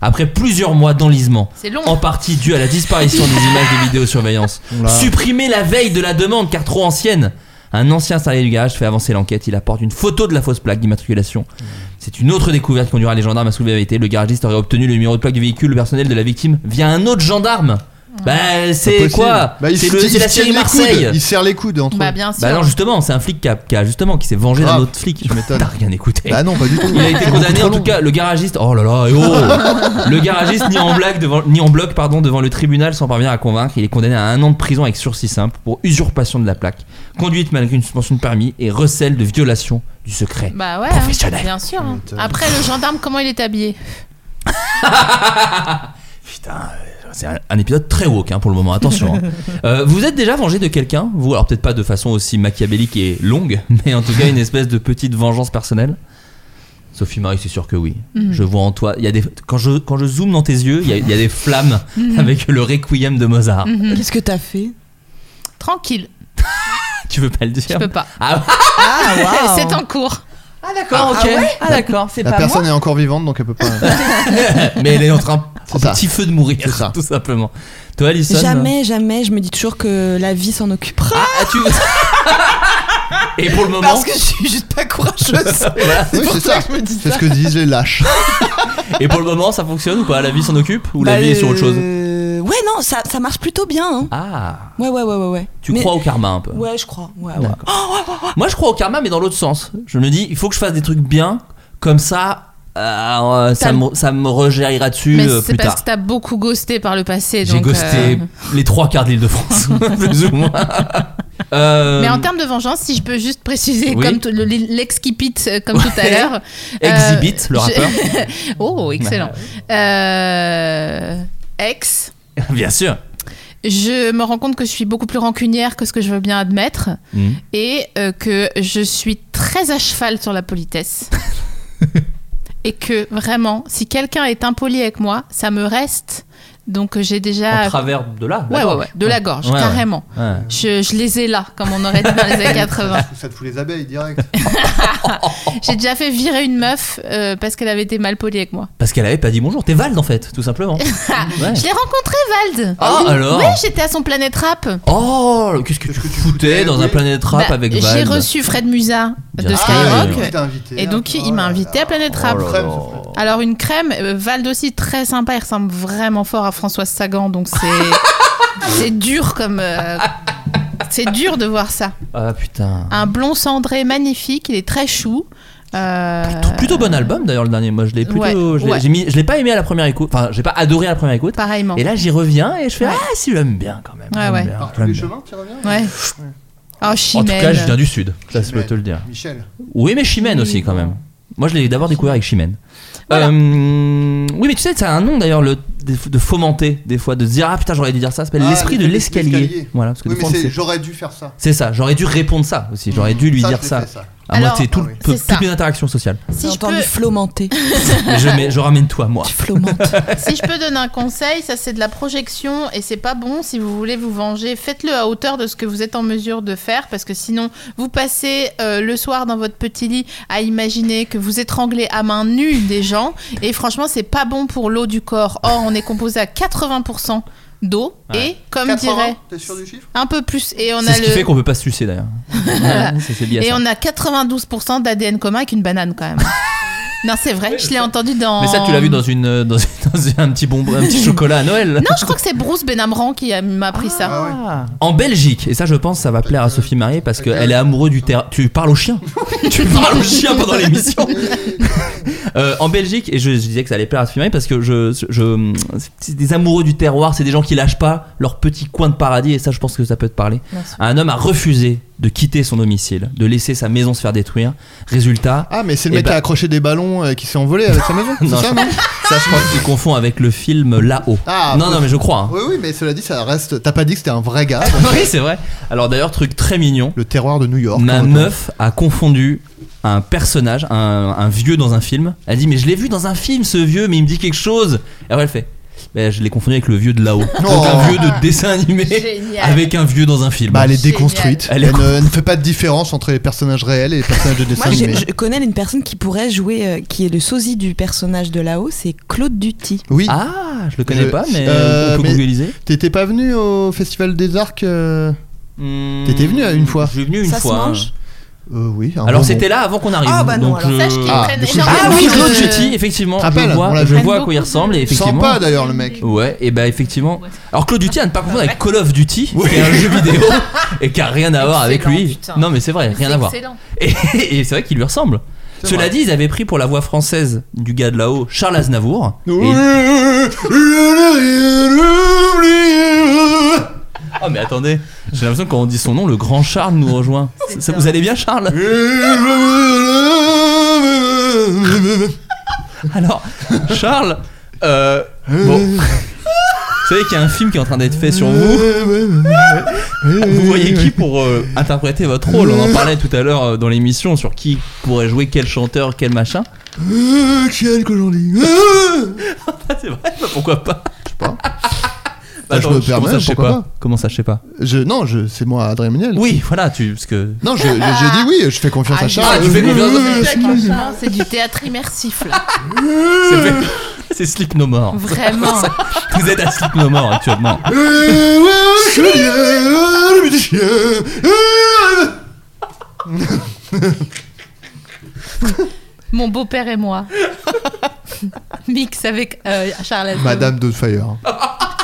Après plusieurs mois d'enlisement,
C'est long.
en partie dû à la disparition des images de vidéosurveillance,
Oula.
supprimées la veille de la demande car trop ancienne, un ancien salarié du garage fait avancer l'enquête. Il apporte une photo de la fausse plaque d'immatriculation.
Mmh.
C'est une autre découverte qui conduira les gendarmes à soulever la vérité. Le garagiste aurait obtenu le numéro de plaque du véhicule personnel de la victime via un autre gendarme.
Mmh.
Bah, c'est
Possible.
quoi
Bah, ils
C'est
se-
le-
ils
c'est la
se tiennent
série
les
Marseille.
coudes. Ils se serrent les coudes entre
Bah
eux.
bien sûr.
Bah non, justement, c'est un flic qui a, qui a justement qui s'est vengé d'un
Grave.
autre flic.
Tu m'étonnes.
T'as rien écouté.
Bah non, pas du tout.
Il a été condamné en tout cas, le garagiste. Oh là là, eh oh Le garagiste ni en blague devant, ni en bloc pardon devant le tribunal sans parvenir à convaincre. Il est condamné à un an de prison avec sursis simple pour usurpation de la plaque, conduite malgré une suspension de permis et recel de violation du secret.
Bah ouais,
Professionnel.
bien sûr. hein. Après le gendarme, comment il est habillé
Putain, euh, c'est un, un épisode très woke hein, pour le moment. Attention. hein. Euh, vous êtes déjà vengé de quelqu'un Vous alors peut-être pas de façon aussi machiavélique et longue, mais en tout cas une espèce de petite vengeance personnelle. Sophie Marie, c'est sûr que oui.
Mm.
Je vois en toi. Il y a des quand je quand je zoome dans tes yeux, il y a, il y a des flammes
Mm.
avec le requiem de Mozart.
Mm-hmm.
Qu'est-ce que t'as fait
Tranquille,
Tu veux pas le dire
je peux pas.
Ah,
Ah, waouh.
C'est en cours.
ah, d'accord, ok. ah d'accord, c'est
La personne est encore vivante, donc elle peut pas.
Mais elle est en train
C'est
en
ça.
petit feu de mourir,
C'est ça.
tout simplement. Toi, Alison
Jamais, jamais, je me dis toujours que la vie s'en occupera.
Ah, ah, tu Et pour le moment,
Parce que je suis juste pas courageuse.
voilà.
Oui, c'est ça. C'est ce que disent les lâches.
Et pour le moment, ça fonctionne ou pas La vie s'en occupe ou la vie est sur autre chose
Bah, Euh, Ouais, non, ça, ça marche plutôt bien. hein.
Ah,
Ouais, ouais, ouais, ouais. ouais.
tu
Mais-
crois au karma un peu
Ouais, je crois. Ouais, Oh, ouais.
D'accord. Moi, je crois au karma, mais dans l'autre sens. Je me dis, il faut que je fasse des trucs bien, comme ça, euh, ça,
T'as-
me, ça me rejaillira dessus
Mais
euh,
c'est
plus tard.
parce que t'as beaucoup ghosté par le passé.
J'ai
donc, euh,
ghosté les trois quarts de l'île de France, plus ou moins. Euh,
Mais en termes de vengeance, si je peux juste préciser,
Oui.
comme tout- le- l'ex qui pite, euh, comme tout à
Ouais.
l'heure.
Exhibit,
euh,
le
je-
rappeur.
oh, excellent. Euh, ex.
Bien sûr.
Je me rends compte que je suis beaucoup plus rancunière que ce que je veux bien admettre
Mm.
et euh, que je suis très à cheval sur la politesse. et que vraiment, si quelqu'un est impoli avec moi, ça me reste Donc euh, j'ai déjà.
En travers de là, la
Ouais, ouais,
gorge.
ouais, de la gorge,
Ouais, ouais.
carrément.
Ouais.
Je, je les ai là, comme on aurait dit dans les années 80.
Ça te fout les abeilles direct.
J'ai déjà fait virer une meuf euh, parce qu'elle avait été mal polie avec moi.
Parce qu'elle avait pas dit bonjour. T'es Vald en fait, tout simplement. Ouais.
Je l'ai rencontré, Vald.
Ah,
Oui.
alors
Ouais, j'étais à son Planète Rap.
Oh, qu'est-ce que tu foutais dans un planète rap
Bah,
avec Vald
J'ai reçu Fred Musa
Bien
de
sûr.
Skyrock.
Ah, il t'a
et donc, il m'a invité à Planète Rap.
là là.
Alors, une crème, euh, Vald aussi, très sympa. Il ressemble vraiment fort à Françoise Sagan. Donc, c'est c'est dur comme. euh, c'est dur de voir ça.
Ah putain.
Un blond cendré magnifique. Il est très chou. Euh,
Plutôt bon album d'ailleurs le dernier. Moi je l'ai plutôt.
Ouais,
je l'ai
ouais.
j'ai mis- je l'ai pas aimé à la première écoute. Enfin, j'ai pas adoré à la première écoute.
Pareillement.
Et là j'y reviens et je fais ah si je l'aime bien quand même.
Ouais,
J'aime
ouais.
bien,
Par
je l'aime bien.
Ouais. Oh,
En tout
Chimène.
cas, je viens du sud. Ça je peux te le dire.
Michel.
Oui, mais Chimène aussi quand même. Moi, je l'ai d'abord découvert avec Chimène. Euh, oui, mais tu sais, ça a un nom d'ailleurs le, de, de fomenter des fois, de se dire ah putain j'aurais dû dire ça. Ça s'appelle
Ah,
l'esprit de l'escalier.
l'escalier.
Voilà, parce que
Oui,
des
mais
fois, on
c'est-
sait-
j'aurais dû faire ça.
C'est ça, j'aurais dû répondre ça aussi, j'aurais dû lui
Ça, je
dire
l'ai
ça.
fait, ça.
Ah, moi,
Alors,
c'est tout,
ah oui.
tout-
C'est ça.
toutes mes interactions sociales.
Si je
entendu
peux-
flomenter.
Mais je, mets- je ramène toi, moi.
si je peux donner un conseil, ça c'est de la projection et c'est pas bon. Si vous voulez vous venger, faites-le à hauteur de ce que vous êtes en mesure de faire parce que sinon vous passez euh, le soir dans votre petit lit à imaginer que vous étranglez à main nue des gens et franchement c'est pas bon pour l'eau du corps. Or on est composé à 80% d'eau
Ouais.
et comme
80,
dirait
T'es sûr du chiffre
un peu plus et on
C'est
a
ce
le
qui fait qu'on peut pas se sucer d'ailleurs. Ouais, c'est c'est bien
et
ça.
on a 92% d'ADN commun avec une banane quand même. non c'est vrai, je l'ai entendu dans
Mais ça, tu l'as vu dans, une, euh, dans, dans un, petit bonbon, un petit chocolat à Noël.
Non, je crois que c'est Bruce Benamran qui a- m'a appris ça.
En Belgique, et ça, je pense, ça va plaire à Sophie Marie parce qu'elle est amoureuse du terrain. Tu parles au chien Tu parles au chien pendant l'émission Euh, en Belgique, et je, je disais que ça allait plaire à Sophie Marie parce que je, je- c'est des amoureux du terroir, c'est des gens qui lâchent pas leur petit coin de paradis, et ça, je pense que ça peut te parler.
Merci.
Un homme a refusé de quitter son domicile, de laisser sa maison se faire détruire. Résultat.
Ah, mais c'est le
eh
mec
ben-
qui a accroché des ballons euh, qui s'est envolé avec sa maison. C'est
Non,
ça,
je-
non
ça, je crois que tu confonds avec le film Là-haut.
Ah,
non,
faut-
non, mais je crois. hein.
Oui, oui, mais cela dit, ça reste. T'as pas dit que c'était un vrai gars. donc-
oui, c'est vrai. Alors d'ailleurs, truc très mignon.
Le terroir de New York.
Ma
en
meuf a confondu un personnage, un, un vieux dans un film. Elle dit mais je l'ai vu dans un film ce vieux, mais il me dit quelque chose. Et après elle fait. Ben, je l'ai confondu avec le vieux de là-haut. Donc un vieux de dessin animé
Génial.
avec un vieux dans un film.
Bah, elle est
Génial.
déconstruite.
Elle
Elle,
est
ne, elle ne fait pas de différence entre les personnages réels et les personnages de dessin
Moi, je,
animé.
je connais une personne qui pourrait jouer, euh, qui est le sosie du personnage de là-haut, c'est Claude Duty.
Oui.
Ah, je le connais
Je-
pas, mais
Euh,
on peut
mais-
googliser.
T'étais pas venu au Festival des Arcs euh, T'étais venu euh, une fois
Hmm, Je suis venu une
Ça se
fois.
mange
Euh, oui. un
Alors
bon
c'était
moment.
là avant qu'on arrive.
Ah, bah non,
donc
alors.
je-
Sache qu'ils
Ah,
prennent
du coup,
énormément
Ah oui,
de-
Claude Jetty, effectivement.
Te rappelles,
je
on
vois,
l'a
je
vu.
vois à quoi il ressemble et effectivement.
Sympa d'ailleurs le mec.
Ouais, et bah effectivement. Alors Call of Duty à ne pas confondre avec Call of Duty, qui est un jeu vidéo et qui a rien à voir avec
Excellent,
lui.
putain.
Non mais c'est vrai, rien à voir.
Excellent.
Et, et c'est vrai qu'il lui ressemble. Cela dit, ils avaient pris pour la voix française du gars de là-haut Charles Aznavour. Et- Oh mais attendez, j'ai l'impression que quand on dit son nom, le grand Charles nous rejoint. Ça, ça- vous allez bien Charles Alors, Charles, euh, bon, vous savez qu'il y a un film qui est en train d'être fait sur vous.
Euh,
Vous voyez qui pour euh, interpréter votre rôle On en parlait tout à l'heure euh, dans l'émission sur qui pourrait jouer quel chanteur, quel machin.
Euh, Quel qu'aujourd'hui Euh,
C'est vrai, bah, pourquoi pas
Bah, je
Attends,
me
comment
permets,
ça, je sais
pourquoi
pas,
pas
Comment ça, je sais pas
je, Non, je, c'est moi, Adrien Méniel.
Oui, voilà, tu, parce que.
Non, je, je- j'ai dit oui, je fais confiance
Ah,
à Charles.
Ah, tu fais confiance à
Euh,
Franchement, C'est du théâtre immersif là.
C'est fait- C'est Sleep No More.
Vraiment.
Vous êtes à Sleep No More actuellement.
euh, ouais, je le dis, euh, euh, euh.
Mon beau-père et moi. Mix avec euh, Charles Aznavour.
Madame de Fire.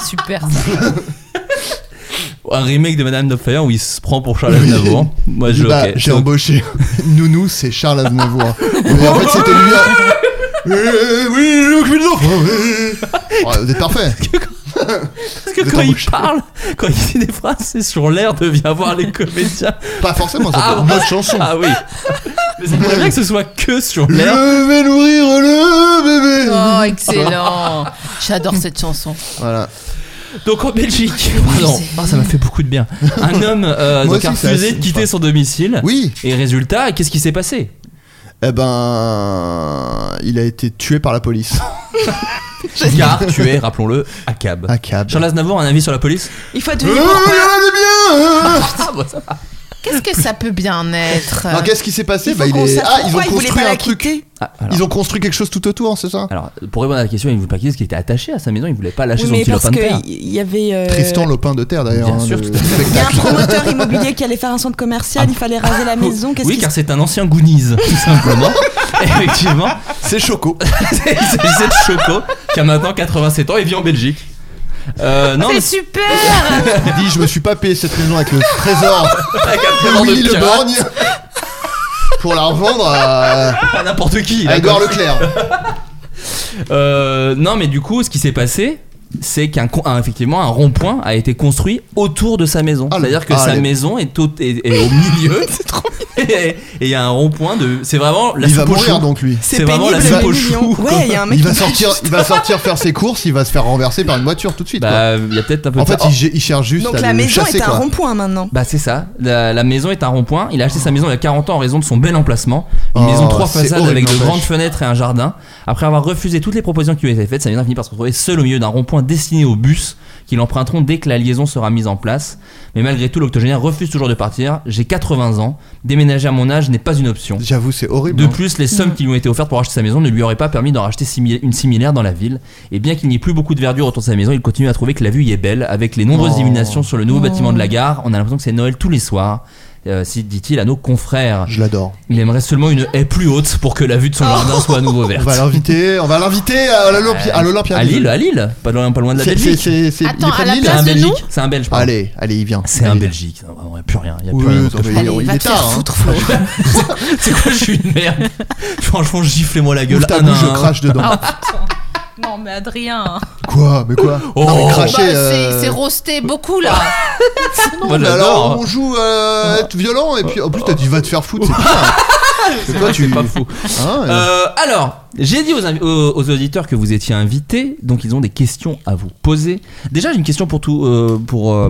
Super. ça.
Un remake de Madame Fire où il se prend pour Charles Aznavour. Moi, je.
Bah,
ok,
j'ai
je-
embauché Nounou, c'est Charles Aznavour. Mais en fait, c'était lui. hein. Euh, oui, le cul d'enfant. Ouais, Oh, Vous êtes parfait.
Parce
Vous
que
êtes
quand il
embauché.
parle, quand il dit des phrases, c'est sur l'air de bien voir les comédiens.
Pas forcément, ça peut
Ah,
être une autre chanson.
Ah oui. Mais c'est bien que ce soit que sur l'air.
Je vais nourrir le bébé.
Oh, excellent. J'adore cette chanson.
Voilà.
Donc en Belgique, pardon, Ah, ça m'a fait beaucoup de bien. Un homme euh,
Moi
donc a
aussi, ça,
refusé
c'est
de quitter
sympa.
son domicile.
Oui,
Et résultat, qu'est-ce qui s'est passé
eh ben, il a été tué par la police.
Car tu es, rappelons-le, à cab. À cab. Charles Aznavour, un avis sur la police
Il faut
Euh,
deviner
il y en
pourquoi.
a des biens, euh.
Ah,
Qu'est-ce que ça peut bien être
Alors qu'est-ce qui s'est passé
Il faut
Bah, il
qu'on
est-
sache
Ah, ils ont
pourquoi il voulait
construit
pas
un
la
truc.
quitter.
Ah,
Ils ont construit quelque chose tout autour, c'est ça
Alors, pour répondre à la question, il ne voulait pas quitter parce qu'il était attaché à sa maison, il ne voulait pas lâcher
Oui,
son
mais
petit
parce
lopin de terre.
qu'il y avait. euh,
Tristan Lopin de Terre d'ailleurs.
Bien
hein,
sûr,
le
tout à fait.
Il y a un
spectacle.
promoteur immobilier qui allait faire un centre commercial, il fallait raser la maison. Qu'est-ce
Oui,
qui
car c'est un ancien Goonies, tout simplement. Effectivement.
C'est Choco.
C'est c'est Choco, qui a maintenant 87 ans et vit en Belgique. Euh, non, mais
C'est super
Il dit Je me suis pas payé cette maison avec le trésor
avec un
de
trésor de
Willy Le
pirate,
Borgne pour la revendre à,
à n'importe qui.
à
là,
Edouard
quoi.
Leclerc.
Euh, non, mais du coup, ce qui s'est passé, c'est qu'un con- un- effectivement un rond-point a été construit autour de sa maison.
Ah, le-
C'est-à-dire que
ah,
sa
le-
maison est, au, est- est au milieu. et il y a un rond-point de. C'est vraiment la
Il va
soupe aux
mourir
choux.
donc lui.
C'est vraiment Oh, la
pénible,
soupe aux
il est
choux.
mignon. Ouais, il y a un mec
Il va
qui-
sortir, il va sortir faire ses courses, il va se faire renverser par une voiture tout de suite.
Bah, il y a peut-être un peu
quoi. En
de ça.
fait, il, gé- il cherche juste
Donc
à
la
le
maison
chasser,
est un
quoi.
rond-point maintenant.
Bah c'est ça, la, la maison est un rond-point, il a acheté sa maison il y a 40 ans en raison de son bel emplacement, une
Oh,
maison trois
c'est
façades
horrible,
avec de
n'empêche.
grandes fenêtres et un jardin. Après avoir refusé toutes les propositions qui lui étaient faites, sa maison a fini par se retrouver seule au milieu d'un rond-point destiné aux bus qu'ils emprunteront dès que la liaison sera mise en place. Mais malgré tout, l'octogénaire refuse toujours de partir. J'ai 80 ans, déménager à mon âge n'est pas une option.
J'avoue, c'est horrible.
De
hein.
plus, les
Mm.
sommes qui lui ont été offertes pour acheter sa maison ne lui auraient pas permis d'en racheter simila- une similaire dans la ville. Et bien qu'il n'y ait plus beaucoup de verdure autour de sa maison, il continue à trouver que la vue y est belle, avec les nombreuses
Oh.
illuminations sur le nouveau bâtiment de la gare. On a l'impression que c'est Noël tous les soirs. euh, si dit-il à nos confrères,
Je l'adore.
il aimerait seulement une haie plus haute pour que la vue de
Oh.
son jardin soit à nouveau
On
verte.
va l'inviter, on va l'inviter à l'Olympia. À, l'Olympia.
à Lille, à Lille, pas loin, pas loin de la
C'est- c'est-
Belgique.
c'est- c'est- il est
Attends,
pas
à
de
la
Lille hein.
C'est un
place de
Belgique,
nous
c'est un Belge. pardon.
Allez, allez, il vient.
C'est un
Allez.
Belgique, non, vraiment, y a plus rien, y a plus
Oui,
rien.
non,
d'autre que
mais
je-
Allez,
il
va
est
te faire
tard. hein.
foutre, Flo.
C'est quoi, je suis une merde. Franchement, giflez-moi la gueule. Ah,
Ouvre ta
un à
bouche, je
un.
crache dedans.
Ah. Non, mais Adrien.
Quoi Mais quoi Non,
Oh.
mais
Bah,
cracher.
c'est-
euh, Ah,
c'est roasté beaucoup là.
Moi,
Bah
j'adore.
alors on joue euh, à être violent et puis en plus t'as dit va te faire foutre, c'est pire. C'est quoi tu
Pas fou.
Hein, euh,
Euh, alors, j'ai dit aux, invi- aux- aux auditeurs que vous étiez invités, donc ils ont des questions à vous poser. Déjà, j'ai une question pour tout euh, pour euh,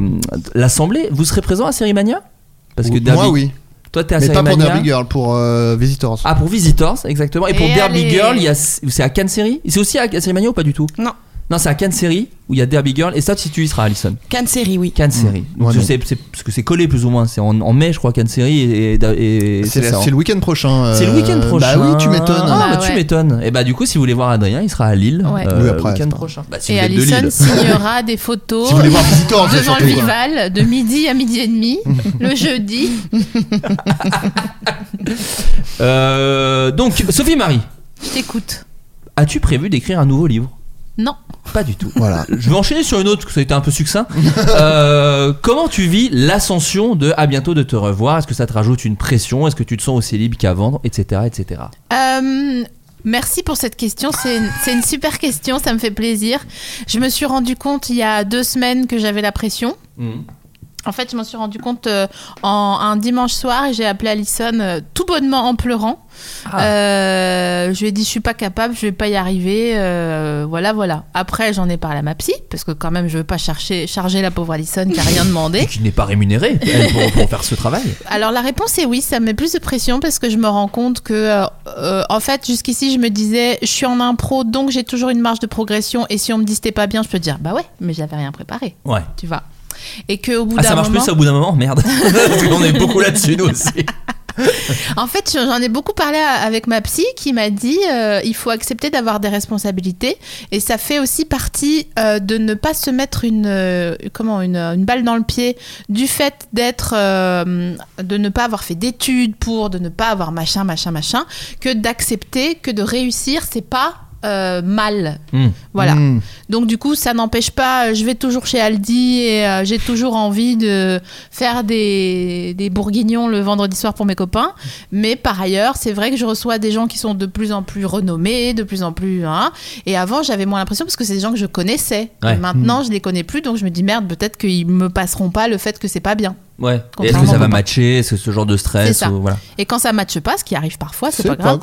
l'assemblée. Vous serez présent à Sérimania Parce que
Moi
Derby-
oui,
toi t'es à
mais pas pour
Sérimania.
Derby Girl, pour euh, Visitors.
Ah pour Visitors exactement. Et pour
Eh,
Et
Derby
allez.
Girl, il y a- c'est à Cannes Série. C'est aussi à Sérimania ou pas du tout
Non.
Non, c'est à Cannes Série où il y a Derby Girl. Et ça, si tu y seras, Alison.
Cannes série, oui.
Cannes Série.
Moi,
Parce que
Mmh. non.
c'est- c'est- parce que c'est collé plus ou moins. C'est en, en mai, je crois, Cannes Série et, et- et-
c'est
ça, hein.
c'est le week-end prochain. euh,
C'est le week-end prochain.
Bah oui, tu m'étonnes.
Ah,
Bah
bah, tu
ouais.
m'étonnes. Et bah, du coup, si vous voulez voir Adrien, il sera à Lille
Ouais.
euh,
Oui, après,
le
c'est
week-end
pas-
prochain. Bah, si
Et
vous êtes de
Alison
Lille.
signera des photos
Si vous voulez voir Visitors, c'est
devant le
surtout. quoi.
Vival de midi à midi et demi le jeudi.
Euh, donc, Sophie Marie,
Je t'écoute.
as-tu prévu d'écrire un nouveau livre
Non.
Pas du tout.
Voilà.
Je vais enchaîner sur une autre, parce que ça a été un peu succinct. Euh, comment tu vis l'ascension de à bientôt de te revoir Est-ce que ça te rajoute une pression Est-ce que tu te sens aussi libre qu'avant Etc. etc.
Euh, merci pour cette question. C'est une, c'est une super question. Ça me fait plaisir. Je me suis rendu compte il y a deux semaines que j'avais la pression. En fait, je m'en suis rendu compte euh, en un dimanche soir et j'ai appelé Alison euh, tout bonnement en pleurant.
Ah.
Euh, je lui ai dit je suis pas capable, je vais pas y arriver, euh, voilà voilà. Après, j'en ai parlé à ma psy parce que quand même je veux pas chercher, charger la pauvre Alison qui a rien demandé.
Et qui n'est pas rémunérée elle, pour, pour faire ce travail.
Alors la réponse est oui, ça me met plus de pression parce que je me rends compte que, euh, euh, en fait, jusqu'ici, je me disais, je suis en impro, donc j'ai toujours une marge de progression. Et si on me dit c'était pas bien, je peux dire, bah ouais, mais j'avais rien préparé,
Ouais.
tu vois. Et que au bout
Ah,
d'un
ça marche
moment,
plus au bout d'un moment Merde. Parce qu'on est beaucoup là-dessus, nous aussi.
en fait, j'en ai beaucoup parlé à- avec ma psy qui m'a dit, euh, il faut accepter d'avoir des responsabilités et ça fait aussi partie euh, de ne pas se mettre une euh, comment une, une balle dans le pied du fait d'être euh, de ne pas avoir fait d'études pour de ne pas avoir machin machin machin que d'accepter que de réussir c'est pas euh, mal
Hmm.
voilà
Hmm.
donc du coup, ça n'empêche pas, euh, je vais toujours chez Aldi et euh, j'ai toujours envie de faire des, des bourguignons le vendredi soir pour mes copains. Mais par ailleurs, c'est vrai que je reçois des gens qui sont de plus en plus renommés, de plus en plus... hein. et avant, j'avais moins l'impression parce que c'est des gens que je connaissais.
Ouais. Hmm.
Et maintenant, je les connais plus, donc je me dis, merde, peut-être qu'ils me passeront pas le fait que c'est pas bien.
Ouais. Et Est-ce que
Contrairement
ça
au
va
papa.
matcher Est-ce que ce genre de
C'est
stress
ça.
ou- voilà.
Et quand ça matche pas, ce qui arrive parfois, c'est pas grave.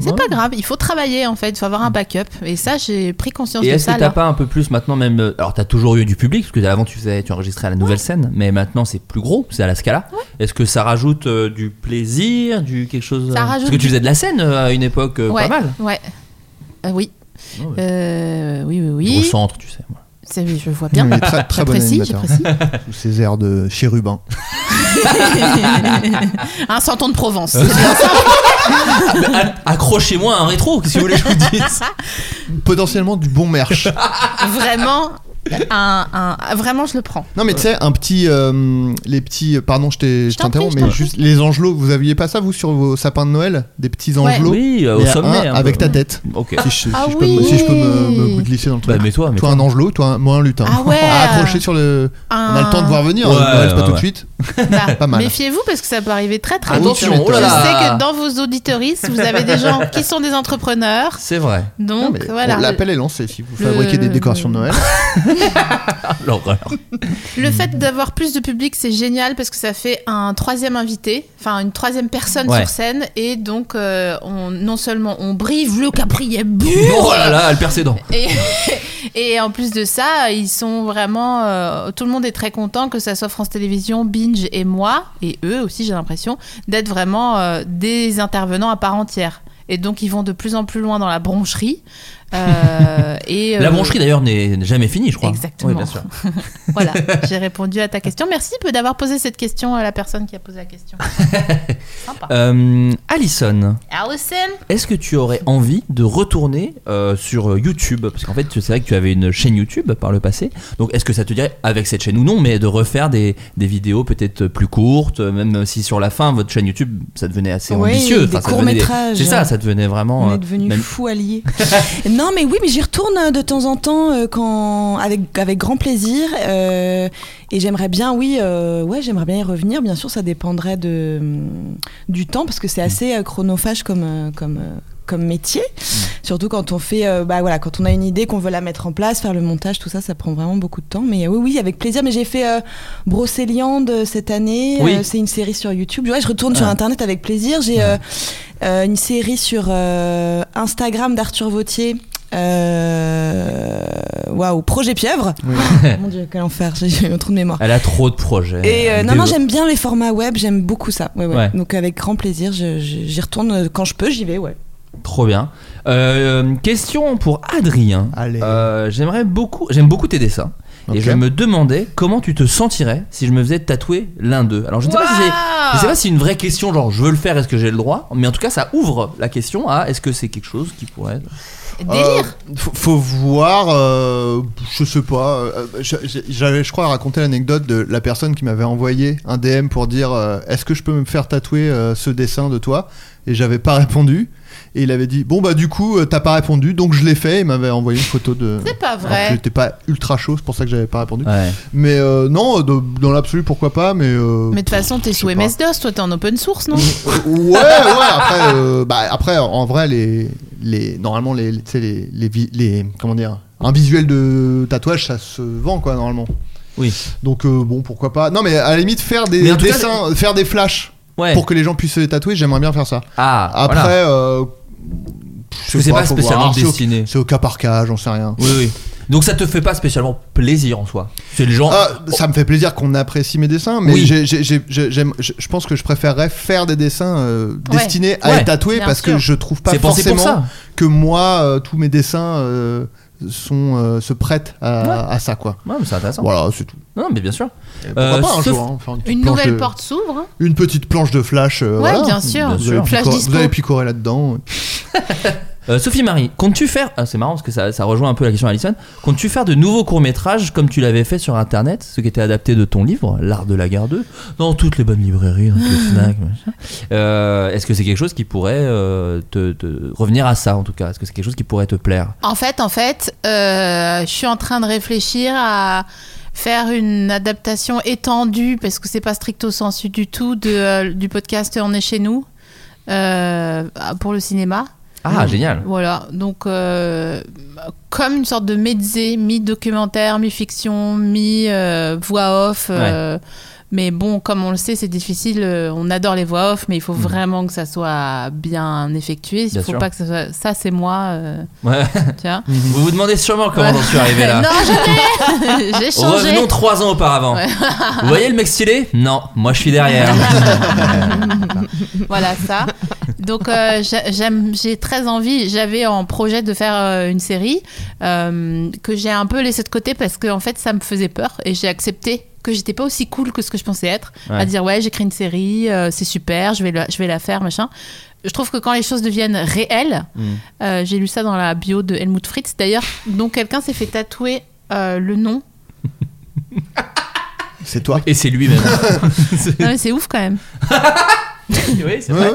C'est pas grave, il faut travailler en fait, il faut avoir un backup. Et ça, j'ai pris conscience
Et
de
est-ce
ça.
que t'as
là.
pas un peu plus maintenant même euh, Alors t'as toujours eu du public parce que avant tu faisais, tu enregistrais à la nouvelle scène, mais maintenant c'est plus gros, c'est à la Scala. Est-ce que ça rajoute euh, du plaisir, du quelque chose
Ça
euh,
rajoute
Parce que tu
du-
faisais de la scène euh, à une époque euh,
ouais.
pas mal.
Ouais. Euh, oui. Euh, oui, oui, oui.
Au centre, tu sais.
C'est- oui, je vois bien.
Non, mais très, très bon
J'apprécie,
animateur.
j'apprécie.
Sous ses airs de chérubin.
Un santon de Provence.
Mais a- Accrochez-moi à un rétro, qu'est-ce que vous voulez que je vous dise
Potentiellement du bon merch.
vraiment, un, un- vraiment, je le prends.
Non mais tu sais un petit euh, les petits pardon je t'ai- je
t'en
t'interromps
prie, je
mais
t'en
juste les angelots vous aviez pas ça vous sur vos sapins de Noël des petits angelots
Oui, euh, au
Mais
sommet,
un
un
avec
peu.
ta tête
Ok.
si je, si
Ah
je peux, me- si je peux me,
oui.
me glisser dans le
Bah,
truc
mets-toi,
toi
mets-toi.
un angelot toi un- moi un lutin
Ah ouais.
à accrocher sur le on a le temps de voir venir
Ouais,
Noël, c'est pas
ouais,
tout de
ouais.
suite
Bah,
pas mal
Méfiez-vous parce que ça peut arriver très très
Ah oui,
vite.
tu m'étonnes.
oh là là.
Je sais que dans vos auditoristes, vous avez des gens qui sont des entrepreneurs.
C'est vrai.
Non,
Donc
mais
voilà.
bon, l'appel est lancé si vous
Le-
fabriquez des décorations de Noël
L'horreur.
Le fait d'avoir plus de public, c'est génial parce que ça fait un troisième invité, enfin une troisième personne
Ouais.
sur scène, et donc euh, on, non seulement on brive le Capriébur,
Oh là là, le précédent.
et, et en plus de ça, ils sont vraiment, euh, tout le monde est très content que ça soit France Télévisions, Binge et moi, et eux aussi j'ai l'impression, d'être vraiment euh, des intervenants à part entière. Et donc ils vont de plus en plus loin dans la broncherie. euh, et,
La
euh,
broncherie d'ailleurs n'est n'est jamais finie, je crois.
Exactement.
Oui, bien sûr.
Voilà, j'ai répondu à ta question. Merci peu d'avoir posé cette question à la personne qui a posé la question. Sympa.
Euh, Alison,
Allison
est-ce que tu aurais envie de retourner euh, sur YouTube Parce qu'en fait, c'est vrai que tu avais une chaîne YouTube par le passé. Donc, est-ce que ça te dirait, avec cette chaîne ou non, mais de refaire des, des vidéos peut-être plus courtes, euh, même si sur la fin, votre chaîne YouTube, ça devenait assez
Oui,
ambitieux.
des
ça devenait
courts-métrages.
C'est ça, ça devenait vraiment.
On
euh,
est devenu
même-
fou alliés. non, mais oui, mais j'y retourne euh, de temps en temps euh, quand avec avec grand plaisir. euh, et j'aimerais bien, oui, euh, ouais, j'aimerais bien y revenir. Bien sûr, ça dépendrait de hum, du temps parce que c'est assez euh, chronophage comme euh, comme euh, comme métier. Surtout quand on fait, euh, bah voilà, quand on a une idée qu'on veut la mettre en place, faire le montage, tout ça, ça prend vraiment beaucoup de temps. Mais euh, oui, oui, avec plaisir. Mais j'ai fait euh, Brocéliande euh, cette année.
Oui.
Euh, c'est une série sur YouTube. Ouais, je retourne sur
Ah.
internet avec plaisir. J'ai euh, euh, une série sur euh, Instagram d'Arthur Vautier. Euh, Waouh, Projet Pieuvre. Mon dieu, quel enfer, j'ai eu un trou de mémoire.
Elle a trop de projets.
Et euh, non,
Désolé.
non, j'aime bien les formats web, j'aime beaucoup ça. Ouais, ouais.
Ouais.
Donc avec grand plaisir, je- je- j'y retourne euh, quand je peux, j'y vais, ouais.
Trop bien. Euh, question pour Adrien.
allez
Euh, J'aimerais beaucoup, j'aime beaucoup tes dessins.
Ok.
Et je me demandais comment tu te sentirais si je me faisais tatouer l'un d'eux. Alors je ne sais pas si c'est, je sais pas si c'est une vraie question, genre je veux le faire, est-ce que j'ai le droit Mais en tout cas, ça ouvre la question à est-ce que c'est quelque chose qui pourrait.
Délire
Euh, faut, faut voir, euh, je sais pas. euh, je- je- J'avais, je crois, raconté l'anecdote de la personne qui m'avait envoyé un DM pour dire euh, Est-ce que je peux me faire tatouer euh, ce dessin de toi Et j'avais pas répondu. Et il avait dit Bon, bah, du coup, euh, t'as pas répondu, donc je l'ai fait. Et il m'avait envoyé une photo de.
C'est pas
Alors que
vrai.
J'étais pas ultra chaud, c'est pour ça que j'avais pas répondu.
Ouais.
Mais euh, non, de- dans l'absolu, pourquoi pas, mais. euh,
Mais de toute façon, t'es
je sais
sous
pas.
MS-DOS, toi t'es en open source, non
ouais, ouais, après, euh, bah, après en vrai, les, les, normalement, les, tu sais, les, les, vi- les- Comment dire Un visuel de tatouage, ça se vend, quoi, normalement.
Oui.
Donc, euh, bon, pourquoi pas. Non, mais à la limite, faire des
Mais en tout cas,
dessins, faire des flashs
Ouais.
pour que les gens puissent se les tatouer, j'aimerais bien faire ça.
Ah.
Après,
voilà.
euh, je
Parce que c'est
sais
pas
faut voir.
spécialement
Alors, c'est au-
destiné.
C'est au cas par cas, j'en sais rien.
Oui, oui. Donc ça te fait pas spécialement plaisir en soi. C'est le genre.
Ah, ça me fait plaisir qu'on apprécie mes dessins, mais
Oui.
j'ai- j'ai- j'ai- j'ai- j'aime- je je pense que je préférerais faire des dessins euh,
Ouais.
destinés à
Ouais.
être tatoués
Bien
parce
sûr.
que je trouve pas
C'est pensé pour
forcément
ça.
que moi, euh, tous mes dessins euh, sont, euh, se prêtent à, à ça. quoi.
Ouais, mais c'est intéressant.
Voilà, c'est tout.
Non, mais bien sûr.
Et Eh, Pourquoi
Euh,
pas un
sauf-
jour hein, faire une, petite
Une
planche
nouvelle
de-
porte s'ouvre. hein.
Une petite planche de flash. euh,
ouais,
voilà.
bien sûr.
Bien
Vous
sûr.
avez,
Flash
picoré,
dispo.
vous avez picoré là-dedans.
Euh, Sophie Marie, comptes-tu faire. Ah, c'est marrant parce que ça, ça rejoint un peu la question Alison. Comptes-tu faire de nouveaux courts-métrages comme tu l'avais fait sur internet, ce qui était adapté de ton livre, L'Art de la guerre 2, dans toutes les bonnes librairies, dans toutes les Fnac,
Ah.
machin. Euh, Est-ce que c'est quelque chose qui pourrait euh, te, te- revenir à ça en tout cas Est-ce que c'est quelque chose qui pourrait te plaire
En fait, en fait, euh, je suis en train de réfléchir à faire une adaptation étendue parce que c'est pas stricto sensu du tout de, euh, du podcast On est chez nous euh, pour le cinéma.
Ah, génial
Voilà, donc euh, comme une sorte de mezzé, mi-documentaire, mi-fiction, mi-voix off. euh, Mais bon, comme on le sait, c'est difficile. euh, On adore les voix off, mais il faut vraiment que ça soit bien effectué. Il
Mm. Bien
faut
sûr.
pas que ça soit. Ça, c'est moi. euh,
Ouais.
tiens.
Vous vous demandez sûrement comment j'en suis arrivé là.
non, j'avais- j'ai changé.
Revenons trois ans auparavant.
Ouais.
Vous voyez le mec stylé Non, moi je suis derrière.
Voilà ça. Donc euh, j'a- j'aime, j'ai très envie. J'avais en projet de faire euh, une série euh, que j'ai un peu laissée de côté parce que en fait ça me faisait peur et j'ai accepté que j'étais pas aussi cool que ce que je pensais être.
Ouais.
À dire ouais j'écris une série, euh, c'est super, je vais la, je vais la faire machin. Je trouve que quand les choses deviennent réelles, euh, j'ai lu ça dans la bio de Helmut Fritz d'ailleurs, dont quelqu'un s'est fait tatouer euh, le nom.
C'est toi.
Et c'est lui-même.
Non, mais c'est ouf quand même.
oui, c'est vrai.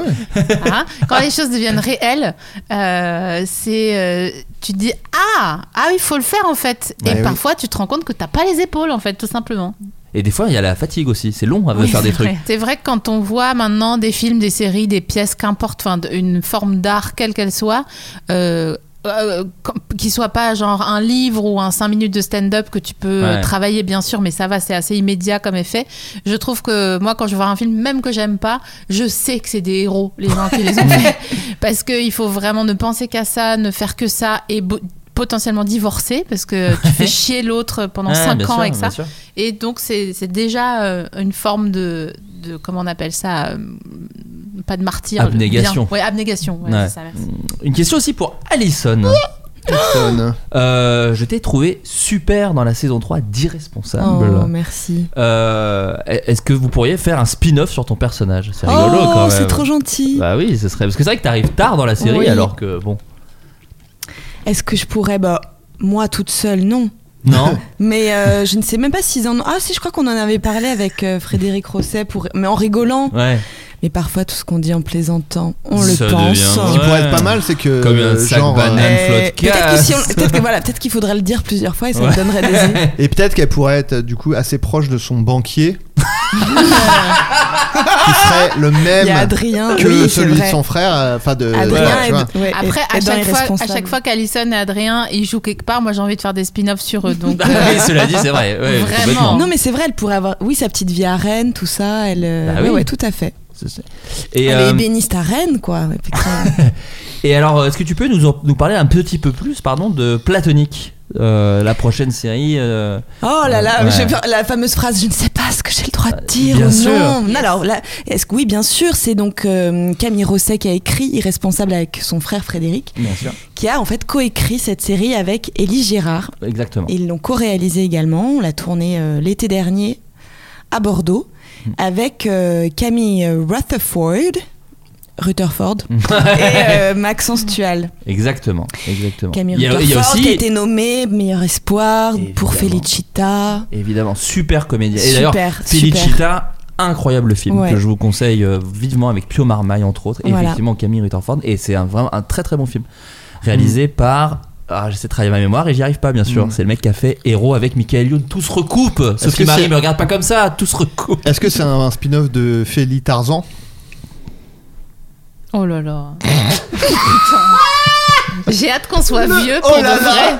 Hein Quand les choses deviennent réelles, euh, c'est euh, tu te dis ah ah il faut le faire en fait.
Ouais,
et
oui.
parfois tu te rends compte que t'as pas les épaules en fait tout simplement.
Et des fois, il y a la fatigue aussi. C'est long à
Oui,
faire des
c'est
trucs.
vrai. C'est vrai que quand on voit maintenant des films, des séries, des pièces, qu'importe, enfin d- une forme d'art quelle qu'elle soit. Euh, euh, qu- qu'il soit pas genre un livre ou un 5 minutes de stand-up que tu peux euh,
Ouais.
travailler bien sûr mais ça va c'est assez immédiat comme effet je trouve que moi quand je vois un film même que j'aime pas je sais que c'est des héros les gens qui les ont fait parce que il faut vraiment ne penser qu'à ça ne faire que ça et bo- potentiellement divorcer parce que tu fais chier l'autre pendant
Ouais,
5
bien
ans
sûr,
avec
bien
ça
sûr.
et donc, c'est c'est déjà euh, une forme de, de- Comment on appelle ça euh, Pas de martyr.
Abnégation.
bien. Ouais, abnégation. ouais,
Ouais.
c'est ça, merci.
Une question aussi pour Alison. Euh, je t'ai trouvé super dans la saison 3 d'Irresponsable.
Oh, merci.
Euh, Est-ce que vous pourriez faire un spin-off sur ton personnage C'est rigolo
Oh,
quand même.
Ah
c'est trop gentil.
Bah oui, ce serait. Parce que c'est vrai que t'arrives tard dans la série
Oui.
alors que bon.
Est-ce que je pourrais, bah, moi toute seule, non.
Non.
Mais euh, je ne sais même pas s'ils en ont. Ah, si, je crois qu'on en avait parlé avec euh, Frédéric Rosset, pour... mais en
Oh.
rigolant.
Ouais.
Mais parfois, tout ce qu'on dit en plaisantant, on le
Ça
pense.
devient-
Ce qui pourrait être pas mal, c'est que. euh,
Comme un sac
genre,
banane
Eh, Peut-être que si on- peut-être que voilà, peut-être qu'il faudrait le dire plusieurs fois et ça me donnerait des idées.
Et peut-être qu'elle pourrait être du coup assez proche de son banquier. qui serait le
Il y
même
a Adrien,
que
oui, c'est
celui de
vrai.
son frère, euh, enfin de.
Adrien
tu vois.
Après,
et-
à,
et dans
chaque
les
fois, à
responsables.
chaque fois qu'Alison et Adrien ils jouent quelque part, moi j'ai envie de faire des spin-offs sur eux. Donc, euh,
Ah oui, cela dit, c'est vrai. ouais,
hein.
complètement.
Non, mais c'est vrai, elle pourrait avoir, oui, sa petite vie à Rennes, tout ça. Elle, euh,
Bah
ouais,
oui.
ouais, tout à fait.
Et,
elle
euh,
est ébéniste à Rennes, quoi. effectivement.
et alors, euh, est-ce que tu peux nous, en- nous parler un petit peu plus, pardon, de Platonique, euh, la prochaine série euh,
Oh là là,
Ouais. Euh,
je vais faire la fameuse phrase, je ne sais pas ce que j'ai le droit de dire
bien
ou
sûr.
non. Non, Alors là, est-ce que oui, bien sûr, c'est donc euh, Camille Rosset qui a écrit Irresponsable avec son frère Frédéric,
Bien sûr.
qui a en fait coécrit cette série avec Élie Gérard.
Exactement.
Ils l'ont co-réalisé également. On l'a tourné euh, l'été dernier à Bordeaux
Hmm.
avec euh, Camille Rutherford, Rutherford et euh, Maxence Tual.
Exactement, exactement.
Camille
il y a, il y a
Rutherford qui a
aussi
été nommée meilleur espoir pour Felicita.
évidemment super comédien. Et
Super,
d'ailleurs, Felicita, incroyable film
Ouais.
que je vous conseille euh, vivement avec Pio Marmaille entre autres, et
Voilà.
effectivement Camille Rutherford. Et c'est un, vraiment un très très bon film réalisé
Mm.
par. Ah, j'essaie de travailler ma mémoire et j'y arrive pas, bien sûr.
Mm.
C'est le mec qui a fait Héros avec Michael Youn. Tout se recoupe. Sauf
Est-ce
que
que
Marie
c'est-
me regarde pas comme ça. Tout se recoupe.
Est-ce que c'est un, un spin-off de Feli Tarzan
Oh là là. J'ai hâte qu'on soit
Le
vieux
oh là
pour de
là.
vrai.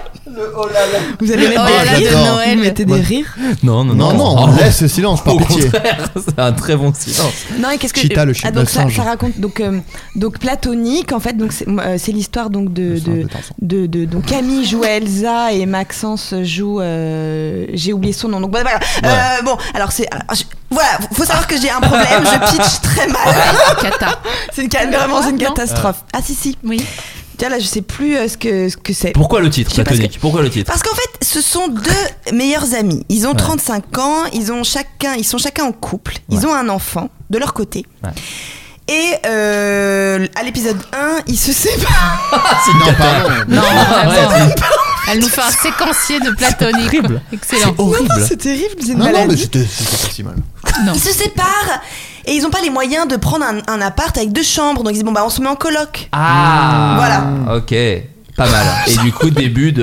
Vous
allez mettre Oh des là là, rires. de Noël.
Vous mettez des rires.
Non, non,
Non,
non.
non, on laisse ce silence, par
Au
pitié.
contraire, c'est un très bon silence.
Non, et qu'est-ce que ah,
Cheetah, le chien
donc
de
ça,
singe.
ça raconte donc euh, donc platonique en fait donc c'est euh, c'est l'histoire donc de de, de, de- donc Camille joue Elsa et Maxence joue euh, j'ai oublié son nom donc voilà, voilà. Euh, bon alors c'est alors, je- voilà faut savoir que j'ai un problème je pitch très mal
Cata.
c'est une ca- vraiment c'est une
Non.
catastrophe ah si si
oui
Tiens, là je sais plus euh, ce que ce que c'est
Pourquoi le titre,
Je sais pas
Platonique
ce que-
Pourquoi le titre
parce qu'en fait, ce sont deux meilleurs amis. Ils ont
Ouais.
35 ans, ils, ont chacun, ils sont chacun en couple, ils ont un enfant de leur côté.
Ouais.
Et euh, à l'épisode 1, ils se séparent.
C'est une
Non,
cata.
pardon.
Non,
Ah, ouais,
vraiment.
c'est-
Elle nous fait un séquencier de platonique.
horrible.
Excellent.
C'est horrible.
C'est terrible, c'est une
Non, non,
maladie.
mais c'était c'était pas si mal.
Non.
Ils se séparent et ils n'ont pas les moyens de prendre un, un appart avec deux chambres. Donc ils disent bon bah on se met en coloc.
Ah
Voilà.
Ok, pas mal. Et du coup, début de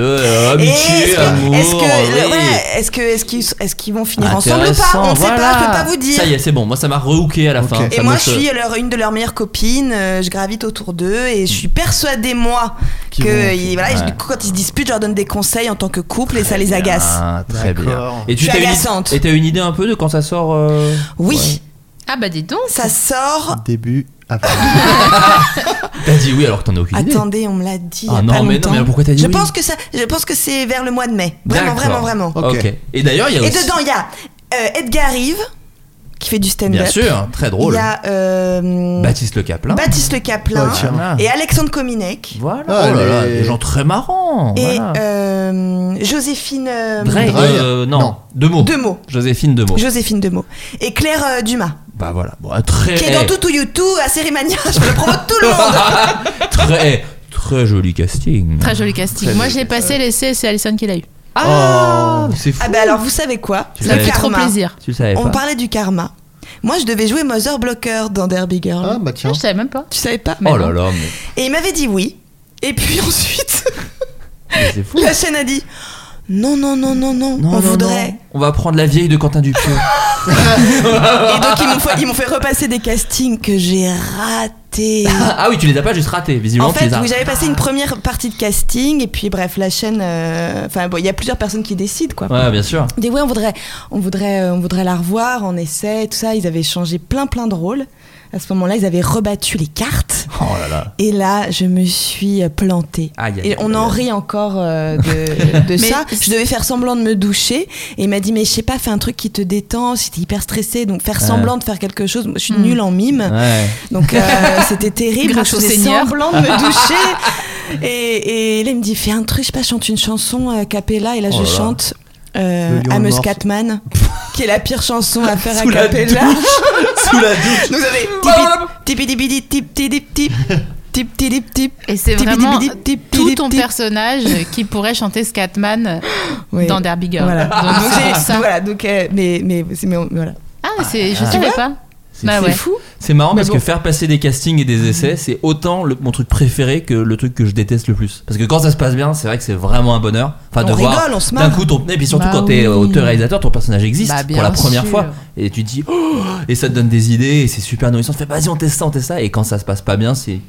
Et
euh, amitié,
est-ce que,
amour. ah
est-ce que,
oui.
ouais, est-ce que, est-ce qu'ils, est-ce qu'ils vont finir ensemble ou pas
Intéressant,
On ne sait
voilà.
pas, je peux pas vous dire.
Ça y est, c'est bon. Moi, ça m'a rehooké à la fin.
Et
Ça
moi,
me-
je suis leur- une de leurs meilleures copines, euh, je gravite autour d'eux et je suis persuadée, moi,
Qu'ils
que
vont-
ils- voilà,
ouais.
et je- quand ils se disputent, je leur donne des conseils en tant que couple et ça les agace.
Ah, très bien.
D'accord.
Et tu
Je
t'as
suis
une,
agaçante.
et t'as une idée un peu de quand ça sort euh,
Oui,
Ah bah dis donc.
ça sort.
Début avant.
T'as dit oui alors que t'en as aucune idée.
Attendez, on me l'a dit. il y a
Ah non,
pas
mais non,
longtemps.
mais pourquoi t'as dit
je
oui
pense que ça, Je pense que c'est vers le mois de mai. Vraiment,
D'accord.
vraiment, vraiment.
Ok.
Ok.
Et d'ailleurs, il y a
Et
aussi.
dedans, il y a euh, Edgar Rive, qui fait du stand-up.
Bien sûr, très drôle.
Il y a euh,
Baptiste Le Caplin.
Baptiste Le Caplin
Oh, tiens.
et Alexandre Kominek.
Voilà. Oh là là, des gens très marrants.
Bah, Et
voilà.
euh, Joséphine euh,
Drey, euh, non. deux mots.
Deux mots.
Joséphine Demeaux.
Joséphine Demeaux. Et Claire euh, Dumas.
Bah voilà, bon, un très,
Qui est dans tout ou you Too à Série Mania. Je le promote tout le monde. Ah.
très, très joli casting.
Très joli casting.
Très
Moi,
joli.
je l'ai passé, l'essai, et c'est Alison qui l'a eu.
Ah, c'est fou.
Ah bah alors vous savez quoi
Tu savais pas.
karma.
Trop plaisir. Tu le savais
On
pas.
parlait du karma. Moi je devais jouer Mother Blocker dans Derby Girl. Ah
bah tiens.
Je savais même pas.
Tu savais pas
Oh là là, mais
hein. Et il m'avait dit oui. Et puis ensuite,
mais c'est fou.
la chaîne a dit non non non non non,
Non,
on
non,
voudrait.
non. On va prendre la vieille de Quentin Dupieux.
Et donc ils m'ont fait, ils m'ont fait repasser des castings que j'ai ratés.
ah oui, tu les as pas juste ratés, visiblement
En
tu
fait,
les as.
oui, j'avais passé une première partie de casting et puis bref, la chaîne, euh, enfin bon, il y a plusieurs personnes qui décident quoi.
Ouais, bien sûr.
Ils disaient, ouais, on voudrait, on voudrait, euh, on voudrait la revoir en essai, tout ça. Ils avaient changé plein plein de rôles. À ce moment-là, ils avaient rebattu les cartes.
Oh là là.
Et là, je me suis euh, plantée.
Aïe, aïe,
et
aïe,
on
aïe,
en
aïe.
rit encore euh, de, de
Mais-
ça. Je devais faire semblant de me doucher. Et il m'a dit, mais je sais pas, fais un truc qui te détend. J'étais hyper stressée. Donc faire
Ah.
Ouais.
semblant de faire quelque chose. Moi, je suis nulle en mime.
Ouais.
Donc euh, c'était terrible.
Hmm. Grâce
je
au
faisais
Seigneur.
semblant de me doucher. Et, et là, il me dit, fais un truc, je sais pas, chante une chanson euh, cappella. Et là,
Oh
je
là là.
chante. Euh,
Le lion
Amos
mort.
Catman, qui est la pire chanson à faire à
Sous la
cappella.
Sous la douche.
Nous avez tipi tipi tipi tip tip tip tip tip tip
Et c'est
Tipi,
vraiment
tipi, tipi, tipi,
tout
tipi,
ton
tipi.
personnage qui pourrait chanter Scatman
Ouais.
dans Derby Girl.
Voilà.
Donc,
Donc,
c'est
j'ai-
pour ça.
voilà, donc, euh, mais, mais, c'est- mais on- mais voilà.
Ah, c'est, je
Ah.
savais pas.
C'est
Ah
fou.
ouais.
C'est marrant parce
bon. Mhm.
que faire passer des castings et des essais, c'est autant le- mon truc préféré que le truc que je déteste le plus. Parce que quand ça se passe bien, c'est vrai que c'est vraiment un bonheur. Enfin,
On
de voir
rigole, on se marre.
d'un coup ton et puis surtout
Bah
quand t'es euh,
oui.
auteur-réalisateur, ton personnage existe
Bah,
pour la
bien
première
sûr.
fois et tu te dis oh et ça te donne des idées et c'est super nourrissant. Tu fais vas-y on teste ça, on teste ça et quand ça se passe pas bien, c'est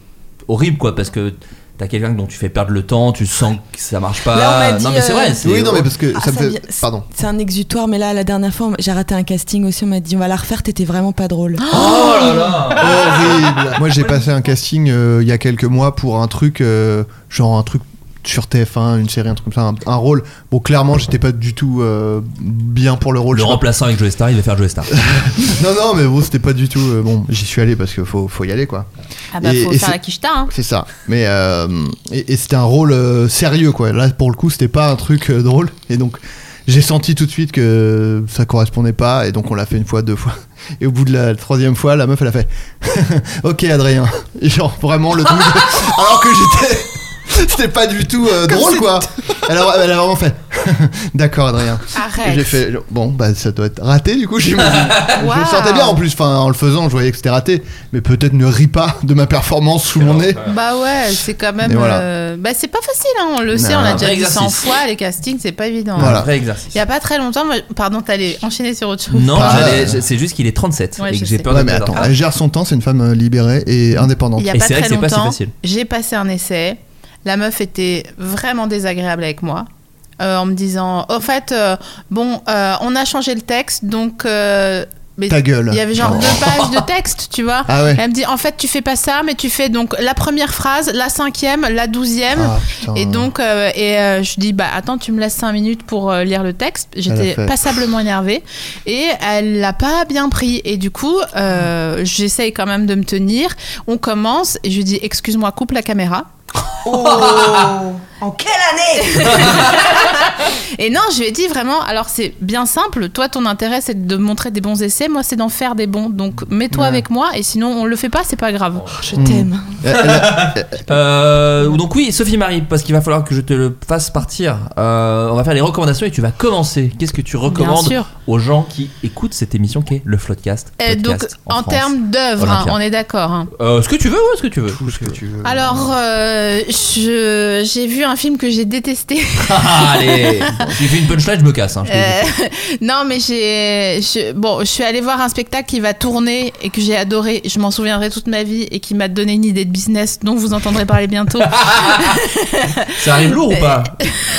horrible quoi parce que t'as quelqu'un dont tu fais perdre le temps, tu sens que ça marche pas.
Là, on m'a dit,
non mais c'est
euh,
vrai. c'est-
Oui, non, mais parce que
Ah,
ça me
ça
fait.
vient-
Pardon.
C'est un exutoire, mais là, la dernière fois, on- j'ai raté un casting aussi. On m'a dit, on va la refaire, t'étais vraiment pas drôle.
Oh là là.
Ah.
Horrible. Moi, j'ai passé un casting euh, il y a quelques mois pour un truc, euh, genre un truc sur TF1, une série, un truc comme ça, un, un rôle. Bon, clairement, j'étais pas du tout euh, bien pour le rôle.
Le
je sais pas.
remplaçant avec Joe Star, il va faire Joe Star.
Non, non, mais bon, c'était pas du tout. euh, bon, j'y suis allé parce que faut, faut y aller, quoi.
Ah bah,
Et-
faut
et
faire
c'est-
la quicheta. Hein.
C'est ça. Mais euh, et, et c'était un rôle euh, sérieux, quoi. Là, pour le coup, c'était pas un truc euh, drôle. Et donc, j'ai senti tout de suite que ça correspondait pas. Et donc, on l'a fait une fois, deux fois. Et au bout de la troisième fois, la meuf, elle a fait Ok, Adrien. Et genre, vraiment, le truc. Alors que j'étais. C'était pas du tout euh, drôle, quoi. Elle a, elle a vraiment fait D'accord, Adrien. Et
Arrête.
J'ai fait bon bah ça doit être raté du coup j'imagine. Je
Waouh.
le sentais bien en plus, enfin en le faisant je voyais que c'était raté, mais peut-être ne ris pas de ma performance sous mon nez.
Bah ouais, c'est quand même.
Mais voilà.
euh, Bah c'est pas facile, hein, on le sait,
Non,
on
un
l'a déjà
vrai
dit 100
exercice.
fois, les castings, c'est pas évident.
Voilà.
Un vrai exercice.
Il y a pas très longtemps, moi, pardon, t'allais enchaîner sur autre chose.
Non,
Ah,
j'allais-
euh.
j- c'est juste qu'il est 37
Ouais,
et que
je
j'ai
sais.
peur
Ouais
de
mais
perdre.
attends, elle gère son temps, c'est une femme euh, libérée et indépendante.
Il y a
Et
pas
c'est vrai
très
que c'est pas si
longtemps,
facile.
j'ai passé un essai. La meuf était vraiment désagréable avec moi. euh, en me disant, au fait, euh, bon, euh, on a changé le texte, donc. euh, mais
Ta gueule.
Il y avait genre
Oh.
deux pages de texte, tu vois.
Ah ouais.
Elle me dit, en fait, tu fais pas ça, mais tu fais donc la première phrase, la cinquième, la douzième.
Ah, putain.
Et donc, euh, et, euh, je dis, bah attends, tu me laisses 5 minutes pour euh, lire le texte. J'étais
fait-
passablement énervée. Et elle l'a pas bien pris. Et du coup, euh, j'essaye quand même de me tenir. On commence, et je lui dis, excuse-moi, coupe la caméra.
Oh. en quelle année
Et non, je lui ai dit vraiment, alors c'est bien simple, toi ton intérêt c'est de montrer des bons essais, moi c'est d'en faire des bons. Donc mets-toi avec moi et sinon on le fait pas, c'est pas grave.
Je t'aime.
Elle- elle-
Euh, donc oui, Sophie Marie, parce qu'il va falloir que je te le fasse partir. Euh, on va faire les recommandations et tu vas commencer. Qu'est-ce que tu recommandes
sûr.
aux gens qui écoutent cette émission qui est le Floodcast,
Euh, donc
podcast
en,
France.
termes d'œuvre, hein,
Olympia.
on est d'accord. hein.
Euh, ce que tu veux, ouais, ce que tu veux.
Tout ce que tu veux.
Alors, euh, je- j'ai vu un film que j'ai détesté.
Ah, allez, j'ai fait une punchline, je me casse. hein, je te le dis.
Euh, non, mais j'ai. je- Bon, je suis allée voir un spectacle qui va tourner et que j'ai adoré. Je m'en souviendrai toute ma vie et qui m'a donné une idée de business dont vous entendrez parler bientôt.
Ça arrive lourd ou pas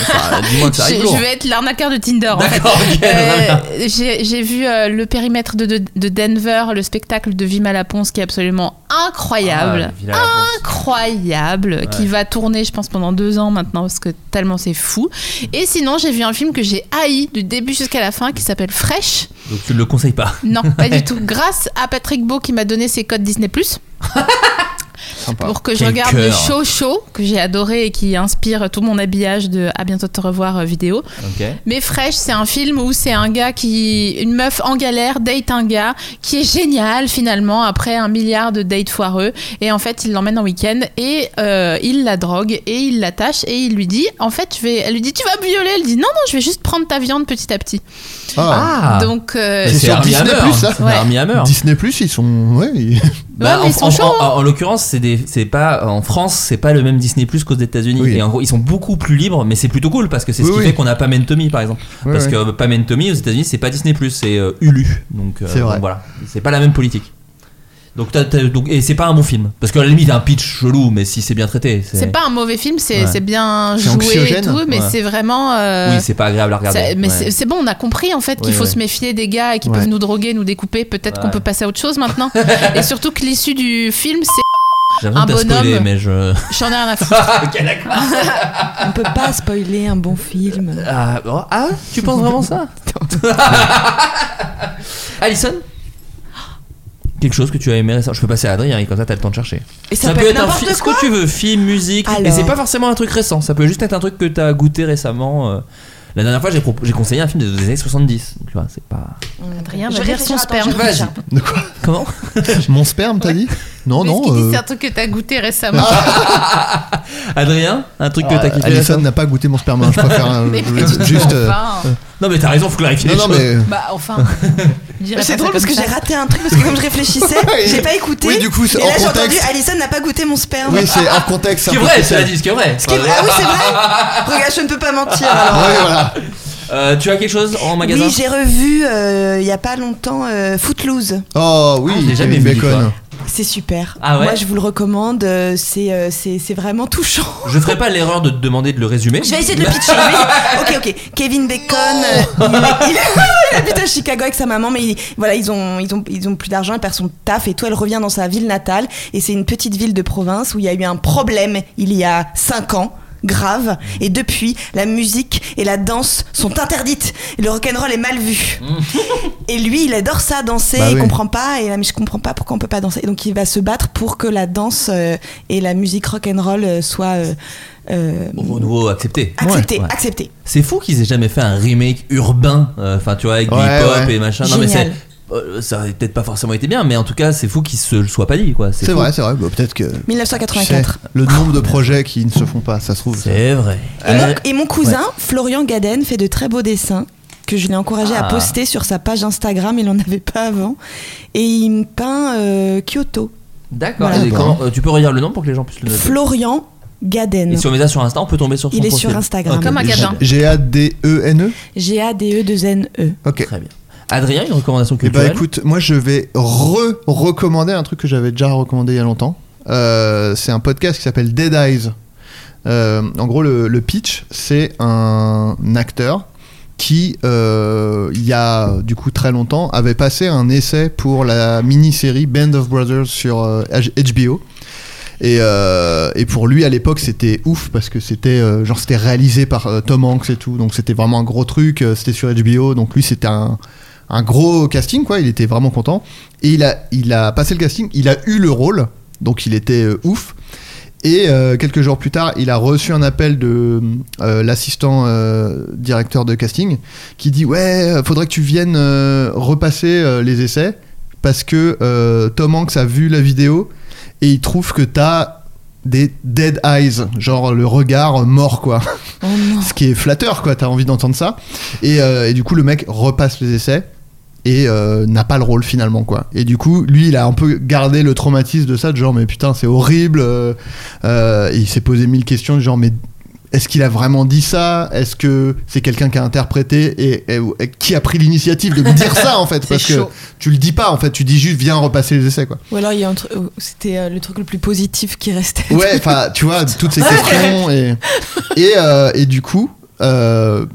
Enfin, Dis-moi que ça
Eh. je,
arrive
je
lourd.
vais être l'arnaqueur de Tinder. en fait.
D'accord, ok, très bien.
Euh, j'ai j'ai vu euh, le périmètre de, de- de Denver, le spectacle de Vima Laponce qui est absolument incroyable.
Ah, Villa Laponce.
incroyable. Qui va tourner, je pense, pendant deux ans maintenant parce que tellement c'est fou. Et Et sinon, j'ai vu un film que j'ai haï du début jusqu'à la fin qui s'appelle Fresh.
Donc tu ne le conseilles pas.
Non, pas du tout. Grâce à Patrick Beau qui m'a donné ses codes Disney Plus. Pour que je
Quel
regarde
cœur.
le show show que j'ai adoré et qui inspire tout mon habillage de à bientôt te revoir euh, vidéo.
Ok.
Mais Fresh, c'est un film où c'est un gars qui. Une meuf en galère date un gars qui est génial finalement après un milliard de dates foireux. Et en fait, il l'emmène en week-end et euh, il la drogue et il l'attache et il lui dit En fait, je vais. Elle lui dit Tu vas me violer Elle dit Non, non, je vais juste prendre ta viande petit à petit.
Ah.
Donc. euh,
C'est sur Disney Plus, ça
Ouais.
Disney Plus, ils sont. Ouais, ils-
Bah,
mais
en,
ils sont
en-
chauds, hein.
en- en l'occurrence, c'est des- c'est pas en France, c'est pas le même Disney Plus qu'aux États-Unis. Et en gros, ils sont beaucoup plus libres, mais c'est plutôt cool parce que c'est ce
Oui,
qui
oui.
fait qu'on a Pam and Tommy, par exemple.
Oui,
parce
oui.
que euh, Pam and Tommy aux États-Unis, c'est pas Disney Plus, c'est euh, Hulu. Donc, euh,
C'est vrai.
donc voilà, c'est pas la même politique. Donc, t'as- t'as- donc- et c'est pas un bon film parce qu'à la limite, un pitch chelou, mais si c'est bien traité,
C'est pas un mauvais film, c'est
Ouais.
c'est bien
C'est
joué et
anxiogène.
tout, mais
Ouais.
c'est vraiment. euh,
Oui, c'est pas agréable à regarder.
ça- mais
Ouais.
c'est- c'est bon, on a compris en fait qu'il
Oui,
faut
oui.
se méfier des gars et qu'ils
Ouais.
peuvent nous droguer, nous découper. Peut-être qu'on
Ouais.
peut passer à autre chose maintenant. et surtout que l'issue du film,
J'ai
c'est un
l'impression de t'as
bonhomme.
spoilé, mais je.
J'en ai rien à foutre.
On peut pas spoiler un bon film.
Ah, tu penses vraiment ça Alison Quelque chose que tu as aimé récemment. Je peux passer à Adrien et comme ça t'as le temps de chercher.
Et ça peut
peut
être
être un
n'importe
fi- ce
quoi.
que tu veux, film, musique. Et
Alors.
c'est pas forcément un truc récent, ça peut juste être un truc que t'as goûté récemment. euh. La dernière fois j'ai pro- j'ai conseillé un film des années 70. Donc, tu vois, c'est pas.
Adrien
Je
va lire
réfléchis,
son
attends, je
sperme.
réfléchis.
De quoi
Comment
Mon sperme, t'as dit
Oh
Non,
Mais ce
non.
qu'il dit,
euh,
c'est un truc que t'as goûté récemment.
Ah, Adrien, un truc que
ah,
t'as kiffé
Alison
récemment
n'a pas goûté mon sperme, hein, je préfère. euh,
Mais pas du tout,
juste. euh,
enfin.
Non mais t'as raison, faut clarifier
Non,
les
non,
choses.
mais.
Bah
euh.
enfin. je dirais
C'est
pas
drôle
ça
parce que
comme
j'ai
ça.
raté un truc parce que comme je réfléchissais, j'ai pas écouté.
Oui, du coup, c'est
et
en
là j'ai entendu
contexte.
Alison n'a pas goûté mon sperme.
Oui, c'est hors contexte.
Ce qui est
un peu
vrai,
spécial.
cela dit, ce qui est vrai. Ah,
Ce qui est vrai- Ah oui, c'est vrai. Regarde, je ne peux pas mentir. alors.
Ouais, voilà.
Euh, tu as quelque chose en magasin
Oui, j'ai revu euh, il y a pas longtemps euh, Footloose.
Oh oui,
Ah, je l'ai jamais
Kevin
vu,
Bacon.
dis-toi.
C'est super.
Ah ouais
Moi, je vous le recommande. euh, C'est euh, c'est c'est vraiment touchant.
Je ferai pas l'erreur de te demander de le résumer.
Je vais essayer de le pitcher. je vais- ok, ok. Kevin Bacon, euh, il, il- il habite à Chicago avec sa maman, mais il- voilà, ils ont, ils ont, ils ont plus d'argent, il perd son taf et tout. Elle revient dans sa ville natale et c'est une petite ville de province où il y a eu un problème il y a 5 ans grave et depuis la musique et la danse sont interdites et le rock'n'roll est mal vu et lui il adore ça danser
Bah
il
oui.
comprend pas et là mais je comprends pas pourquoi on peut pas danser Et donc il va se battre pour que la danse euh, et la musique rock'n'roll euh, soient euh, euh,
Au nouveau accepté.
Accepté,
Ouais.
accepté.
C'est fou qu'ils aient jamais fait un remake urbain, euh, enfin tu vois, avec
Ouais,
du hip-hop
ouais.
et machin. Non mais
Génial.
c'est- euh, ça aurait peut-être pas forcément été bien, mais en tout cas c'est fou qu'ils se le soient pas dit quoi.
C'est
fou.
vrai, c'est vrai. Bah, Peut-être que. Tu sais,
1984.
le nombre de projets qui ne se font pas, ça se trouve.
C'est vrai.
Et
Euh,
mon, et mon cousin, Florian Gaden, fait de très beaux dessins que je l'ai encouragé à
Ah.
poster sur sa page Instagram, il n'en avait pas avant. Et il me peint euh, Kyoto.
D'accord.
Voilà.
Et comment- euh, tu peux redire le nom pour que les gens puissent le noter.
Florian Gaden.
Et si on met ça sur Insta, on peut tomber sur son
Il est
profil.
sur Instagram.
Ok.
Comme un gadin.
G-A-D-E-N-E
G-A-D-E-2-N-E.
Ok.
Très bien. Adrien, une recommandation
Eh ben,
Et bah
culturelle.
écoute, moi je vais re-recommander un truc que j'avais déjà recommandé il y a longtemps. Euh, c'est un podcast qui s'appelle Dead Eyes. Euh, en gros, le, le pitch, c'est un acteur qui, euh, il y a du coup très longtemps, avait passé un essai pour la mini-série Band of Brothers sur euh, H- HBO. Et, euh, et pour lui à l'époque c'était ouf parce que c'était euh, genre c'était réalisé par euh, Tom Hanks et tout donc c'était vraiment un gros truc euh, c'était sur HBO donc lui c'était un, un gros casting quoi il était vraiment content et il a il a passé le casting il a eu le rôle donc il était euh, ouf et euh, quelques jours plus tard, il a reçu un appel de euh, l'assistant euh, directeur de casting qui dit ouais, faudrait que tu viennes euh, repasser euh, les essais parce que euh, Tom Hanks a vu la vidéo et il trouve que t'as des dead eyes, genre le regard mort quoi.
Oh non.
Ce qui est flatteur quoi, t'as envie d'entendre ça. Et, euh, et du coup le mec repasse les essais et euh, n'a pas le rôle finalement quoi. Et du coup lui il a un peu gardé le traumatisme de ça, de genre mais putain c'est horrible. euh, euh, et il s'est posé mille questions, de genre mais est-ce qu'il a vraiment dit ça Est-ce que c'est quelqu'un qui a interprété et, et- et qui a pris l'initiative de me dire ça en fait Parce
chaud.
que tu le dis pas en fait, tu dis juste viens repasser les essais quoi.
Ou alors, il y a un truc- euh, c'était euh, le truc le plus positif qui restait.
Ouais, enfin, tu vois, toutes ces questions. Et, et, euh, et du coup, euh,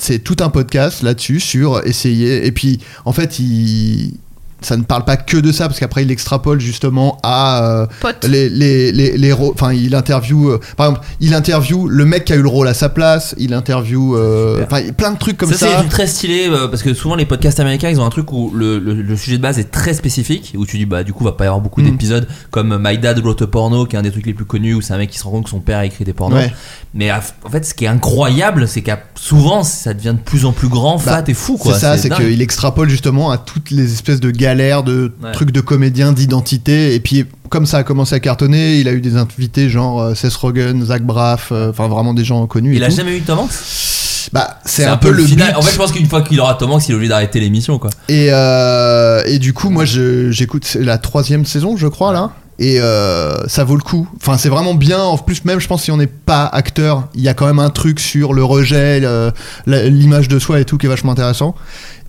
c'est tout un podcast là-dessus sur essayer. Et puis, en fait, il. ça ne parle pas que de ça parce qu'après il extrapole justement à euh,
Pote.
les les les les ro- enfin il interviewe euh, par exemple il interviewe le mec qui a eu le rôle à sa place il interviewe euh, enfin plein de trucs comme ça,
c'est très stylé euh, parce que souvent les podcasts américains ils ont un truc où le, le- le sujet de base est très spécifique où tu dis bah du coup va pas y avoir beaucoup
Mm.
d'épisodes comme euh, My Dad Wrote a Porno qui est un des trucs les plus connus où c'est un mec qui se rend compte que son père a écrit des pornos
Ouais.
mais à- en fait ce qui est incroyable c'est qu'à souvent ça devient de plus en plus grand
Bah,
fat et fou quoi
C'est ça, c'est
dingue.
qu'il extrapole justement à toutes les espèces de galères, de
Ouais.
trucs de comédiens, d'identité. Et puis, comme ça a commencé à cartonner, il a eu des invités genre euh, Seth Rogen, Zach Braff, euh, enfin vraiment des gens connus. et
il a
tout.
jamais eu Tom Hanks
Bah, c'est un, peu, le
final
but.
en fait je pense qu'une fois qu'il aura Tom Hanks il est obligé d'arrêter l'émission quoi
Et, euh, et du coup, moi, je- j'écoute c'est la troisième saison, je crois, là. Et euh, ça vaut le coup. Enfin, c'est vraiment bien. En plus, même, je pense, si on n'est pas acteur, il y a quand même un truc sur le rejet, le- la- l'image de soi et tout qui est vachement intéressant.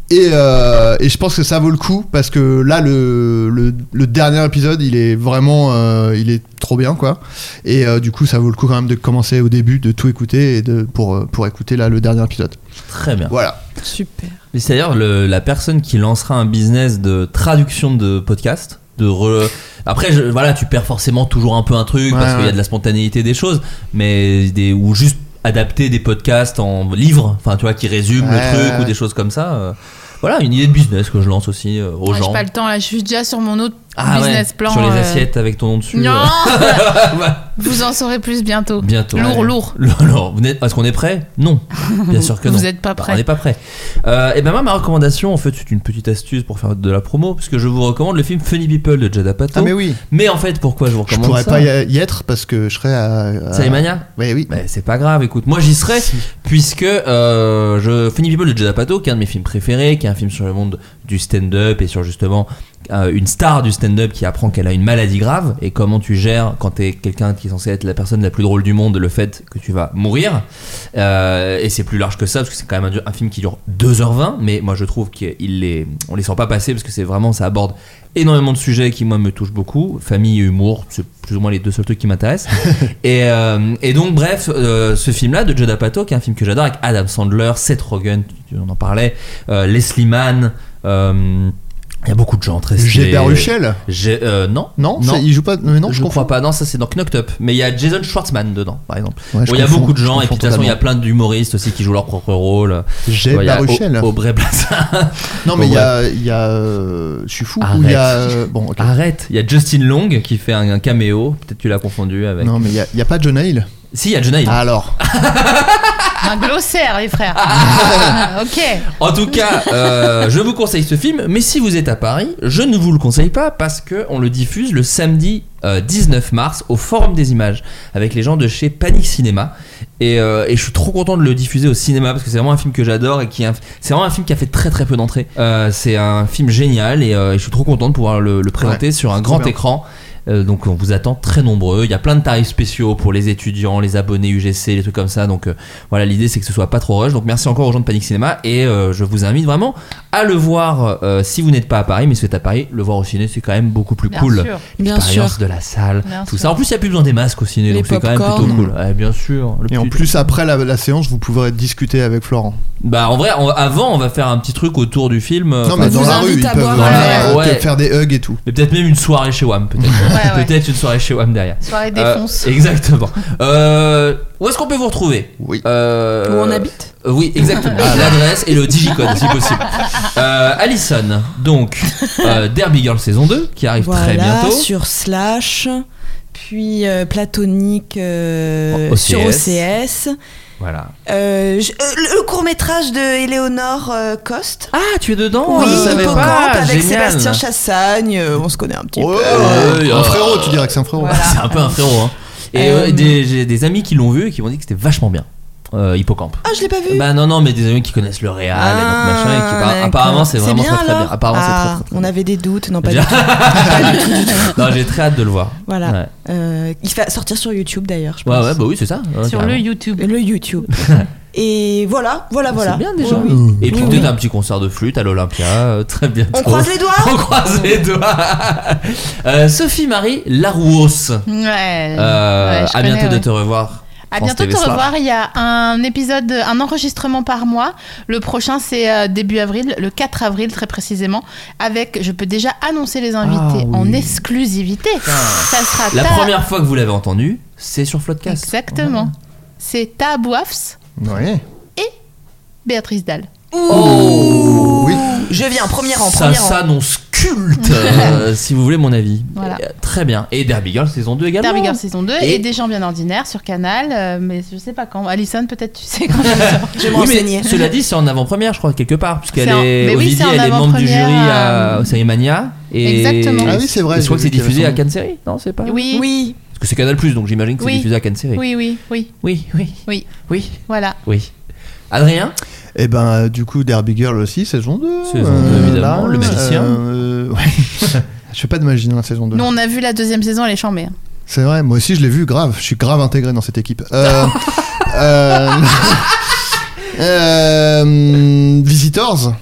Et, euh, et je pense que ça vaut le coup parce que là, le, le, le dernier épisode, il est vraiment, euh, il est trop bien, quoi. Et euh, du coup, ça vaut le coup quand même de commencer au début, de tout écouter et de pour euh, pour écouter là le dernier épisode.
très bien
Voilà.
Super.
Mais c'est d'ailleurs le- la personne qui lancera un business de traduction de podcast. De re- Après, je- voilà, tu perds forcément toujours un peu un truc
Ouais,
parce qu'il y
ouais.
a de la spontanéité des choses, mais des... ou juste adapter des podcasts en livres, enfin, tu vois, qui résument
Ouais,
le truc
ouais,
ou des
ouais.
choses comme ça. euh, Voilà, une idée de business que je lance aussi euh, aux
Ah, J'ai
gens.
pas le temps là, je suis déjà sur mon autre
Ah ouais,
business plan.
sur les
euh,
assiettes avec ton nom dessus.
Non
euh. Ouais,
Vous en saurez plus bientôt.
Bientôt.
Lourd, lourd.
Alors, vous n'êtes- est-ce qu'on est prêt Non, bien sûr que non.
Vous n'êtes pas
Bah,
prêt.
on n'est pas prêt. Euh, et ben moi, ma recommandation, en fait, c'est une petite astuce pour faire de la promo, puisque je vous recommande le film Funny People de Jada Pato.
Ah, mais oui.
Mais en fait, pourquoi je vous
Je
recommande
pourrais
ça
pas y y être parce que je serais à. à-
Salimania
Ouais, oui.
Mais c'est pas grave, écoute, moi j'y serai puisque euh, je Funny People de Jada Pato, qui est un de mes films préférés, qui est un film sur le monde du stand-up et sur justement euh, une star du stand-up qui apprend qu'elle a une maladie grave et comment tu gères quand t'es quelqu'un qui est censé être la personne la plus drôle du monde le fait que tu vas mourir. Euh, et c'est plus large que ça parce que c'est quand même un, un film qui dure 2h20, mais moi je trouve qu'il les on les sent pas passer parce que c'est vraiment ça aborde énormément de sujets qui moi me touchent beaucoup famille et humour c'est plus ou moins les deux seuls trucs qui m'intéressent et, euh, et donc bref euh, ce film là de Judd Pato qui est un film que j'adore avec Adam Sandler Seth Rogen tu- on en parlait euh, Leslie Mann euh, il y a beaucoup de gens très stylés.
Gilbert Ruchel
J'ai- euh, non
Non, c'est- il joue pas. Mais non,
je,
je,
ne
comprends.
crois pas. Non, ça c'est dans Knocked Up. Mais il y a Jason Schwartzman dedans, par exemple.
Ouais, je
Bon, il y a
confonds,
beaucoup de
je
gens, et puis
confonds
de toute façon, il y a
totalement.
plein d'humoristes aussi qui jouent leur propre rôle.
J'ai
Tu vois, il y a
Baruchel.
Au- Aubrey Plaza.
Non, mais il y
Bon, bref.
a, il y a, euh, je suis fou.
Arrête.
Ou il y a, euh, bon, ok.
Arrête. Il y a Justin Long qui fait un, un caméo. Peut-être tu l'as confondu avec.
Non, Ah. mais il y a, il y a pas John Hill.
Si, il y a Jonah Hill.
Alors,
Ah,
Un glossaire, les frères. Ah, ok.
En tout cas, euh, je vous conseille ce film, mais si vous êtes à Paris, je ne vous le conseille pas parce que on le diffuse le samedi euh, 19 mars au Forum des Images avec les gens de chez Panic Cinéma. Et, euh, et je suis trop content de le diffuser au cinéma parce que c'est vraiment un film que j'adore et qui est un- c'est vraiment un film qui a fait très très peu d'entrées. Euh, c'est un film génial et, euh, et je suis trop content de pouvoir le, le présenter
Ouais,
sur un
c'est
grand
trop bien.
écran. Euh, donc on vous attend très nombreux. Il y a plein de tarifs spéciaux pour les étudiants, les abonnés UGC, les trucs comme ça. Donc euh, voilà, l'idée c'est que ce soit pas trop rush. Donc merci encore aux gens de Panic Cinéma et euh, je vous invite vraiment à le voir euh, si vous n'êtes pas à Paris, mais si vous êtes à Paris, le voir au ciné c'est quand même beaucoup plus
Bien
cool.
sûr.
Bien sûr.
L'expérience de la salle,
Bien
tout
sûr.
ça. En plus il y a plus besoin des masques au ciné,
Les
donc c'est quand même plutôt
pop-corn.
cool. Ouais, bien sûr. Le
et en
petit-
plus après la, la séance, vous pourrez discuter avec Florent.
bah en vrai, on- avant on va faire un petit truc autour du film. euh,
non, mais
on
dans
vous
la rue,
invite
ils
à
peuvent
boire
euh,
un verre.
te
Ouais.
faire des hugs et tout.
Mais peut-être même une soirée chez Wam, peut-être.
Ouais, ouais.
Peut-être une soirée chez Wam derrière.
Soirée
Euh,
défonce.
exactement. Euh, où est-ce qu'on peut vous retrouver
Oui.
Euh,
Où on habite Ah.
euh, Oui, exactement. L'adresse et le digicode, si possible. Euh, Allison, donc euh, Derby Girl saison 2, qui arrive
Voilà,
très bientôt.
sur Slash, puis euh, Platonique euh,
OCS.
sur OCS.
Voilà.
Euh, je- euh, le court métrage de Éléonore euh, Coste.
Ah, tu es dedans
oui,
Je savais
Hippocampe
pas.
avec
Génial.
Sébastien Chassagne. euh, on se connaît un petit
Oh,
peu.
Euh,
un
euh,
frérot, tu dirais que c'est un frérot.
C'est un peu un frérot. Hein. Et
Euh,
euh, des, j'ai des amis qui l'ont vu et qui m'ont dit que c'était vachement bien. Euh, Hippocampe.
Ah, je l'ai pas vu.
Bah non, non, mais des amis qui connaissent le Real et donc machin et qui
Ah,
par-
d'accord.
apparemment c'est vraiment très très
alors
bien. Apparemment c'est
Ah,
très très très
On
bien.
avait des doutes, non pas
J'ai-
du tout.
non, j'ai très hâte de le voir.
Voilà.
Ouais.
Euh, il va sortir sur YouTube d'ailleurs, je
Ouais,
pense.
ouais, bah oui, c'est ça. ouais,
Sur
carrément.
le YouTube.
Le YouTube. Et voilà, voilà, voilà.
C'est bien déjà.
Oui, oui.
Et puis
Oui,
peut-être
oui.
un petit concert de flûte à l'Olympia euh, très bientôt.
On croise les doigts
On croise les doigts. Euh, Sophie Marie Larouos.
Ouais.
Euh,
Ouais, je
à bientôt
connais,
de
ouais.
te revoir.
À
France
bientôt de
TV
te
Soir.
revoir. Il y a un épisode, un enregistrement par mois. Le prochain, c'est euh, début avril, le 4 avril très précisément. Avec, je peux déjà annoncer les invités en exclusivité. Ça sera
Ah La
ta-
première fois que vous l'avez entendu, c'est sur Floodcast.
Exactement. C'est Ta Boifs,
Ouais.
Béatrice Dalle.
Je viens, premier rang,
Ça
hein.
premier rang.
s'annonce culte, euh, si vous voulez mon avis.
Voilà.
Euh, Très bien. Et Derby Girl saison 2 également.
Derby Girl saison 2 et,
Et-
Des gens bien ordinaires sur Canal, euh, mais je sais pas quand. Alison, peut-être tu sais quand.
Oui, mais Cela dit, c'est en avant-première, je crois, quelque part, puisqu'elle
C'est en-
est,
mais oui,
Olivier,
c'est en
elle est membre du
avant-première,
jury
euh,
à Mania. Et...
Exactement.
Ah oui, c'est vrai,
Je crois que
j'ai
c'est
vu qu'il y avait
diffusé
son
à
nom.
Cannes Série, non C'est pas
Oui.
Oui.
Parce que c'est Canal Plus, donc j'imagine que c'est
Oui.
diffusé à Cannes Série.
Oui, oui, oui.
Oui, oui.
Oui.
Oui.
Voilà.
Oui. Adrien
Et ben, euh, du coup, Derby Girl aussi, saison 2.
Saison
euh,
2, évidemment, le magicien.
euh, ouais. je fais pas de magie dans la saison 2.
Nous, on a vu la deuxième saison, elle est chambée. hein.
C'est vrai, moi aussi je l'ai vu, grave. Je suis grave intégré dans cette équipe. Euh, euh, euh, Visitors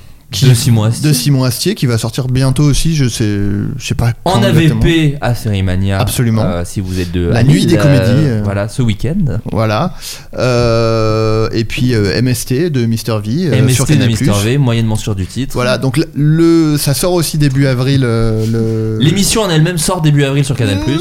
De Simon Astier.
de Simon Astier qui va sortir bientôt aussi. Je sais, je sais pas.
En
quand exactement.
AVP à Série Mania.
Absolument.
euh, si vous êtes de.
La
à
nuit
Lille,
des
euh,
comédies, euh.
Voilà, ce week-end.
Voilà. Euh, et puis euh, MST de Mr V euh, sur
MST de
Canal+.
Mister V, moyennement sûr du titre.
Voilà. Donc le- le ça sort aussi début avril. euh, le-
L'émission en elle-même sort début avril sur Canal
Mais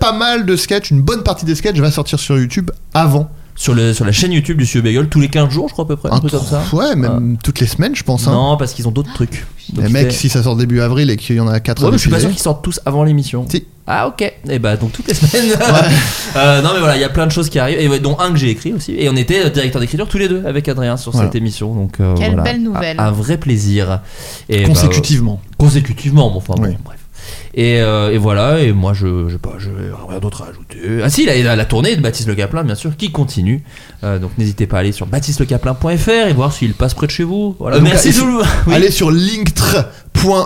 pas mal de sketchs, une bonne partie des sketchs va sortir sur YouTube avant.
Sur, le, sur la chaîne YouTube du Studio Bagel tous les 15 jours, je crois, à peu près. Un
Un
peu comme ça.
tr- Ouais, même
Ah.
toutes les semaines, je pense. hein.
Non, parce qu'ils ont d'autres trucs. Donc
Les
ils
mecs,
font-
si ça sort début avril et qu'il y en a 4
Ouais, mais je suis pas sûr qu'ils sortent tous avant l'émission.
Si.
Ah, ok. Et bah, donc toutes les semaines. Euh, non, mais voilà, il y a plein de choses qui arrivent, et ouais, dont un que j'ai écrit aussi. Et on était euh, directeur d'écriture tous les deux avec Adrien sur
Voilà.
cette émission. Donc, euh,
Quelle
voilà.
belle nouvelle.
Un, un vrai plaisir. Et bah, euh,
consécutivement.
consécutivement, bon, enfin, bon,
Oui.
bref. Et, euh, et voilà, et moi je, je sais pas, je rien d'autre à ajouter. Ah si, la, la, la tournée de Baptiste Le Caplin, bien sûr, qui continue. Euh, donc n'hésitez pas à aller sur baptistelecaplin.fr et voir s'il passe près de chez vous. Voilà,
Donc,
merci
allez-
tout le monde. Oui.
Allez sur linktre.ee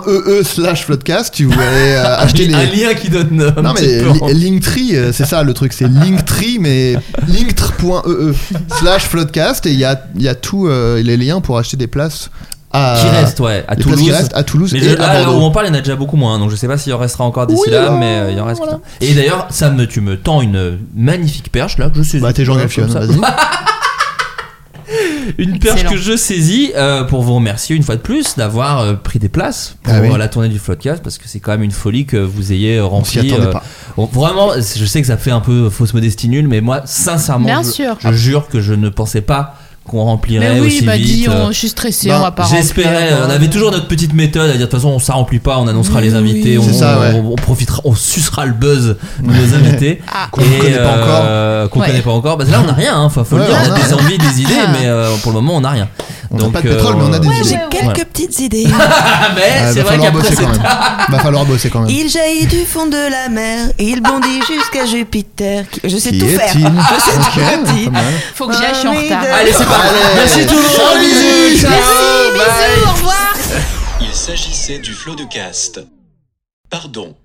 E slash floodcast, tu voulais euh, acheter les.
Un lien qui donne euh, un
Non
petit
mais
peu
li-
envie.
Linktree, euh, c'est ça le truc, c'est Linktree mais linktre.ee E slash floodcast et il y a, il y a tout euh, les liens pour acheter des places à
qui reste, ouais, à
des places qui
Toulouse.
restent à Toulouse
Mais
et
je- ah,
à
là où
Bordeaux.
on parle, il y en a déjà beaucoup moins, donc je sais pas s'il en restera encore d'ici
Oui,
là,
bah,
mais euh, il en reste.
voilà.
quelques-uns. Et d'ailleurs, ça me, tu me tends une magnifique perche là que je sais.
Bah t'es Jean Galfion, vas-y.
Une perche
Excellent.
que je saisis euh, pour vous remercier une fois de plus d'avoir euh, pris des places pour
Ah oui.
euh, la tournée du Floodcast parce que c'est quand même une folie que vous ayez euh,
On s'y
rempli.
attendait
euh,
pas.
on- vraiment, je sais que ça fait un peu euh, fausse modestie nulle, mais moi, sincèrement,
Bien
je,
sûr.
je jure que je ne pensais pas qu'on remplirait
Mais oui,
aussi
bah
vite.
dis,
euh,
on, je suis stressée,
ben,
on va pas
J'espérais, euh,
remplir.
on avait toujours notre petite méthode à dire de toute façon ça remplit pas, on annoncera les invités, on,
c'est ça, ouais.
on- on profitera, on sucera le buzz de nos invités.
Ah.
Qu'on connaît pas
euh, qu'on
Ouais.
connaît pas encore. Parce que là on a rien, hein, faut, faut le
Ouais, Ah. on
dire, on a
a
des
rien.
envies, des idées, mais euh, pour le moment on n'a rien. euh,
On a pas de pétrole, mais on a des idées.
J'ai
ouais.
quelques
Ouais.
petites idées.
Ah, mais
Ah,
c'est
va
vrai
falloir
qu'après
bosser
c'est
quand même. Va falloir bosser quand même.
Il jaillit du fond de la mer, il bondit jusqu'à Jupiter. Qui- Je sais
Qui
tout
est-il
faire. Je sais tout faire.
Ok, pas mal.
Faut que j'y aille, je suis en retard.
Allez, c'est parti. Merci tout le monde. Bisous. ciao, bye.
Au revoir.
Il s'agissait du flot de cast. Pardon.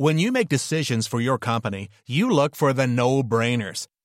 When you make decisions for your company, you look for the no brainers.